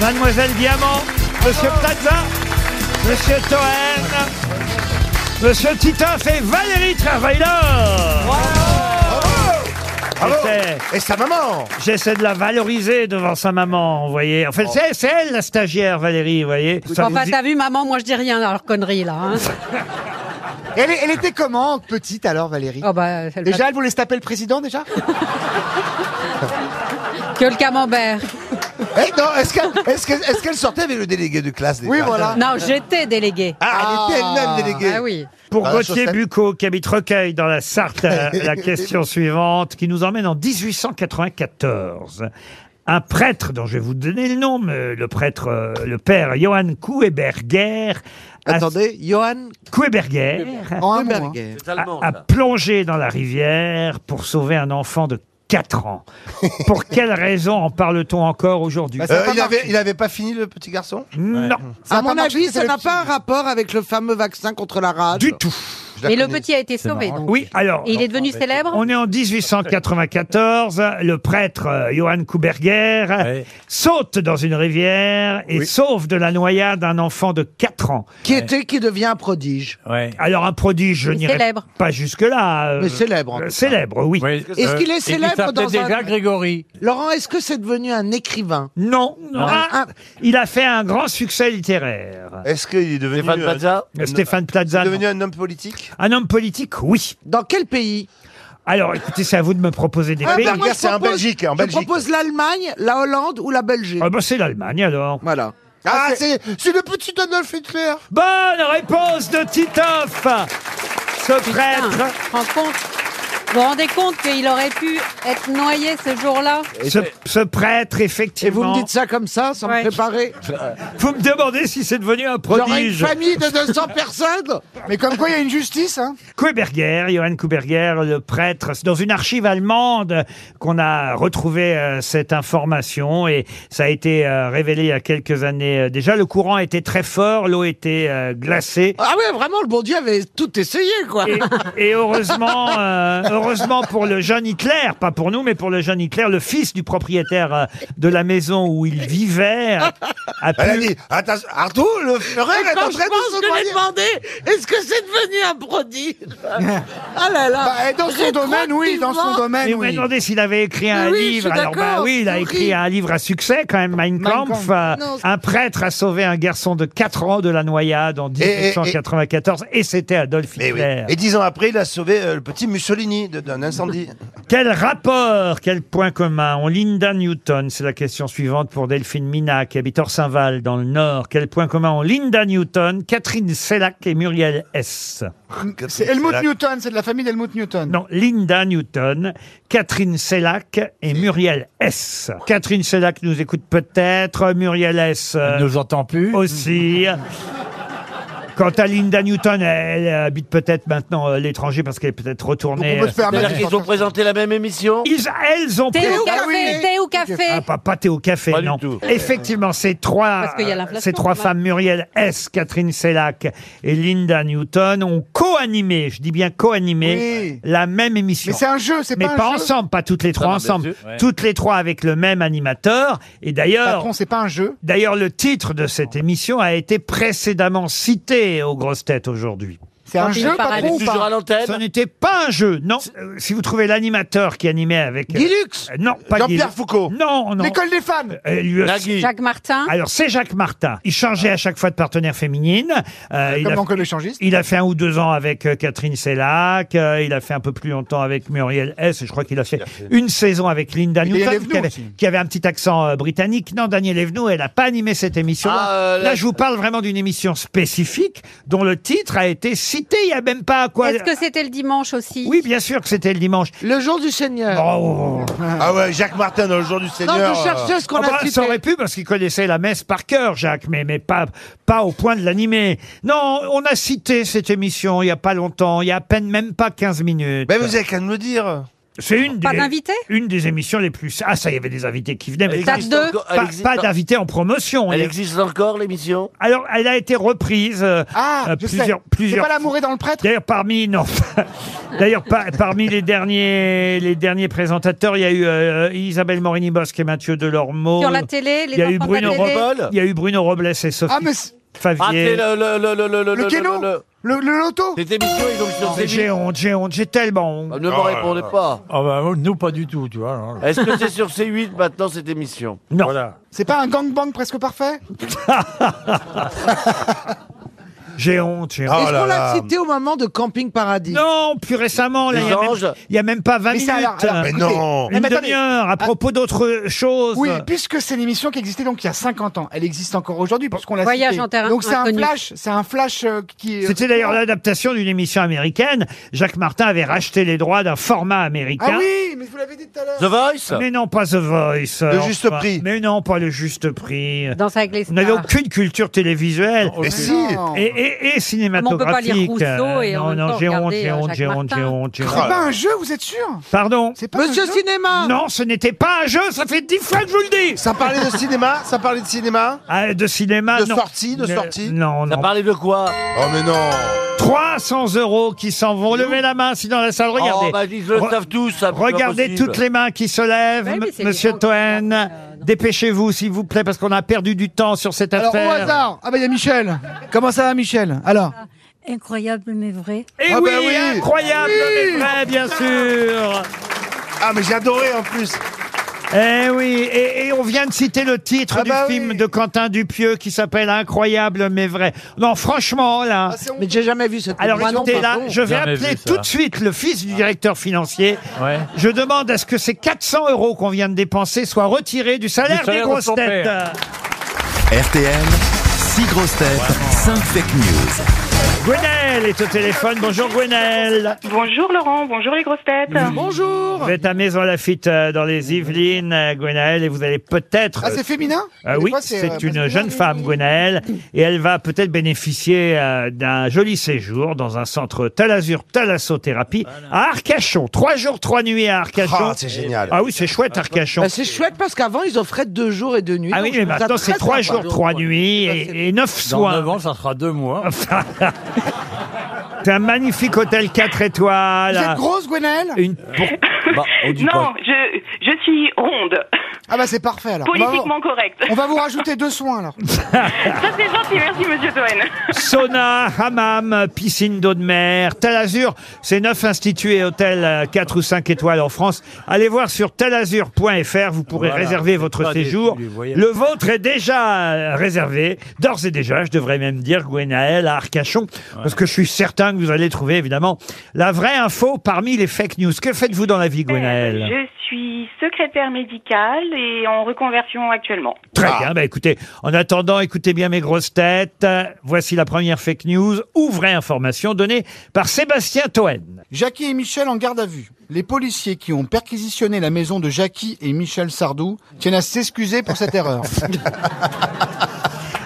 Speaker 2: Mademoiselle Diamant, Monsieur Plaza, Monsieur Toen, Monsieur Titoff et Valérie Travailler. J'essaie-
Speaker 6: Et sa maman
Speaker 2: J'essaie de la valoriser devant sa maman, vous voyez. En fait,
Speaker 6: Oh.
Speaker 2: c'est- c'est elle la stagiaire, Valérie, vous voyez. Ça vous
Speaker 7: enfin,
Speaker 2: dit-
Speaker 7: t'as vu, maman, moi, je dis rien à leur connerie, là. hein.
Speaker 5: Elle, est- elle était comment petite alors Valérie
Speaker 7: Oh, bah, elle-
Speaker 5: Déjà elle voulait se taper le président déjà
Speaker 7: Que le camembert.
Speaker 6: Eh, non, est-ce qu'elle est-ce qu'elle- est-ce qu'elle sortait avec le délégué de classe déjà
Speaker 7: Non, j'étais déléguée.
Speaker 6: Ah, elle était elle-même déléguée.
Speaker 7: Ah oui.
Speaker 2: Pour
Speaker 6: Ah, la
Speaker 2: Gauthier
Speaker 6: chaussette.
Speaker 2: Bucco, qui habite Recueil dans la Sarthe, euh, la question suivante, qui nous emmène en 1894. un prêtre dont je vais vous donner le nom, mais le prêtre, euh, le père Johann Kueberger. Attendez, Johann Kueberger
Speaker 3: En un mot, hein. C'est allemand,
Speaker 2: a, a
Speaker 3: ça.
Speaker 2: plongé dans la rivière pour sauver un enfant de 4 ans. pour quelle raison en parle-t-on encore aujourd'hui
Speaker 6: Bah, ça a Euh, pas il marché. avait- il avait pas fini le petit garçon
Speaker 2: Non.
Speaker 12: à mon avis, ça n'a pas un rapport avec le fameux vaccin contre la rage. Du
Speaker 2: tout.
Speaker 7: Et le petit a été sauvé. donc.
Speaker 2: Oui, alors.
Speaker 7: Et il est devenu célèbre
Speaker 2: On est en 1894. Le prêtre euh, Johann Kuberger euh, saute dans une rivière et sauve de la noyade un enfant de 4 ans.
Speaker 3: Qui était, qui devient un prodige.
Speaker 2: Alors un prodige, je
Speaker 3: Mais
Speaker 2: n'irai
Speaker 3: célèbre.
Speaker 2: pas jusque-là. euh,
Speaker 3: Mais célèbre, en tout
Speaker 2: euh,
Speaker 3: cas.
Speaker 2: Célèbre, oui.
Speaker 3: Est-ce qu'il est célèbre dans un...
Speaker 2: Grégory.
Speaker 3: Laurent, est-ce que c'est devenu un écrivain
Speaker 2: Non, non. Ah, il a fait un grand succès littéraire.
Speaker 6: Est-ce qu'il est devenu
Speaker 2: Stéphane
Speaker 6: euh,
Speaker 2: Plaza
Speaker 6: un-
Speaker 2: Stéphane Plaza,
Speaker 6: est devenu
Speaker 2: non.
Speaker 6: un homme politique
Speaker 2: Un homme politique, oui.
Speaker 3: Dans quel pays
Speaker 2: Alors, écoutez, c'est à vous de me proposer des
Speaker 12: Ah,
Speaker 2: pays.
Speaker 12: bah, moi, je propose- Je propose l'Allemagne, la Hollande ou la Belgique.
Speaker 2: Ah bah, c'est l'Allemagne, alors.
Speaker 12: Voilà.
Speaker 6: Ah,
Speaker 12: c'est c'est le petit Adolf Hitler.
Speaker 2: Bonne réponse de Titoff Ce prêtre
Speaker 7: Vous vous rendez compte qu'il aurait pu être noyé ce jour-là
Speaker 2: ce,
Speaker 3: ben,
Speaker 2: ce prêtre, effectivement.
Speaker 7: Et vous me dites
Speaker 3: ça comme ça, sans me préparer
Speaker 2: Vous me demandez si c'est devenu un
Speaker 3: J'aurais une
Speaker 2: prodige.
Speaker 3: famille de 200 personnes
Speaker 5: Mais comme quoi, il y a une justice, hein
Speaker 2: Kuberger, Johann Kuberger, le prêtre, c'est dans une archive allemande qu'on a retrouvé euh, cette information et ça a été euh, révélé il y a quelques années euh, déjà. Le courant était très fort, l'eau était euh, glacée.
Speaker 3: Ah ouais, vraiment, le bon Dieu avait tout essayé, quoi.
Speaker 2: Et heureusement, euh, heureusement pour le jeune Hitler, pas pour nous, mais pour le jeune Hitler, le fils du propriétaire euh, de la maison où il vivait, a, a pu...
Speaker 6: Elle a dit, attention, Arthur, le
Speaker 3: Et
Speaker 6: frère est en
Speaker 3: quand
Speaker 6: train
Speaker 3: je
Speaker 6: de
Speaker 3: pense
Speaker 6: se
Speaker 3: que
Speaker 6: noyer.
Speaker 3: j'ai demandé, est-ce que c'est devenu un prodige Ah là là
Speaker 5: Bah, et dans son domaine, oui, dans son domaine,
Speaker 2: Mais vous m'avez
Speaker 5: oui.
Speaker 2: demandé s'il avait écrit un
Speaker 5: Mais oui, je
Speaker 2: livre.
Speaker 5: suis
Speaker 2: Alors, bah
Speaker 5: d'accord,
Speaker 2: oui, il a
Speaker 5: c'est
Speaker 2: écrit
Speaker 5: horrible.
Speaker 2: un livre à succès, quand même, Mein
Speaker 5: Mein
Speaker 2: Kampf.
Speaker 5: Kampf.
Speaker 2: Euh,
Speaker 5: Non, c'est-
Speaker 2: un prêtre a sauvé un garçon de 4 ans de la noyade en
Speaker 6: Et- et- et-
Speaker 2: 1894, et, c'était Adolf
Speaker 6: Mais Eh oui.
Speaker 2: Hitler.
Speaker 6: Et dix ans après, il a sauvé euh, le petit Mussolini de- d'un incendie.
Speaker 2: Quel rapport, quel point commun ont Linda Newton C'est la question suivante pour Delphine Mina, qui habite Orsinval, dans le Nord. Quel point commun ont Linda Newton, Catherine Sellac et Muriel S
Speaker 5: C'est Helmut Newton, c'est de la famille d'Helmut Newton.
Speaker 2: Non, Linda Newton, Catherine Sellac et Muriel S. Catherine Sellac nous écoute peut-être, Muriel S. ne nous entend plus. Aussi. Quant à Linda Newton, elle habite peut-être maintenant euh, l'étranger parce qu'elle est peut-être retournée. euh,
Speaker 4: On peut se permettre. Ils ont présenté la même émission
Speaker 2: Ils, elles ont
Speaker 7: Thé ou café, thé ou café.
Speaker 2: Ah, pas, pas thé au café, non. Effectivement, ces trois,
Speaker 7: Parce qu'il y a l'inflation,
Speaker 2: ces trois
Speaker 7: quand
Speaker 2: femmes, Muriel S, Catherine Sellac et Linda Newton, ont co-animé, je dis bien co-animé, la même émission.
Speaker 5: Mais c'est un jeu, c'est
Speaker 2: Mais
Speaker 5: pas un
Speaker 2: pas
Speaker 5: jeu.
Speaker 2: ensemble, pas toutes les trois
Speaker 5: non, bien
Speaker 2: ensemble.
Speaker 5: sûr. Ouais.
Speaker 2: Toutes les trois avec le même animateur. Et d'ailleurs,
Speaker 5: Patron, c'est pas un jeu.
Speaker 2: d'ailleurs, le titre de cette émission a été précédemment cité aux grosses têtes aujourd'hui.
Speaker 5: C'est un jeu, patron, ou pas
Speaker 2: Ce n'était pas un jeu, non. Euh, Si vous trouvez l'animateur qui animait avec...
Speaker 5: Guy
Speaker 2: Euh, Non, pas
Speaker 5: Jean-Pierre
Speaker 2: Guy- Non, non.
Speaker 5: L'école des femmes
Speaker 2: Euh, lui aussi.
Speaker 7: Jacques Martin
Speaker 2: Alors c'est Jacques Martin. Il changeait à chaque fois de partenaire féminine. Euh, il
Speaker 5: Comme
Speaker 2: a-
Speaker 5: dans Club échangiste.
Speaker 2: il a fait un ou deux ans avec euh, Catherine Sellac, euh, il a fait un peu plus longtemps avec Muriel S. et Je crois qu'il a fait une saison avec Linda
Speaker 5: Daniel
Speaker 2: Newton,
Speaker 5: Evenou
Speaker 2: qui avait,
Speaker 5: aussi.
Speaker 2: qui avait un petit accent euh, britannique. Non, Daniel Evenou, elle n'a pas animé cette émission.
Speaker 4: Ah, euh,
Speaker 2: Là,
Speaker 4: la-
Speaker 2: je vous parle vraiment d'une émission spécifique dont le titre a été cité. Il n'y a même pas à quoi.
Speaker 7: Est-ce que c'était le dimanche aussi
Speaker 2: Oui, bien sûr que c'était le dimanche.
Speaker 3: Le jour du Seigneur.
Speaker 2: Oh.
Speaker 6: Ah ouais, Jacques Martin dans le jour du Seigneur. euh,
Speaker 2: Ah bah, Ça aurait pu parce qu'il connaissait la messe par cœur, Jacques, mais, mais pas, pas au point de l'animer. Non, on a cité cette émission il n'y a pas longtemps, il y a à peine même pas 15 minutes.
Speaker 6: Mais vous avez qu'à nous le dire.
Speaker 2: C'est une
Speaker 7: Pas
Speaker 2: des-
Speaker 7: d'invité
Speaker 2: une des émissions les plus. Ah, ça, il y avait des invités qui venaient, mais
Speaker 4: Elle
Speaker 2: pas,
Speaker 4: existe encore- elle
Speaker 2: pas-
Speaker 4: existe
Speaker 2: pas
Speaker 4: en-
Speaker 2: d'invités en promotion. Il
Speaker 4: Elle
Speaker 2: y a-
Speaker 4: existe encore, l'émission
Speaker 2: Alors, elle a été reprise euh,
Speaker 5: Ah,
Speaker 2: euh,
Speaker 5: je sais.
Speaker 2: plusieurs,
Speaker 5: C'est
Speaker 2: plusieurs.
Speaker 5: pas l'amour est dans le prêtre
Speaker 2: D'ailleurs, parmi non. D'ailleurs, par- parmi les derniers, les derniers présentateurs, il y a eu euh, Isabelle Morini-Bosque et Mathieu Delormeau.
Speaker 7: Sur la télé, les
Speaker 2: il y a eu
Speaker 7: enfants de la
Speaker 2: Bruno
Speaker 7: télé.
Speaker 2: Robles. Il y a eu Bruno Robles et Sophie
Speaker 5: Ah, mais c'est-
Speaker 4: Ah,
Speaker 2: Favier.
Speaker 4: c'est le... Le, le, le, le, le,
Speaker 5: Le kéno
Speaker 4: le-
Speaker 5: Le, le loto
Speaker 4: Cette émission, ils ont sur
Speaker 2: Mais J'ai honte, j'ai honte, j'ai tellement
Speaker 16: Ah,
Speaker 2: honte.
Speaker 4: Ne me répondez
Speaker 2: euh,
Speaker 4: pas.
Speaker 8: Ah bah,
Speaker 2: oh,
Speaker 8: nous, pas du tout, tu vois. alors.
Speaker 4: Est-ce que c'est sur C8 maintenant cette émission
Speaker 2: Non.
Speaker 8: Voilà.
Speaker 5: C'est pas un gangbang presque parfait
Speaker 2: J'ai honte, Oh j'ai honte.
Speaker 12: Est-ce qu'on l'a cité au moment de Camping Paradis
Speaker 2: Non, plus récemment, là, Oh, il y a même- il n'y a, même pas 20
Speaker 5: Mais
Speaker 2: minutes.
Speaker 5: ça, alors, alors, Mais écoutez, non.
Speaker 2: Une
Speaker 5: mais attendez. Ah.
Speaker 2: demi-heure, à propos d'autres choses.
Speaker 5: Oui, puisque c'est l'émission qui existait donc il y a 50 ans. Elle existe encore aujourd'hui puisqu'on l'a
Speaker 7: Voyage
Speaker 5: citée.
Speaker 7: en terrain
Speaker 5: Donc c'est un
Speaker 7: inconnu.
Speaker 5: flash, c'est un flash euh, qui.
Speaker 2: C'était d'ailleurs l'adaptation d'une émission américaine. Jacques Martin avait racheté les droits d'un format
Speaker 5: Ah
Speaker 2: américain.
Speaker 5: oui, mais vous l'avez dit tout à l'heure.
Speaker 2: Mais non, pas The Voice.
Speaker 6: Le
Speaker 2: euh,
Speaker 6: juste
Speaker 2: enfin.
Speaker 6: prix.
Speaker 2: Mais non, pas le juste prix.
Speaker 7: Danse avec les
Speaker 2: Vous n'avez
Speaker 7: stars.
Speaker 2: aucune culture télévisuelle.
Speaker 5: Oh,
Speaker 7: Mais si. non.
Speaker 2: Et, et, et
Speaker 7: Mais on peut pas lire
Speaker 2: cinématographique.
Speaker 7: Rousseau et en
Speaker 2: non,
Speaker 7: même
Speaker 2: non,
Speaker 7: temps
Speaker 2: j'ai honte,
Speaker 7: regarder,
Speaker 2: j'ai
Speaker 7: euh,
Speaker 2: honte,
Speaker 7: Jacques
Speaker 2: j'ai honte,
Speaker 7: Martin.
Speaker 2: j'ai honte, j'ai
Speaker 5: C'est
Speaker 2: honte.
Speaker 5: pas Ah bah, un jeu, vous êtes sûr
Speaker 2: Pardon
Speaker 5: pas Monsieur un jeu
Speaker 12: Cinéma
Speaker 2: Non, ce n'était pas un jeu, ça fait dix fois que je vous le dis
Speaker 6: Ça parlait de cinéma Ça parlait de cinéma
Speaker 2: Ah, De cinéma,
Speaker 6: De
Speaker 2: non.
Speaker 6: sortie, de
Speaker 2: Mais-
Speaker 6: sortie
Speaker 2: Non, non.
Speaker 4: Parlez de quoi
Speaker 6: Oh mais non
Speaker 2: Ah, 300 euros qui s'en vont. Levez la main, sinon la salle, regardez.
Speaker 4: Oh, bah, ils le
Speaker 2: Re-
Speaker 4: savent tous, ça, c'est pas
Speaker 2: Regardez
Speaker 4: possible.
Speaker 2: toutes les mains qui se lèvent,
Speaker 4: Ouais, mais
Speaker 2: m-
Speaker 4: c'est les
Speaker 2: monsieur Toen.
Speaker 4: euh,
Speaker 2: Dépêchez-vous, s'il vous plaît, parce qu'on a perdu du temps sur cette
Speaker 5: Alors
Speaker 2: affaire.
Speaker 5: au hasard. Ah bah il y a Michel. Comment ça va Michel Alors.
Speaker 17: Incroyable mais vrai.
Speaker 2: Et Eh
Speaker 5: Ah bah
Speaker 2: oui, incroyable, mais vrai, bien sûr.
Speaker 6: Ah, mais j'ai adoré en plus.
Speaker 2: Eh oui, et, et on vient de citer le titre
Speaker 6: Ah
Speaker 2: du
Speaker 6: bah
Speaker 2: film de Quentin Dupieux qui s'appelle Incroyable mais vrai. Non, franchement,
Speaker 6: Ah,
Speaker 2: là.
Speaker 12: Mais j'ai jamais vu cette
Speaker 2: Alors
Speaker 12: émission,
Speaker 2: écoutez, là,
Speaker 12: pardon.
Speaker 2: je vais
Speaker 12: Jamais
Speaker 2: appeler
Speaker 12: vu ça.
Speaker 2: tout de suite le fils du directeur financier.
Speaker 12: Ouais.
Speaker 2: Je demande à ce que ces 400 euros qu'on vient de dépenser soient retirés du salaire,
Speaker 1: Du salaire
Speaker 2: des
Speaker 1: de
Speaker 2: grosses
Speaker 1: son
Speaker 2: têtes.
Speaker 1: père. RTL, 6 grosses têtes, 5 fake news.
Speaker 2: Gwenelle est au téléphone. Bonjour Gwenelle.
Speaker 17: Bonjour Laurent, bonjour les grosses têtes.
Speaker 2: Bonjour. Vous êtes à Maison Lafitte euh, dans les Yvelines, euh, Gwenelle, et vous allez peut-être.
Speaker 5: Ah c'est féminin
Speaker 2: Ah
Speaker 5: Des
Speaker 2: oui,
Speaker 5: fois, euh,
Speaker 2: c'est
Speaker 5: masculin.
Speaker 2: une jeune femme, Gwenaëlle, et elle va peut-être bénéficier euh, d'un joli séjour dans un centre Talazur Thalassothérapie à Arcachon. Trois jours, trois nuits à Arcachon.
Speaker 6: Ah, c'est génial.
Speaker 2: Ah oui, c'est chouette, Arcachon.
Speaker 12: Bah, c'est chouette parce qu'avant ils offraient deux jours et deux nuits.
Speaker 2: Ah oui,
Speaker 12: donc je
Speaker 2: mais
Speaker 12: trouve ça
Speaker 2: maintenant c'est
Speaker 12: très
Speaker 2: trois
Speaker 12: sympa.
Speaker 2: jours, trois nuits et, et neuf
Speaker 16: Dans
Speaker 2: soins.
Speaker 16: 9 ans, ça sera 2 mois.
Speaker 2: C'est un magnifique hôtel 4 étoiles.
Speaker 5: Vous êtes grosse Gwenaëlle
Speaker 2: Une... pour- Bah, on dit
Speaker 17: Non,
Speaker 2: pas.
Speaker 17: je, je suis ronde.
Speaker 5: Ah bah c'est parfait alors.
Speaker 17: Politiquement
Speaker 5: On va vous-
Speaker 17: correct.
Speaker 5: On va vous rajouter deux soins alors.
Speaker 17: Ça c'est gentil, merci Monsieur Toen.
Speaker 2: Sauna, hammam, piscine d'eau de mer, Talazur, c'est neuf instituts et hôtels euh, 4 ou 5 étoiles en France. Allez voir sur talazur.fr, vous pourrez
Speaker 16: Voilà.
Speaker 2: réserver votre
Speaker 16: Pas des-
Speaker 2: séjour.
Speaker 16: des voyages.
Speaker 2: Le vôtre est déjà euh, réservé, d'ores et déjà, je devrais même dire Gwenaël à Arcachon, parce que je suis certain que vous allez trouver évidemment la vraie info parmi les fake news. Que faites-vous dans la vie, Gwenaël
Speaker 17: Euh, Je suis secrétaire médicale et en reconversion actuellement.
Speaker 2: Très bien, bah écoutez, en attendant, écoutez bien mes grosses têtes. Euh, Voici la première fake news, ou vraie information donnée par Sébastien Toen.
Speaker 5: Jackie et Michel en garde à vue. Les policiers qui ont perquisitionné la maison de Jackie et Michel Sardou tiennent à s'excuser pour cette erreur.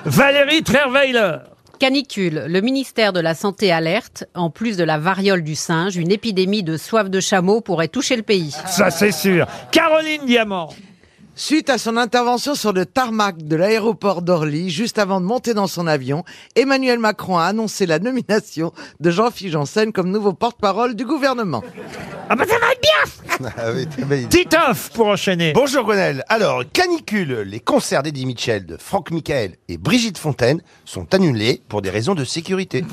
Speaker 2: Valérie Trierweiler.
Speaker 7: Canicule, le ministère de la Santé alerte, en plus de la variole du singe, une épidémie de soif de chameau pourrait toucher le pays.
Speaker 2: Ça c'est sûr. Caroline Diamant.
Speaker 12: Suite à son intervention sur le tarmac de l'aéroport d'Orly, juste avant de monter dans son avion, Emmanuel Macron a annoncé la nomination de Jean-Philippe Janssen comme nouveau porte-parole du gouvernement.
Speaker 2: Ah bah ça va être bien
Speaker 6: Ah oui, t'as validé.
Speaker 2: Titoff pour enchaîner.
Speaker 6: Bonjour Gonel. Alors, canicule, les concerts d'Eddie Mitchell, de Franck Michael et Brigitte Fontaine sont annulés pour des raisons de sécurité.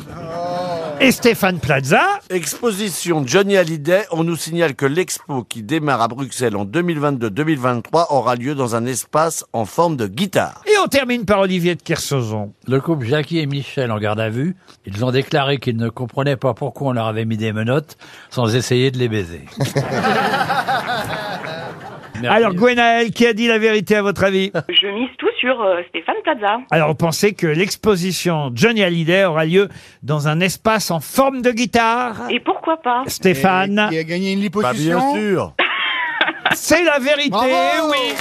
Speaker 2: Et Stéphane Plaza
Speaker 4: Exposition Johnny Hallyday, on nous signale que l'expo qui démarre à Bruxelles en 2022-2023 aura lieu dans un espace en forme de guitare.
Speaker 2: Et on termine par Olivier de Kersauzon.
Speaker 16: Le couple Jackie et Michel en garde à vue, ils ont déclaré qu'ils ne comprenaient pas pourquoi on leur avait mis des menottes sans essayer de les baiser.
Speaker 2: Alors Gwenaël, qui a dit la vérité à votre avis
Speaker 17: Je mise tout sur euh, Stéphane Plaza.
Speaker 2: Alors pensez que l'exposition Johnny Hallyday aura lieu dans un espace en forme de guitare
Speaker 17: Et pourquoi pas
Speaker 2: Stéphane.
Speaker 5: Qui a gagné une
Speaker 2: Bah,
Speaker 5: liposuction
Speaker 2: bien sûr. C'est la vérité,
Speaker 5: Bravo
Speaker 2: oui.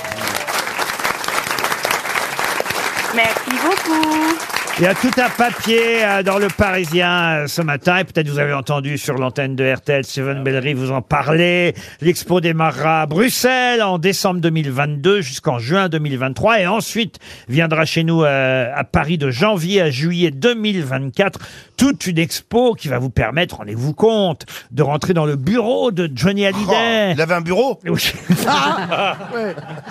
Speaker 17: Merci beaucoup.
Speaker 2: Il y a tout un papier euh, dans le Parisien euh, ce matin, et peut-être vous avez entendu sur l'antenne de RTL,
Speaker 6: Ah
Speaker 2: Steven Bellery vous en parler. L'expo démarrera à Bruxelles en décembre 2022 jusqu'en juin 2023, et ensuite viendra chez nous euh, à Paris de janvier à juillet 2024. Toute une expo qui va vous permettre, rendez-vous compte, de rentrer dans le bureau de Johnny Hallyday.
Speaker 6: Oh, il avait un bureau
Speaker 12: C'est le
Speaker 6: Ah,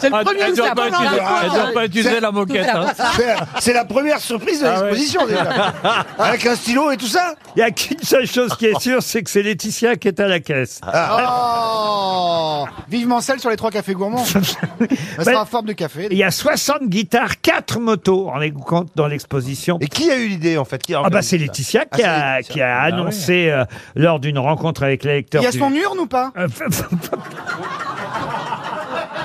Speaker 12: premier
Speaker 6: elles
Speaker 12: que
Speaker 6: ont
Speaker 12: ça
Speaker 6: pas
Speaker 12: parle.
Speaker 6: utilisé- elles ont pas utilisé
Speaker 12: C'est-
Speaker 6: la moquette, hein. C'est la première surprise de à disposition déjà.
Speaker 2: Avec un stylo et tout ça Ah Il n'y a qu'une seule chose qui est sûre, c'est que c'est Laetitia qui est à la caisse.
Speaker 5: Oh Vivement celle sur les trois cafés gourmands. Ça sera en forme de café.
Speaker 2: Il y a 60 guitares, 4 motos en compte dans l'exposition. Et qui a eu l'idée en fait Ah bah c'est Laetitia qui a, qui a
Speaker 5: Ah ouais.
Speaker 2: annoncé euh, lors d'une rencontre avec l'électeur.
Speaker 5: Il y a
Speaker 2: du-
Speaker 5: son urne ou pas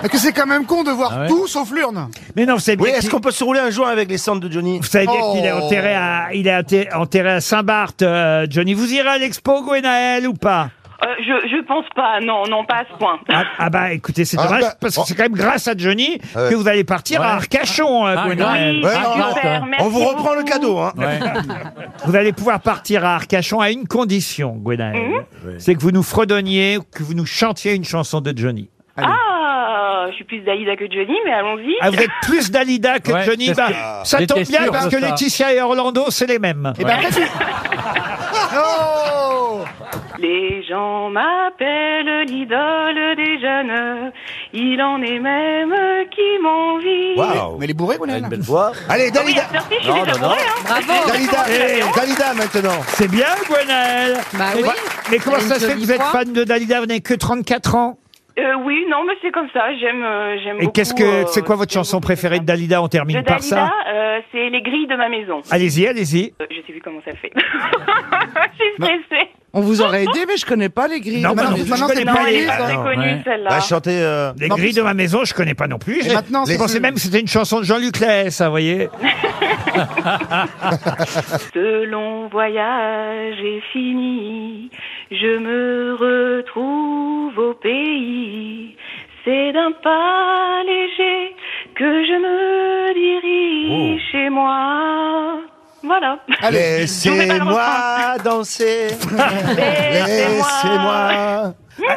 Speaker 5: Parce que c'est quand même con de voir
Speaker 2: Ah ouais.
Speaker 5: tout sauf l'urne.
Speaker 2: Mais non, c'est
Speaker 5: Oui, est-ce qu'on
Speaker 2: peut se rouler un jour avec les cendres de Johnny Vous savez bien
Speaker 5: Oh.
Speaker 2: qu'il est enterré à, il est athé- enterré à Saint-Barth, euh, Johnny. Vous irez à l'expo, Gwenaël, ou pas
Speaker 17: Euh, je, je pense pas, non, non, pas à ce point.
Speaker 2: ah, ah bah écoutez, c'est
Speaker 17: Ah
Speaker 2: dommage,
Speaker 17: bah, Ah
Speaker 2: parce que c'est quand même grâce à Johnny
Speaker 17: Ouais.
Speaker 2: que vous allez partir
Speaker 17: Ouais.
Speaker 2: à Arcachon, hein,
Speaker 17: Ah,
Speaker 2: Gwenaël.
Speaker 17: oui, Ouais, super, on- merci on vous reprend hein.
Speaker 2: le cadeau. vous allez pouvoir partir à Arcachon à une condition, Gwenaël.
Speaker 17: Mmh.
Speaker 2: C'est que vous nous fredonniez, que vous nous chantiez une chanson de Johnny.
Speaker 17: Ah, je suis plus Dalida que Johnny, mais allons-y.
Speaker 2: Ah, vous êtes plus Dalida que
Speaker 17: Ouais,
Speaker 2: Johnny.
Speaker 17: c'est
Speaker 2: Bah,
Speaker 17: ce que-
Speaker 2: ça tombe
Speaker 17: j'étais
Speaker 2: bien
Speaker 17: sûr
Speaker 2: parce
Speaker 17: de
Speaker 2: que
Speaker 17: ça.
Speaker 2: Laetitia et Orlando, c'est les mêmes.
Speaker 17: Eh ben, Ouais. après,
Speaker 2: Oh
Speaker 17: Les gens m'appellent l'idole des jeunes. Il en est même qui m'envie.
Speaker 6: Mais elle est bourrée, Bonel. Une belle voix. Allez, Dalida.
Speaker 17: Ah oui, merci, je suis déjà bourrée, hein. Bravo.
Speaker 6: Dalida,
Speaker 17: Eh,
Speaker 6: Dalida maintenant.
Speaker 2: C'est bien, Gwenaël.
Speaker 17: Bah
Speaker 2: mais,
Speaker 17: oui.
Speaker 2: mais comment
Speaker 17: Une
Speaker 2: ça se fait que
Speaker 17: jolie
Speaker 2: vous êtes
Speaker 17: voix.
Speaker 2: fan de Dalida Vous n'avez que 34 ans.
Speaker 17: Euh, oui, non, mais c'est comme ça. J'aime, euh, j'aime
Speaker 2: Et
Speaker 17: beaucoup.
Speaker 2: qu'est-ce que
Speaker 17: euh,
Speaker 2: c'est quoi votre chanson préférée de Dalida On
Speaker 17: de
Speaker 2: termine
Speaker 17: Dalida,
Speaker 2: par ça.
Speaker 17: euh, c'est les grilles de ma maison.
Speaker 2: Allez-y, allez-y.
Speaker 17: Euh, je sais plus comment ça fait. je suis stressée.
Speaker 12: On vous aurait aidé, mais je connais pas les grilles.
Speaker 2: Non, bah non, je connais pas les-
Speaker 17: elle est très connue, celle-là. Bah,
Speaker 2: chanter les
Speaker 12: Non,
Speaker 2: grilles
Speaker 12: plus-
Speaker 2: de ma maison, je connais pas non plus.
Speaker 12: Et
Speaker 2: J'ai-
Speaker 12: maintenant,
Speaker 2: je
Speaker 12: c'est-
Speaker 2: pensais même que c'était une chanson de Jean-Luc Lay, ça, vous voyez.
Speaker 17: Ce long voyage est fini, je me retrouve au pays. C'est d'un pas léger que je me dirige chez moi. Voilà.
Speaker 6: Laissez-moi danser.
Speaker 5: Euh,
Speaker 17: Laissez-moi.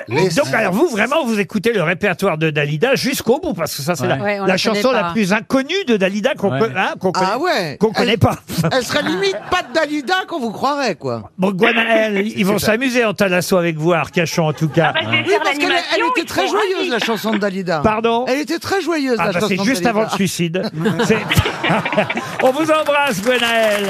Speaker 2: Donc alors vous vraiment vous écoutez le répertoire de Dalida jusqu'au bout parce que ça c'est
Speaker 12: Ouais.
Speaker 2: la,
Speaker 12: Ouais, on
Speaker 2: la
Speaker 12: la
Speaker 2: chanson
Speaker 12: connaît pas.
Speaker 2: la plus inconnue de Dalida qu'on
Speaker 12: Ouais.
Speaker 2: peut hein, qu'on connaît,
Speaker 12: Ah ouais.
Speaker 2: qu'on connaît
Speaker 12: Elle-
Speaker 2: pas.
Speaker 12: Elle serait limite pas de Dalida qu'on vous croirait, quoi.
Speaker 2: Bon, Gwenaël, Oh, ils vont
Speaker 12: C'est ça.
Speaker 2: s'amuser en talasso avec vous, à Arcachon en tout cas.
Speaker 17: Ah, bah,
Speaker 2: Ah,
Speaker 12: Oui, parce qu'elle elle était très joyeuse, la chanson de Dalida.
Speaker 2: Pardon
Speaker 12: Elle était très joyeuse,
Speaker 2: Ah
Speaker 12: la
Speaker 2: bah,
Speaker 12: chanson
Speaker 2: c'est
Speaker 12: de
Speaker 2: juste
Speaker 12: Dalida.
Speaker 2: avant le suicide. C'est- On vous embrasse, Gwenaël.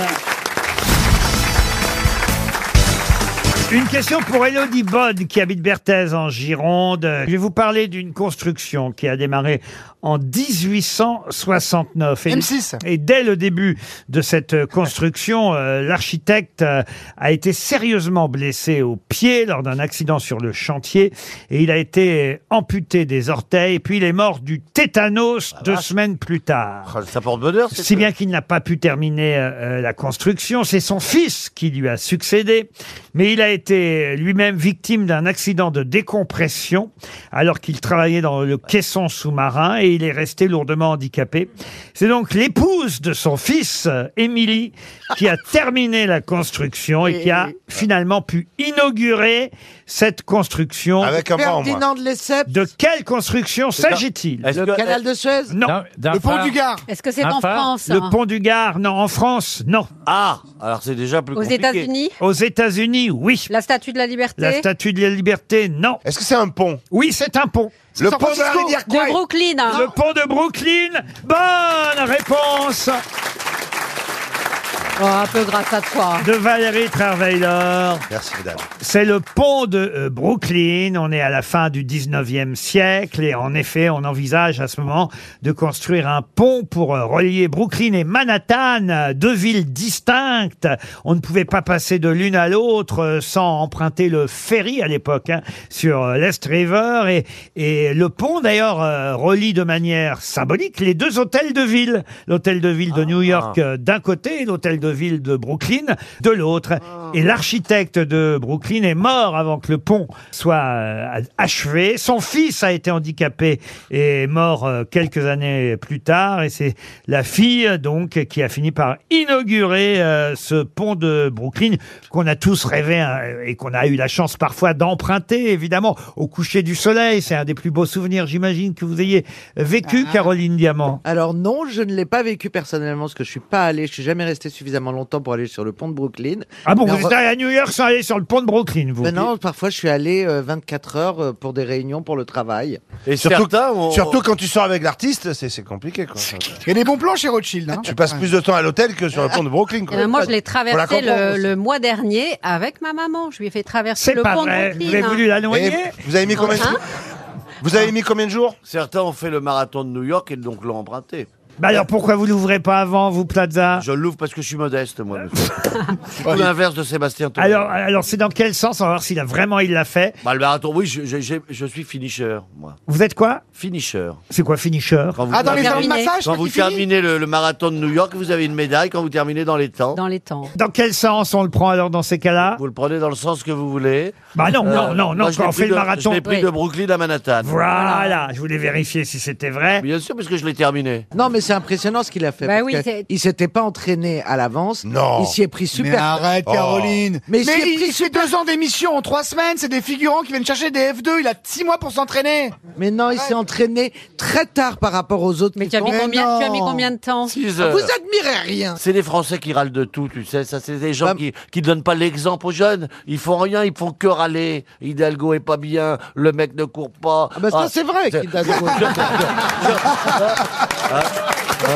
Speaker 2: Une question pour Elodie Bod qui habite Berthez en Gironde. Je vais vous parler d'une construction qui a démarré en 1869. Et,
Speaker 5: M6.
Speaker 2: Et dès le début de cette construction, euh, l'architecte euh, a été sérieusement blessé au pied lors d'un accident sur le chantier et il a été euh, amputé des orteils. Puis il est mort du tétanos deux semaines plus tard.
Speaker 4: Ça porte bonheur, c'est
Speaker 2: Si bien qu'il n'a pas pu terminer euh, la construction, c'est son fils qui lui a succédé. Mais il a été lui-même victime d'un accident de décompression alors qu'il travaillait dans le caisson sous-marin et il est resté lourdement handicapé. C'est donc l'épouse de son fils, euh, Émilie, qui a terminé la construction et qui a finalement pu inaugurer cette construction. Avec
Speaker 12: Ferdinand de Lesseps.
Speaker 2: De quelle construction s'agit-il
Speaker 12: Le canal de Suez
Speaker 2: Non.
Speaker 12: d'un Le pont phare. du Gard.
Speaker 7: Est-ce que c'est Un en phare France,
Speaker 2: Le
Speaker 7: hein
Speaker 2: pont du Gard, non. En France, non.
Speaker 4: Ah, alors c'est déjà plus
Speaker 7: Aux compliqué. États-Unis
Speaker 2: Aux États-Unis, oui.
Speaker 7: La statue de la liberté
Speaker 2: La Statue de la Liberté, non. Est-ce que c'est un pont Oui, c'est un pont.
Speaker 7: Le San pont de la Francisco rivière De Kwai. Brooklyn, hein.
Speaker 2: Le pont de Brooklyn. Bonne réponse
Speaker 7: Oh, Un peu grâce à toi.
Speaker 2: de Valérie Travailleur.
Speaker 6: Merci, madame.
Speaker 2: C'est le pont de euh, Brooklyn. On est à la fin du 19e siècle et en effet, on envisage à ce moment de construire un pont pour euh, relier Brooklyn et Manhattan, euh, deux villes distinctes. On ne pouvait pas passer de l'une à l'autre euh, sans emprunter le ferry à l'époque hein, sur euh, l'Est River et, et le pont d'ailleurs euh, relie de manière symbolique les deux hôtels de ville, l'hôtel de ville de New York euh, d'un côté et l'hôtel de ville de Brooklyn de l'autre. Et l'architecte de Brooklyn est mort avant que le pont soit euh, achevé. Son fils a été handicapé et est mort euh, quelques années plus tard. Et c'est la fille, donc, qui a fini par inaugurer euh, ce pont de Brooklyn qu'on a tous rêvé hein, et qu'on a eu la chance parfois d'emprunter, évidemment, au coucher du soleil. C'est un des plus beaux souvenirs, j'imagine, que vous ayez
Speaker 12: Ah.
Speaker 2: Euh, vécu, Caroline Diamant.
Speaker 12: Alors non, je ne l'ai pas vécu personnellement parce que je suis pas allé, je suis jamais resté suffisamment suffisamment longtemps pour aller sur le pont de Brooklyn.
Speaker 2: Ah bon,
Speaker 12: Mais
Speaker 2: vous
Speaker 12: en
Speaker 2: êtes allé à New York sans aller sur le pont de Brooklyn, vous
Speaker 12: Ben non, parfois je suis allé euh, 24 heures euh, pour des réunions pour le travail.
Speaker 6: Et surtout, surtout quand tu sors avec l'artiste, c'est c'est compliqué. Quoi.
Speaker 5: Il y a des bons plans chez Rothschild. hein.
Speaker 6: tu passes plus de temps à l'hôtel que sur le pont de Brooklyn.
Speaker 7: Eh
Speaker 6: Quoi.
Speaker 7: ben, moi, je l'ai
Speaker 6: Faut la
Speaker 7: traversé
Speaker 6: comprendre
Speaker 7: le,
Speaker 6: aussi.
Speaker 7: le mois dernier avec ma maman. Je lui ai fait traverser
Speaker 6: C'est
Speaker 7: le
Speaker 6: pas
Speaker 7: pont
Speaker 6: vrai.
Speaker 7: de
Speaker 6: Vous
Speaker 7: Brooklyn.
Speaker 6: avez voulu la noyer
Speaker 7: Hein
Speaker 6: Eh, Vous avez mis combien de-
Speaker 7: Hein
Speaker 6: Vous avez mis combien de jours
Speaker 4: Certains ont fait le marathon de New York et donc l'ont emprunté.
Speaker 2: Bah alors pourquoi vous l'ouvrez pas avant, vous, Plaza
Speaker 4: Je l'ouvre parce que je suis modeste, moi. monsieur. Je suis tout l'inverse de Sébastien Thorel.
Speaker 2: Alors, alors c'est dans quel sens On va voir s'il a vraiment il l'a fait.
Speaker 4: Bah, le marathon, oui, je, je- je- je suis finisher, moi.
Speaker 2: Vous êtes quoi
Speaker 4: Finisher.
Speaker 2: C'est quoi finisher
Speaker 4: Quand vous
Speaker 2: Ah, dans les
Speaker 4: terminez-
Speaker 2: temps de massage,
Speaker 4: Quand
Speaker 2: quand
Speaker 4: vous
Speaker 2: il finit
Speaker 4: terminez le, le marathon de New York, vous avez une médaille. Quand vous terminez dans les temps.
Speaker 7: Dans les temps.
Speaker 2: Dans quel sens on le prend alors dans ces cas-là
Speaker 4: Vous le prenez dans le sens que vous voulez. Euh,
Speaker 2: Bah non, non, non, non,
Speaker 4: moi, je
Speaker 2: quand
Speaker 4: l'ai
Speaker 2: on
Speaker 4: pris
Speaker 2: fait le
Speaker 4: de-
Speaker 2: marathon-
Speaker 4: Je l'ai pris
Speaker 2: Oui.
Speaker 4: de Brooklyn à Manhattan.
Speaker 2: Voilà, je voulais vérifier si c'était vrai.
Speaker 4: Bien sûr, parce que je l'ai terminé.
Speaker 12: Non, mais c'est impressionnant ce qu'il a fait.
Speaker 4: Bah
Speaker 12: parce
Speaker 4: oui,
Speaker 12: que
Speaker 4: c'est-
Speaker 12: il s'était pas entraîné à l'avance.
Speaker 4: Non.
Speaker 12: Il s'y est pris super. Oh.
Speaker 5: Mais arrête, Caroline.
Speaker 12: Mais, il s'y est
Speaker 5: il,
Speaker 12: pris
Speaker 5: il fait deux ans d'émission en trois semaines. C'est des figurants qui viennent chercher des F2. Il a six mois pour s'entraîner.
Speaker 12: Mais non, il s'est entraîné très tard par rapport aux autres. Mais
Speaker 7: Tu as, mis combien, tu as mis combien de temps
Speaker 4: Six heures.
Speaker 12: Ah, admirez rien. Ah.
Speaker 4: C'est les Français qui râlent de tout, tu sais. Ça, c'est des gens qui qui donnent pas l'exemple aux jeunes. Ils font rien, ils font que râler. Hidalgo est pas bien, le mec ne court pas.
Speaker 12: Ah bah ça, c'est vrai
Speaker 4: c'est-
Speaker 12: qu'Hidalgo-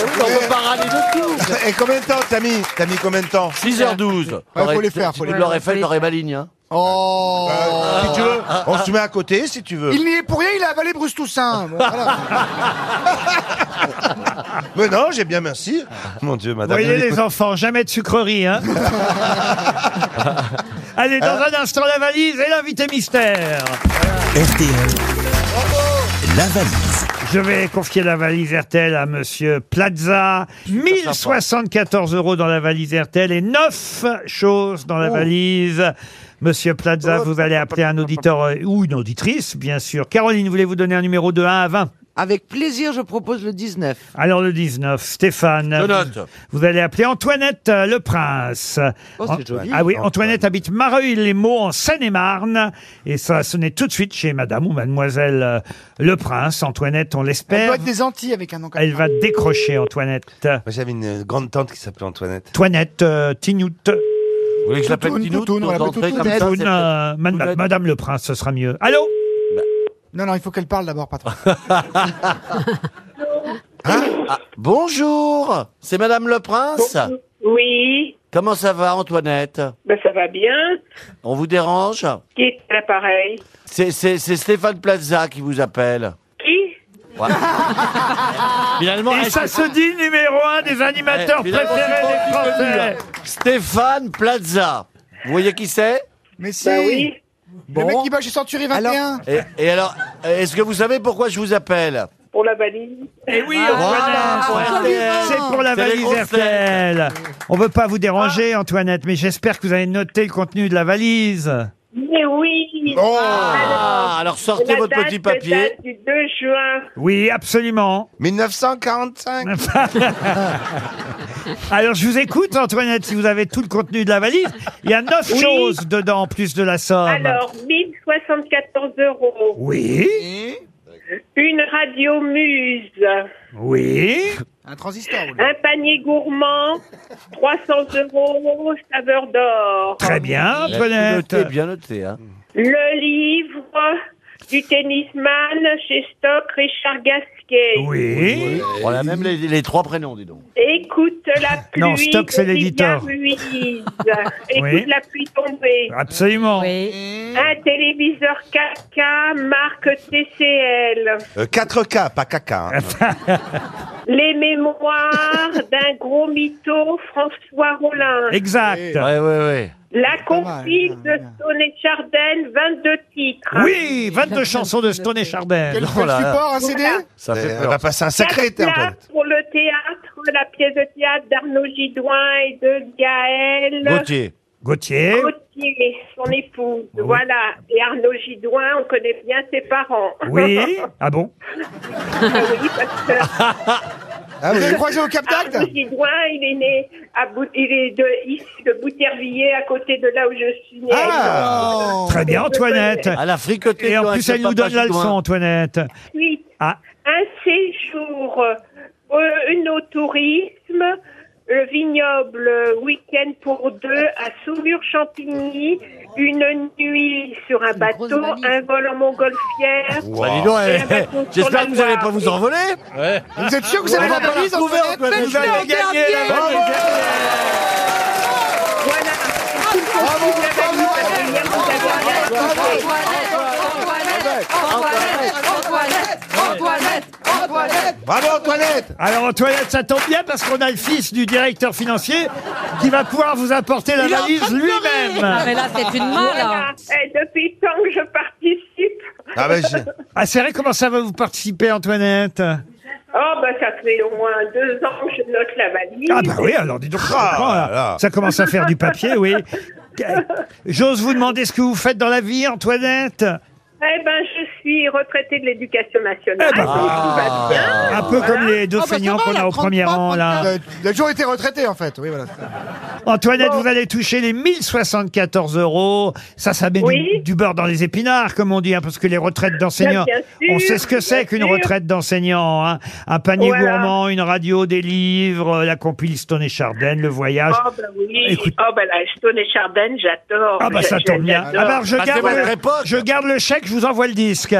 Speaker 4: On peut pas râler de tout.
Speaker 6: Et combien de temps t'as mis T'as mis combien de temps
Speaker 4: 6h12.
Speaker 6: Aurais-
Speaker 4: Aurais- si tu l'aurais fait, je l'aurais maligné. hein.
Speaker 5: Oh
Speaker 6: si tu veux, Ah, on se met à côté si tu veux.
Speaker 5: Il n'y est pour rien. Il a avalé Bruce Toussaint. Voilà.
Speaker 6: Mais non, j'ai bien merci. Mon Dieu,
Speaker 2: Vous
Speaker 6: madame.
Speaker 2: voyez
Speaker 6: elle
Speaker 2: les
Speaker 6: écoute.
Speaker 2: enfants, jamais de sucrerie, hein Allez,
Speaker 4: Hein
Speaker 2: dans un instant, la valise et l'invité mystère
Speaker 1: RTL. La valise.
Speaker 2: Je vais confier la valise RTL à Monsieur Plaza. 1074 euros dans la valise RTL et 9 choses dans
Speaker 4: Oh.
Speaker 2: la valise. Monsieur Plaza, vous allez appeler un auditeur euh, ou une auditrice, bien sûr. Caroline, voulez-vous donner un numéro de 1 à 20
Speaker 12: Avec plaisir, je propose le 19.
Speaker 2: Alors le 19, Stéphane.
Speaker 4: Je note.
Speaker 2: Vous allez appeler Antoinette euh, le Prince.
Speaker 12: Oh, c'est joli.
Speaker 2: Ah oui, Antoinette habite Mareuil-les-Maux en Seine-et-Marne et ça a sonné tout de suite chez madame ou mademoiselle euh, le Prince. Antoinette, on
Speaker 5: Elle
Speaker 2: l'espère.
Speaker 5: doit être des Antilles avec un nom comme
Speaker 2: Elle va décrocher Antoinette.
Speaker 6: Moi, j'avais une euh, grande tante qui s'appelait Antoinette.
Speaker 2: Antoinette euh, Tignout.
Speaker 4: Vous voulez que je l'appelle
Speaker 2: Toutoune,
Speaker 4: Tinout
Speaker 2: toutoune, on
Speaker 4: pour
Speaker 2: l'appelle
Speaker 4: rentrer
Speaker 2: toutoune.
Speaker 4: comme ça,
Speaker 2: Toutoune,
Speaker 4: c'est-
Speaker 2: euh, madame, madame le Prince, ce sera mieux. Allô
Speaker 5: Bah. Non, non, il faut qu'elle parle d'abord, patron.
Speaker 4: Ah, bonjour, c'est Madame le Prince
Speaker 18: Oui,
Speaker 4: Comment ça va, Antoinette
Speaker 18: ben ça va bien.
Speaker 4: On vous dérange
Speaker 18: Qui est à l'appareil
Speaker 4: C'est c'est- c'est Stéphane Plaza qui vous appelle.
Speaker 18: Qui
Speaker 4: Ouais. Finalement,
Speaker 2: Et
Speaker 4: eh,
Speaker 2: ça
Speaker 4: je-
Speaker 2: se dit numéro un des animateurs
Speaker 4: Eh, finalement,
Speaker 2: préférés
Speaker 4: c'est
Speaker 2: des
Speaker 4: pas qui connu,
Speaker 2: Français.
Speaker 4: là. Stéphane Plaza. Vous voyez qui c'est
Speaker 5: Mais si.
Speaker 18: Bah oui.
Speaker 5: Le mec qui bat chez Century 21.
Speaker 4: et, et alors, est-ce que vous savez pourquoi je vous appelle
Speaker 18: Pour la valise.
Speaker 2: Eh oui,
Speaker 5: Ah.
Speaker 4: Voilà,
Speaker 2: Antoinette,
Speaker 4: Antoinette.
Speaker 2: c'est pour la
Speaker 4: C'est les
Speaker 2: valise
Speaker 4: grosses
Speaker 2: RTL. On veut pas vous déranger, Antoinette, mais j'espère que vous avez noté le contenu de la valise.
Speaker 18: Mais oui
Speaker 2: Oh.
Speaker 4: Ah, alors sortez
Speaker 18: la
Speaker 4: votre
Speaker 18: date,
Speaker 4: petit
Speaker 18: c'est la
Speaker 4: papier.
Speaker 18: date du 2 juin.
Speaker 2: Oui, absolument.
Speaker 6: 1945
Speaker 2: Ah, Alors, je vous écoute, Antoinette, si vous avez tout le contenu de la valise. Il y a neuf
Speaker 18: Oui.
Speaker 2: choses dedans, en plus de la somme.
Speaker 18: Alors, 1074 euros.
Speaker 2: Oui.
Speaker 18: Une radio muse.
Speaker 2: Oui.
Speaker 5: Un transistor. ou
Speaker 18: Un panier gourmand. 300 euros, saveur d'or.
Speaker 2: Très bien,
Speaker 4: Il a tout
Speaker 2: Antoinette.
Speaker 4: noté, bien noté. Hein.
Speaker 18: Le livre du tennisman chez Stock Richard Gasquet.
Speaker 2: Oui.
Speaker 4: On a même les, les trois prénoms, dis donc.
Speaker 18: Écoute la pluie.
Speaker 2: Non, Stock, c'est
Speaker 18: qui
Speaker 2: l'éditeur.
Speaker 18: bruise. Écoute
Speaker 2: Oui.
Speaker 18: la pluie tomber.
Speaker 2: Absolument.
Speaker 18: Un téléviseur caca marque TCL.
Speaker 6: Euh, 4K, pas caca. hein.
Speaker 18: Les mémoires d'un gros mytho François Rollin.
Speaker 2: Exact.
Speaker 4: Ouais, ouais, ouais.
Speaker 18: La config de Stone et Chardin, 22 titres.
Speaker 2: Ah. Oui, 22 chansons de Stone et Chardin.
Speaker 5: Quel quel support, un CD
Speaker 4: Ça fait
Speaker 6: Eh, Elle
Speaker 4: peur.
Speaker 6: va passer un sacré été,
Speaker 18: Quatre
Speaker 6: Antoinette.
Speaker 18: places pour le théâtre, la pièce de théâtre d'Arnaud Gidoin et de Gaël.
Speaker 4: Gauthier.
Speaker 2: Gauthier.
Speaker 18: Gauthier, son épouse, voilà. Et Arnaud Gidoin, on connaît bien ses parents.
Speaker 2: Oui. Ah bon
Speaker 18: Ah oui, parce que
Speaker 6: Ah
Speaker 5: Ah, Vous l'avez croisé au Cap d'Agde
Speaker 18: Arnaud Gidoin, il est né à Bou- il est de, ici de Boutervilliers, à côté de là où je suis née.
Speaker 5: Ah.
Speaker 2: Très bien, Antoinette.
Speaker 4: Elle a fricoté.
Speaker 2: Et en
Speaker 4: toi,
Speaker 2: plus,
Speaker 4: avec
Speaker 2: elle
Speaker 4: le
Speaker 2: nous
Speaker 4: papa
Speaker 2: donne la
Speaker 4: Gidoin.
Speaker 2: leçon, Antoinette.
Speaker 18: Ensuite,
Speaker 2: Ah.
Speaker 18: un séjour euh, au tourisme le vignoble week-end pour deux à Saumur-Champigny, une nuit sur un bateau, un vol en montgolfière.
Speaker 4: Bah, dis donc,
Speaker 18: et un
Speaker 4: eh,
Speaker 18: bateau sur
Speaker 4: j'espère
Speaker 18: la
Speaker 4: que vous n'allez pas
Speaker 18: Loire.
Speaker 4: vous envoler.
Speaker 5: Vous êtes sûr que vous avez
Speaker 4: On va
Speaker 5: la
Speaker 4: pas
Speaker 5: valise en
Speaker 4: trouver,
Speaker 5: fait
Speaker 4: Antoine, vous
Speaker 5: Faites-le
Speaker 4: allez
Speaker 5: en
Speaker 4: gagner la
Speaker 5: dernier.
Speaker 4: valise.
Speaker 2: Bravo Antoinette Alors Antoinette, ça tombe bien parce qu'on a le fils du directeur financier qui va pouvoir vous apporter la
Speaker 18: Il est en
Speaker 2: valise
Speaker 18: train de pleurer.
Speaker 2: lui-même
Speaker 18: Ah, mais là, c'est une hein. main, là. Et Eh, depuis tant que je participe.
Speaker 2: Ah, c'est vrai, comment ça va vous participer Antoinette Ah,
Speaker 18: Oh, bah, ça fait au moins deux ans que je note la valise.
Speaker 2: Ah bah oui, alors dis donc, je
Speaker 18: Ah,
Speaker 2: comprends, là. ça commence à faire du papier, oui. J'ose vous demander ce que vous faites dans la vie, Antoinette
Speaker 18: Eh ben, je suis retraitée de l'éducation nationale.
Speaker 2: Eh ben,
Speaker 18: donc tout va bien.
Speaker 2: Un peu comme les deux
Speaker 5: Ah bah ça
Speaker 2: feignants
Speaker 5: va,
Speaker 2: qu'on
Speaker 5: la
Speaker 2: a au
Speaker 5: trente
Speaker 2: premier
Speaker 5: pas,
Speaker 2: rang,
Speaker 5: trente
Speaker 2: là.
Speaker 5: quatre. Il a toujours été retraité en fait, oui voilà.
Speaker 2: Antoinette, vous allez toucher les 1074 euros. Ça, ça met du- du, beurre dans les épinards, comme on dit, hein, parce que les retraites d'enseignants,
Speaker 8: Bien sûr,
Speaker 2: on sait ce que c'est
Speaker 8: bien
Speaker 2: qu'une
Speaker 8: sûr.
Speaker 2: retraite d'enseignants. hein. Un panier
Speaker 8: Voilà.
Speaker 2: gourmand, une radio, des livres, euh, la compile Stone et Chardenne, le voyage.
Speaker 18: Oh, bah oui. Oh, bah, la Stone et Chardenne, j'adore.
Speaker 2: Ah bah ça
Speaker 18: Je-
Speaker 2: tombe bien.
Speaker 18: j'adore.
Speaker 2: Ah bah, je, garde le, je garde le chèque, je vous envoie le disque.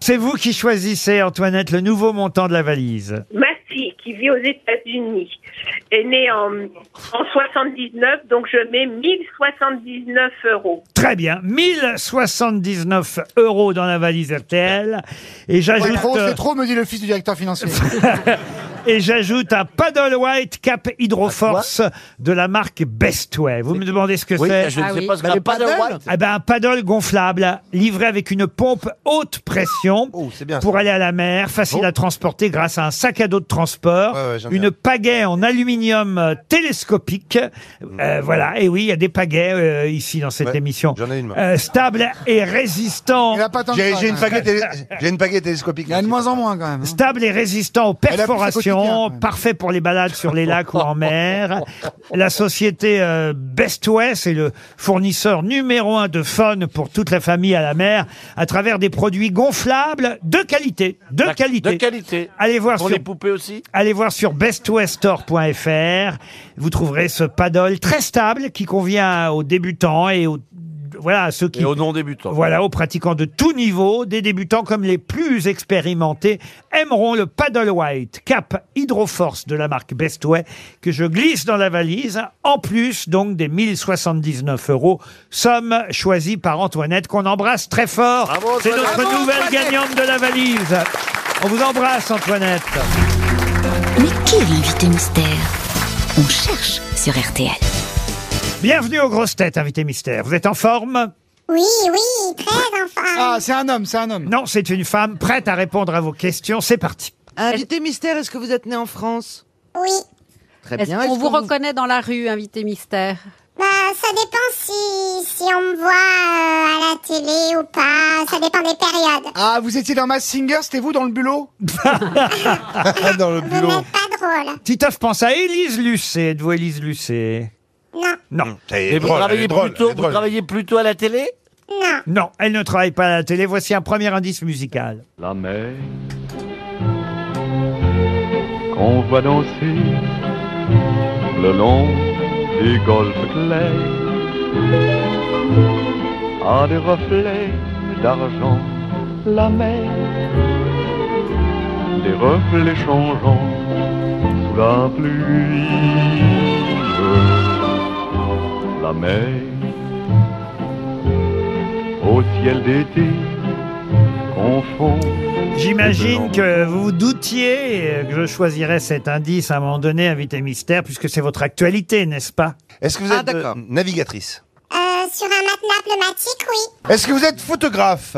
Speaker 2: C'est vous qui choisissez, Antoinette, le nouveau montant de la valise.
Speaker 18: Ma fille, qui vit aux États-Unis, est née en, en 79, donc je mets 1079 euros.
Speaker 2: Très bien. 1079 euros dans la valise RTL. Et
Speaker 5: C'est
Speaker 2: j'ajoute... euh,
Speaker 5: trop, c'est trop, me dit le fils du directeur financier.
Speaker 2: Et j'ajoute un paddle white cap hydroforce de la marque Bestway. Vous me demandez ce que
Speaker 4: Ah, Oui,
Speaker 2: c'est
Speaker 4: je ne Ah sais oui. pas ce que Bah, c'est. le Paddle white.
Speaker 2: Ah ben, un paddle gonflable livré avec une pompe haute pression
Speaker 5: Oh,
Speaker 2: pour aller à la mer, facile à transporter grâce à un sac à dos de transport,
Speaker 6: j'aime
Speaker 2: une pagaie en aluminium euh, télescopique.
Speaker 5: Mm.
Speaker 2: Euh, voilà. Et oui, il y a des pagaies euh, ici dans cette émission. Euh, stable et résistant.
Speaker 6: J'ai j'ai une, pagaie télé- j'ai une pagaie télescopique. hein. Il y a de moins en moins quand même. hein.
Speaker 2: Stable et résistant aux
Speaker 6: Elle appuie ses quotidiens,
Speaker 2: perforations, parfait pour les balades sur les lacs ou en mer. La société euh, Best West est le fournisseur numéro un de fun pour toute la famille à la mer à travers des produits gonflables de qualité. De qualité.
Speaker 4: De qualité.
Speaker 2: Allez voir
Speaker 4: Pour
Speaker 2: sur-
Speaker 4: les poupées aussi.
Speaker 2: Allez voir sur bestweststore.fr. Vous trouverez ce paddle très stable qui convient aux débutants et aux voilà, à ceux qui
Speaker 4: Et aux non-débutants.
Speaker 2: Voilà, aux pratiquants de tout niveau, des débutants comme les plus expérimentés aimeront le paddle white cap hydroforce de la marque Bestway que je glisse dans la valise en plus donc des 1079 euros somme choisie par Antoinette qu'on embrasse très fort. C'est notre
Speaker 8: Bravo,
Speaker 2: nouvelle
Speaker 8: Antoinette.
Speaker 2: gagnante de la valise. On vous embrasse Antoinette.
Speaker 11: Mais qui est l'invité mystère On cherche sur RTL.
Speaker 2: Bienvenue aux grosses têtes, invité mystère. Vous êtes en forme
Speaker 19: Oui, oui, très en forme.
Speaker 2: Ah, c'est un homme, c'est un homme. Non, c'est une femme prête à répondre à vos questions. C'est parti.
Speaker 12: Invité Ah, mystère, est-ce que vous êtes né en France
Speaker 19: Oui.
Speaker 12: Très
Speaker 7: Est-ce
Speaker 12: bien.
Speaker 7: qu'on
Speaker 12: est-ce
Speaker 7: vous
Speaker 12: que
Speaker 7: reconnaît dans la rue, invité mystère
Speaker 19: Bah, ça dépend si, si on me voit euh, à la télé ou pas. Ça dépend des périodes.
Speaker 5: Ah, vous étiez dans Mass Singer, c'était vous dans le bulot
Speaker 2: dans le
Speaker 19: Vous n'êtes pas drôle.
Speaker 2: Titoff pense à Élise Lucet. Êtes-vous Élise Lucet
Speaker 19: Non,
Speaker 2: Non.
Speaker 6: est
Speaker 4: Et vous
Speaker 6: drôle, elle
Speaker 4: travaillez
Speaker 6: est drôle,
Speaker 4: plutôt-
Speaker 6: elle est
Speaker 4: vous
Speaker 6: drôle.
Speaker 4: travaillez plutôt à la télé
Speaker 19: non.
Speaker 2: Non, elle ne travaille pas à la télé. Voici un premier indice musical.
Speaker 20: La mer qu'on voit danser le long du golfe clair a des reflets d'argent,
Speaker 21: La mer.
Speaker 20: des reflets changeants sous la pluie. La mer au ciel d'été confond
Speaker 2: J'imagine que vous vous doutiez euh, que je choisirais cet indice à un moment donné, invité mystère, puisque c'est votre actualité, n'est-ce pas
Speaker 6: Est-ce que
Speaker 22: Ah,
Speaker 6: vous êtes euh, navigatrice
Speaker 19: Euh, sur un matelas pneumatique, oui.
Speaker 6: Est-ce que vous êtes photographe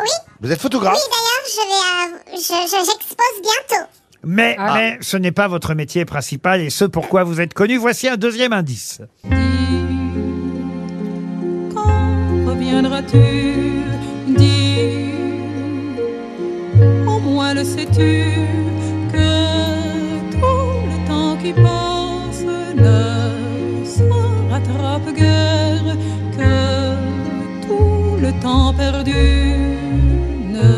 Speaker 19: Oui.
Speaker 6: Vous êtes photographe
Speaker 19: Oui, d'ailleurs, je vais, euh, je- je- j'expose bientôt.
Speaker 2: Mais,
Speaker 22: Ah.
Speaker 2: mais ce n'est pas votre métier principal et ce pourquoi vous êtes connu. Voici un deuxième indice.
Speaker 23: Reviendras-tu Dis, au moins le sais-tu, que tout le temps qui passe ne se rattrape guère, que tout le temps perdu ne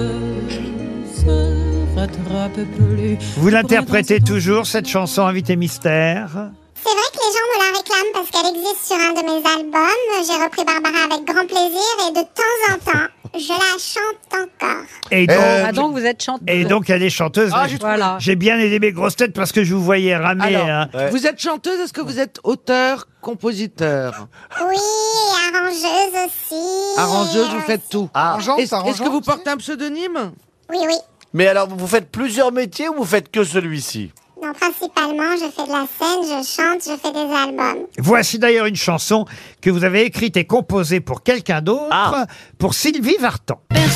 Speaker 23: se rattrape peux plus.
Speaker 2: Vous l'interprétez toujours, cette chanson Invité Mystère
Speaker 19: C'est vrai que les gens me la réclament parce qu'elle existe sur un de mes albums. J'ai repris Barbara avec grand plaisir et de temps en temps, je la chante encore.
Speaker 2: Et donc,
Speaker 19: Euh,
Speaker 22: Ah donc vous êtes chanteuse.
Speaker 2: et donc, elle est chanteuse.
Speaker 22: Ah,
Speaker 2: mais
Speaker 22: j'ai
Speaker 2: j'ai
Speaker 22: trouvé. Voilà.
Speaker 2: bien aidé mes grosses têtes parce que je vous voyais ramer.
Speaker 3: Alors,
Speaker 2: hein.
Speaker 3: vous êtes chanteuse, est-ce que vous êtes auteur, compositeur
Speaker 19: Oui, et arrangeuse aussi.
Speaker 3: Arrangeuse, vous faites tout.
Speaker 4: Ah.
Speaker 19: Arrangeante,
Speaker 12: Ah,
Speaker 3: Est-ce est-ce que
Speaker 19: arrangeante
Speaker 3: vous portez un pseudonyme
Speaker 19: Oui, oui.
Speaker 4: Mais alors, vous faites plusieurs métiers ou vous faites que celui-ci
Speaker 19: Non, principalement, je fais de la scène, je chante, je fais des albums.
Speaker 2: Voici d'ailleurs une chanson que vous avez écrite et composée pour quelqu'un d'autre,
Speaker 3: Ah.
Speaker 2: pour Sylvie Vartan.
Speaker 23: Personne,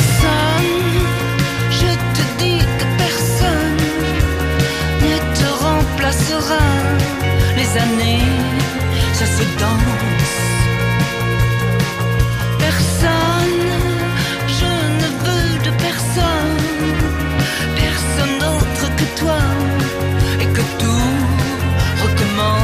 Speaker 23: je te dis que personne ne te remplacera. Les années, ça se danse. Personne, je ne veux de personne, personne d'autre que toi, et que tout recommence.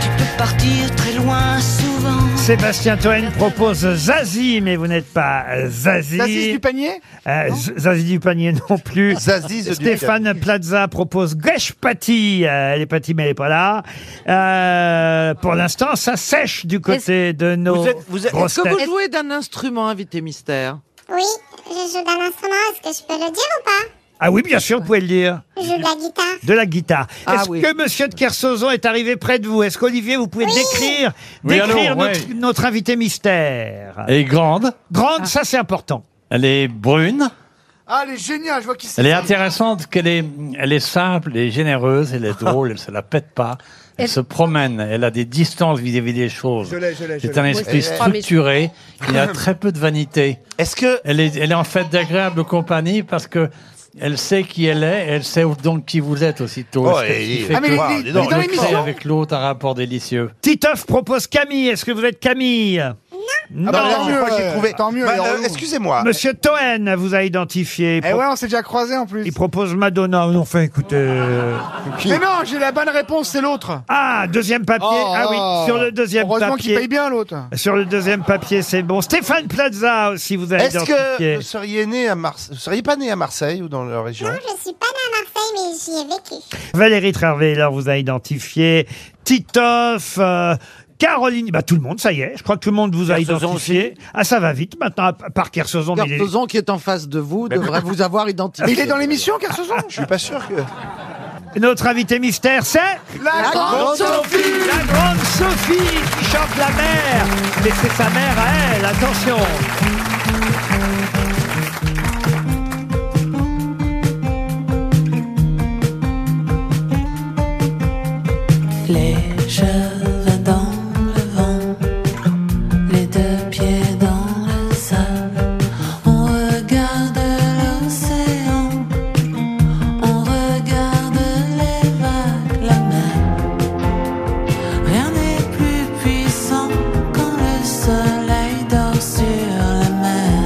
Speaker 23: Tu peux partir très loin souvent.
Speaker 2: Sébastien Toen propose Zazie, mais vous n'êtes pas euh, Zazie.
Speaker 5: Zazie du panier
Speaker 2: Euh, Z- Zazie du panier non plus.
Speaker 5: Zazie the Duke.
Speaker 2: Stéphane Plaza propose Gèche Patty. Euh, elle est Patty, mais elle n'est pas là. Euh, pour l'instant, ça sèche du côté de nos
Speaker 3: Vous êtes- vous êtes-
Speaker 2: grosses
Speaker 3: Est-ce que vous
Speaker 2: têtes.
Speaker 3: jouez d'un instrument, invité mystère
Speaker 19: Oui, je joue d'un instrument, est-ce que je peux le dire ou pas
Speaker 2: Ah oui, bien sûr, vous pouvez le dire.
Speaker 19: Je joue de la guitare.
Speaker 2: De la guitare.
Speaker 19: Ah
Speaker 2: Est-ce
Speaker 19: oui.
Speaker 2: que Monsieur de Kersauzon est arrivé près de vous Est-ce qu'Olivier, vous pouvez
Speaker 19: Oui.
Speaker 2: décrire,
Speaker 8: Oui,
Speaker 2: décrire
Speaker 8: allô,
Speaker 2: notre,
Speaker 8: ouais.
Speaker 2: notre invité mystère
Speaker 8: Elle est grande.
Speaker 2: Grande, ça c'est important.
Speaker 8: Elle est brune.
Speaker 5: Ah, elle est géniale, je vois qui c'est.
Speaker 8: Elle est intéressante, qu'elle est, elle est simple, elle est généreuse, elle est drôle, elle se la pète pas. Elle
Speaker 22: Elle-
Speaker 8: se promène, elle a des distances vis-à-vis des choses.
Speaker 5: Je l'ai, je l'ai, je
Speaker 8: C'est un
Speaker 5: l'ai.
Speaker 8: esprit
Speaker 5: Oui, oui, oui.
Speaker 8: structuré qui a très peu de vanité. Est-ce que elle est, elle est en fait d'agréable compagnie parce que elle sait qui elle est, elle sait donc qui vous êtes aussitôt.
Speaker 6: Oh,
Speaker 8: Ce
Speaker 6: et-
Speaker 8: qui
Speaker 6: et-
Speaker 8: fait
Speaker 6: Ah, mais
Speaker 8: que
Speaker 6: il est- il est dans
Speaker 8: vous créez
Speaker 6: l'émission.
Speaker 8: avec l'autre un rapport délicieux.
Speaker 2: Titoff propose Camille. Est-ce que vous êtes Camille Non.
Speaker 6: Ah bah, tant mieux, euh, tant mieux,
Speaker 2: Bah,
Speaker 6: elle est relou.
Speaker 2: Monsieur Toen vous a identifié.
Speaker 5: Eh ouais, on s'est déjà croisés en plus.
Speaker 2: Il propose Madonna. Non, enfin, écoutez. euh,
Speaker 5: Mais non, j'ai la bonne réponse, c'est l'autre.
Speaker 2: Ah, deuxième papier.
Speaker 5: Oh,
Speaker 2: ah oui, sur le deuxième
Speaker 5: Heureusement qu'il
Speaker 2: papier.
Speaker 5: paye bien l'autre.
Speaker 2: Sur le deuxième papier, c'est bon. Stéphane Plaza aussi vous a
Speaker 6: Est-ce que
Speaker 2: identifié.
Speaker 6: vous seriez né à Marseille Vous seriez pas né à Marseille ou dans la région
Speaker 19: Non, je suis pas née à Marseille, mais j'y ai vécu.
Speaker 2: Valérie Traveler vous a identifié. Titoff. euh, Caroline, bah tout le monde, ça y est, je crois que tout le monde vous a
Speaker 3: Kersauzon
Speaker 2: identifié. Ah, ça va vite maintenant, à part Kersauzon. mais il est-
Speaker 3: Kersozon qui est en face de vous devrait vous avoir identifié.
Speaker 2: Mais il est dans l'émission,
Speaker 5: Kersozon
Speaker 6: Je suis pas sûr que...
Speaker 2: Notre invité mystère, c'est
Speaker 5: La,
Speaker 6: grande Sophie
Speaker 2: La grande Sophie qui chante la mère Mais c'est sa mère à elle, attention
Speaker 23: Les cheveux dans le vent, les deux pieds dans le sable. On regarde l'océan, on regarde les vagues, la mer. Rien n'est plus puissant quand le soleil dort sur la mer.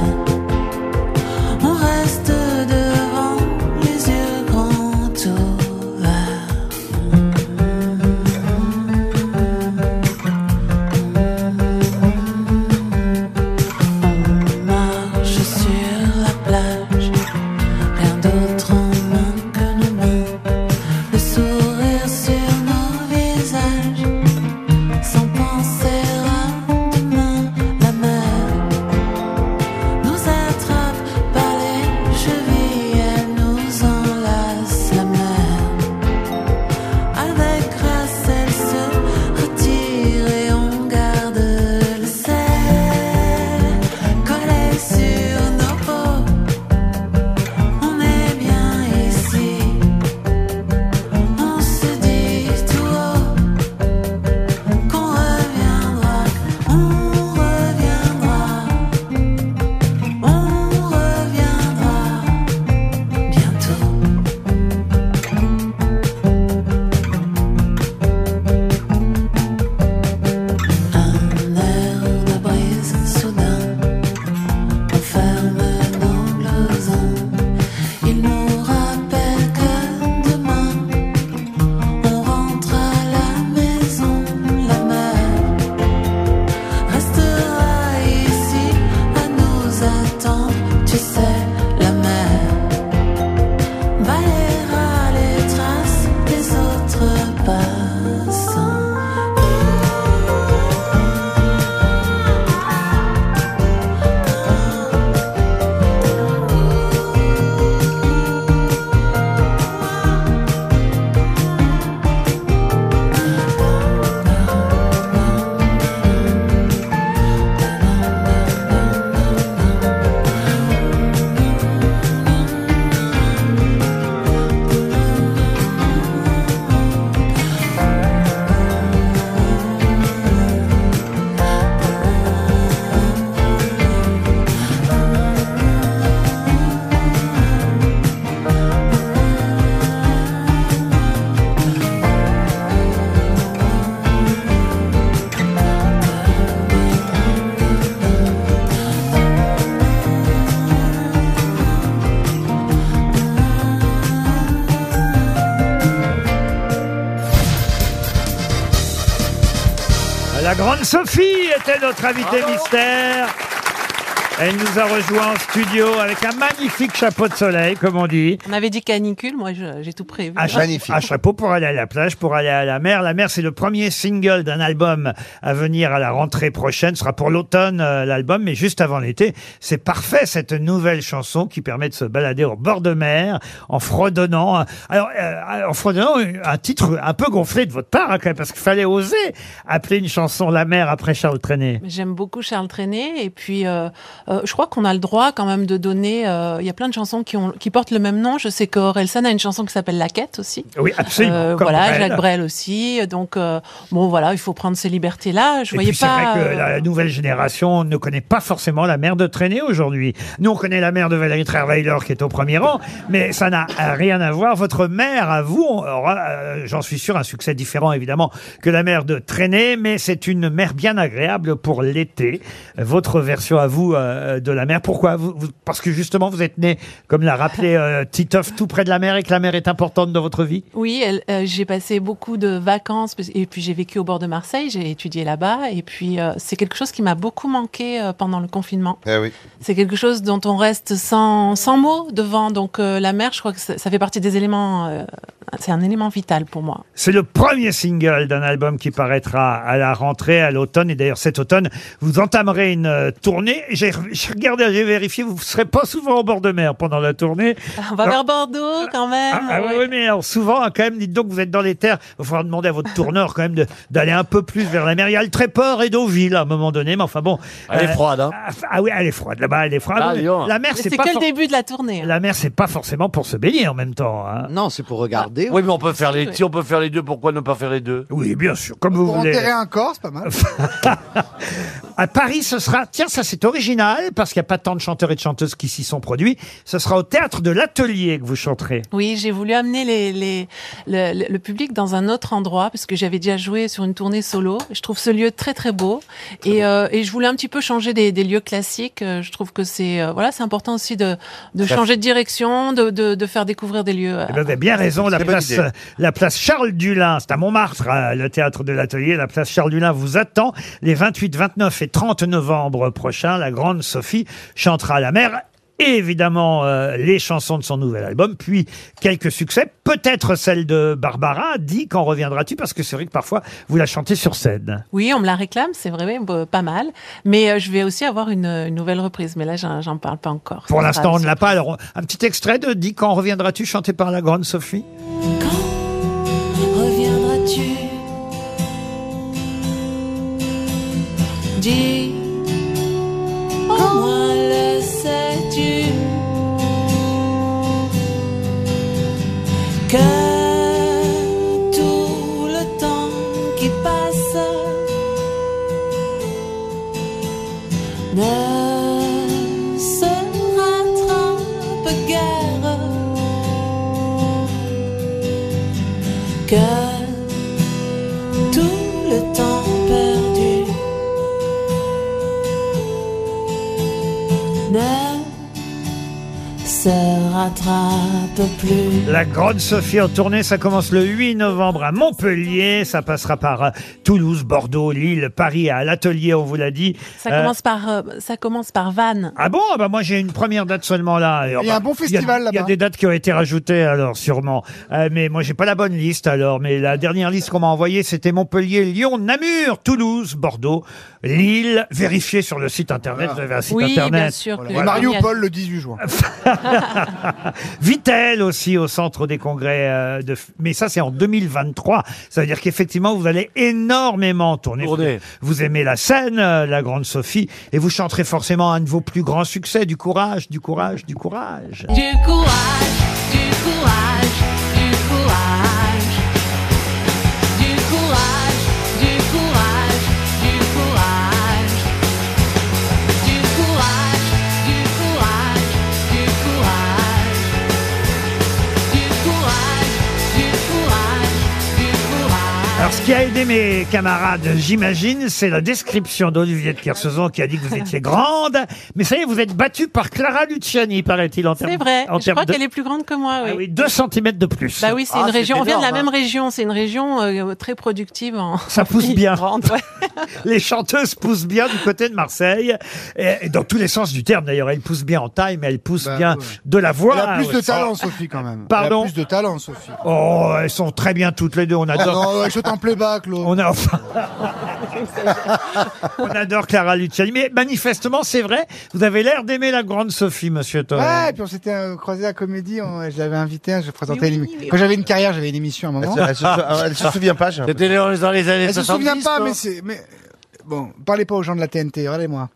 Speaker 2: La grande Sophie était notre invitée mystère. Elle nous a rejoint en studio avec un magnifique chapeau de soleil, comme on dit.
Speaker 10: On avait dit canicule, moi je- j'ai tout prévu.
Speaker 2: Un cha- Un chapeau pour aller à la plage, pour aller à la mer. La mer, c'est le premier single d'un album à venir à la rentrée prochaine. Ce sera pour l'automne, euh, l'album, mais juste avant l'été. C'est parfait, cette nouvelle chanson qui permet de se balader au bord de mer en fredonnant. Alors, euh, en fredonnant, un titre un peu gonflé de votre part, hein, quand même, parce qu'il fallait oser appeler une chanson La mer après Charles Trenet.
Speaker 10: Mais J'aime beaucoup Charles Trenet et puis euh, euh, je crois qu'on a le droit quand même de donner. euh, Il y a plein de chansons qui, ont, qui portent le même nom. Je sais qu'Orelsan a une chanson qui s'appelle La Quête aussi. Euh,
Speaker 2: Oui, absolument, comme
Speaker 10: voilà,
Speaker 2: Brel.
Speaker 10: Jacques Brel aussi. Donc euh, bon, voilà, il faut prendre ces libertés là. Je
Speaker 2: Et
Speaker 10: voyais
Speaker 2: puis c'est
Speaker 10: pas. euh,
Speaker 2: vrai que la la nouvelle génération ne connaît pas forcément la mère de Traînée aujourd'hui. Nous, on connaît la mère de Valérie Trierweiler qui est au premier rang, mais ça n'a rien à voir. Votre mère, à vous, aura, euh, j'en suis sûr, un succès différent évidemment que la mère de Traînée, mais c'est une mère bien agréable pour l'été. Votre version à vous euh, de la mère, pourquoi vous, vous- Parce que justement, vous êtes né, comme l'a rappelé euh, Titoff, tout près de la mer et que la mer est importante dans votre vie
Speaker 10: Oui, elle- euh, j'ai passé beaucoup de vacances parce- et puis j'ai vécu au bord de Marseille, j'ai étudié là-bas et puis euh, c'est quelque chose qui m'a beaucoup manqué euh, pendant le confinement.
Speaker 6: Eh oui.
Speaker 10: C'est quelque chose dont on reste sans, sans mots devant. Donc euh, la mer, je crois que ça, ça fait partie des éléments, euh, c'est un élément vital pour moi.
Speaker 2: C'est le premier single d'un album qui paraîtra à la rentrée, à l'automne. Et d'ailleurs, cet automne, vous entamerez une euh, tournée. J'ai j'ai regardé, j'ai vérifié, vous ne serez pas souvent au bord de mer pendant la tournée.
Speaker 10: On va
Speaker 2: Alors-
Speaker 10: vers Bordeaux quand même.
Speaker 2: Ah, ah oui, oui, mais alors, souvent, hein, quand même, dites donc que vous êtes dans les terres. Il va falloir demander à votre tourneur quand même de- d'aller un peu plus vers la mer. Il y a le Tréport et Deauville à un moment donné, mais enfin bon.
Speaker 4: Elle est froide, hein.
Speaker 2: Ah, ah oui, elle est froide. Là-bas, elle est froide.
Speaker 4: Ah, dis donc.
Speaker 2: la mer,
Speaker 10: Mais
Speaker 2: c'est
Speaker 10: c'est
Speaker 2: pas.
Speaker 10: que le
Speaker 2: for-
Speaker 10: début de la tournée. hein.
Speaker 2: La mer, c'est pas forcément pour se baigner en même temps. hein.
Speaker 12: Non, c'est pour regarder.
Speaker 4: Oui, mais on peut faire les,
Speaker 10: Oui.
Speaker 4: si on peut faire les deux, pourquoi ne pas faire les deux
Speaker 2: Oui, bien sûr, comme vous
Speaker 5: Pour enterrer un corps, c'est pas mal.
Speaker 2: À Paris, ce sera, tiens, ça c'est original, parce qu'il n'y a pas tant de chanteurs et de chanteuses qui s'y sont produits. Ce sera au théâtre de l'Atelier que vous chanterez.
Speaker 10: Oui, j'ai voulu amener les, les- le, le- le public dans un autre endroit parce que j'avais déjà joué sur une tournée solo. Je trouve ce lieu très très beau et, euh, et je voulais un petit peu changer des, des lieux classiques. Euh, Je trouve que c'est euh, voilà, c'est important aussi de, de
Speaker 2: Ça-
Speaker 10: changer de direction, de, de, de faire découvrir des lieux. euh,
Speaker 2: Eh ben, Vous avez
Speaker 10: Ah,
Speaker 2: bien raison, la place, euh, la place Charles Dulin, c'est à Montmartre, euh, le théâtre de l'Atelier, la place Charles Dulin vous attend les 28, 29 et 30 novembre prochains. La grande Sophie chantera la mer. Et évidemment, euh, les chansons de son nouvel album, puis quelques succès, peut-être celle de Barbara, dit quand reviendras-tu, parce que c'est vrai que parfois, vous la chantez sur scène.
Speaker 10: Oui, on me la réclame, c'est vrai, bah, pas mal. Mais euh, je vais aussi avoir une, une nouvelle reprise, mais là j'en j'en parle pas encore.
Speaker 2: Pour
Speaker 10: Ça
Speaker 2: l'instant,
Speaker 10: sera-
Speaker 2: on ne l'a pas. Alors, un petit extrait de Dis quand reviendras-tu, chanté par la grande Sophie.
Speaker 23: Reviendras-tu Dis, au moins le sais-tu Que tout le temps qui passe Ne se rattrape guère que tout le temps perdu ne se rattrape plus.
Speaker 2: La grande Sophie en tournée, ça commence le 8 novembre à Montpellier. Ça passera par euh, Toulouse, Bordeaux, Lille, Paris, à l'atelier, on vous l'a dit.
Speaker 10: Ça
Speaker 2: Euh,
Speaker 10: commence par euh, ça commence par Vannes.
Speaker 2: Ah bon Ah bah Moi, j'ai une première date seulement là. Et,
Speaker 10: Il y a
Speaker 2: bah,
Speaker 10: un bon
Speaker 2: il y
Speaker 10: festival
Speaker 2: Il y a
Speaker 10: là-bas.
Speaker 2: des dates qui ont été rajoutées alors, sûrement. Euh, mais moi, j'ai pas la bonne liste alors. Mais la dernière liste qu'on m'a envoyée, c'était Montpellier, Lyon, Namur, Toulouse, Bordeaux, Lille. Vérifiez sur le site
Speaker 10: Ah.
Speaker 2: internet. Vous avez un site
Speaker 5: Oui, bien
Speaker 2: internet.
Speaker 5: sûr que-
Speaker 2: Voilà.
Speaker 5: Et Mario Paul le 18 juin.
Speaker 2: Vitel aussi au centre des congrès euh, de F- mais ça c'est en 2023 ça veut dire qu'effectivement vous allez énormément tourner vous, vous aimez la scène euh, la grande Sophie et vous chanterez forcément un de vos plus grands succès du courage du courage du courage
Speaker 23: Du courage, du courage, du courage. Du courage, du courage, du courage. Du courage, du courage, du courage. Du courage, du courage, du courage.
Speaker 2: alors ce qui qui a aidé mes camarades, j'imagine, c'est la description d'Olivier de Kersauzon qui a dit que vous étiez grande. Mais ça y est, vous êtes battue par Clara Luciani, paraît-il, en termes
Speaker 10: C'est vrai.
Speaker 2: en
Speaker 10: Je
Speaker 2: termes
Speaker 10: crois
Speaker 2: de-
Speaker 10: qu'elle est plus grande que moi. Oui.
Speaker 2: Ah oui, 2 cm de plus.
Speaker 10: Bah oui, c'est une région. On vient de la
Speaker 2: hein.
Speaker 10: même région. C'est une région euh, très productive. En...
Speaker 2: Ça pousse bien. les chanteuses poussent bien du côté de Marseille. Et, et dans tous les sens du terme, d'ailleurs. Elles poussent bien en taille, mais elles
Speaker 5: Bah
Speaker 2: poussent bien de la voix.
Speaker 5: Elle a plus de
Speaker 2: Ouais.
Speaker 5: talent,
Speaker 2: Oh.
Speaker 5: Sophie, quand même.
Speaker 2: Pardon
Speaker 5: Elle a plus de talent, Sophie. Ah,
Speaker 2: Oh, elles sont très bien toutes les deux. On adore.
Speaker 5: non, ouais, je t'en plais pas, Claude.
Speaker 2: On a enfin. On adore Clara Luciani. Mais manifestement, c'est vrai, vous avez l'air d'aimer la grande Sophie, monsieur Toen.
Speaker 5: Ouais, et puis on s'était euh, croisés à Comédie, on- je l'avais invité, je présentais
Speaker 2: Mais
Speaker 5: l'émi-
Speaker 2: oui, mais
Speaker 5: Quand j'avais une carrière, j'avais une émission à un moment. Ah.
Speaker 20: pas, j'ai C'était dans les années
Speaker 5: Elle se souvient
Speaker 20: 70,
Speaker 5: pas,
Speaker 20: quoi.
Speaker 5: mais c'est. Mais... Bon, parlez pas aux gens de la TNT, regardez-moi.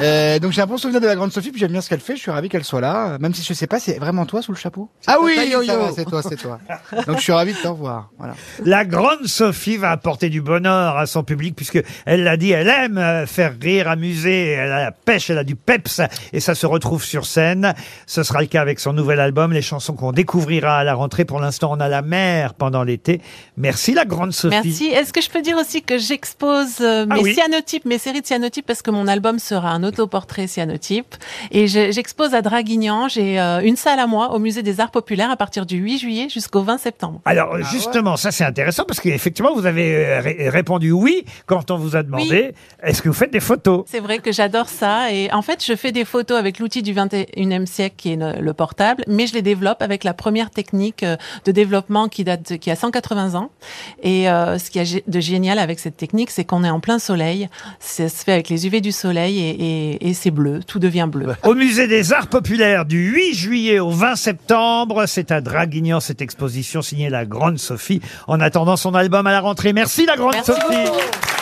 Speaker 5: Euh, donc j'ai un bon souvenir de la grande Sophie, puis j'aime bien ce qu'elle fait, je suis ravi qu'elle soit là, euh, même si je sais pas, c'est vraiment toi sous le chapeau
Speaker 3: Ah oui,
Speaker 5: Ça y est, ça
Speaker 3: yo-yo.
Speaker 5: va, C'est toi, c'est toi. Donc je suis ravi de t'en voir. Voilà.
Speaker 2: La grande Sophie va apporter du bonheur à son public puisque elle l'a dit, elle aime euh, faire rire, amuser, elle a la pêche, elle a du peps et ça se retrouve sur scène. Ce sera le cas avec son nouvel album, les chansons qu'on découvrira à la rentrée. Pour l'instant, on a la mer pendant l'été. Merci la grande Sophie.
Speaker 10: Merci. Est-ce que je peux dire aussi que j'expose euh, mes
Speaker 2: Ah oui.
Speaker 10: cyanotypes, mes séries de cyanotypes, parce que mon album sera un autoportrait cyanotype. Et je- j'expose à Draguignan. J'ai euh, une salle à moi au Musée des Arts Populaires à partir du 8 juillet jusqu'au 20 septembre.
Speaker 2: Alors justement, ça c'est intéressant parce qu'effectivement vous avez euh, ré- répondu oui quand on vous a demandé est-ce que vous faites des photos
Speaker 10: C'est vrai que j'adore ça. Et en fait, je fais des photos avec l'outil du 21e siècle qui est le le portable, mais je les développe avec la première technique euh, de développement qui date, de- qui a 180 ans. Et euh, ce qui est de génial avec cette technique, c'est qu'on est en plein soleil. Ça se fait avec les UV du soleil et, et- et c'est bleu. Tout devient bleu.
Speaker 2: Au musée des arts populaires du 8 juillet au 20 septembre, c'est à Draguignan cette exposition signée La Grande Sophie en attendant son album à la rentrée. Merci La Grande Sophie.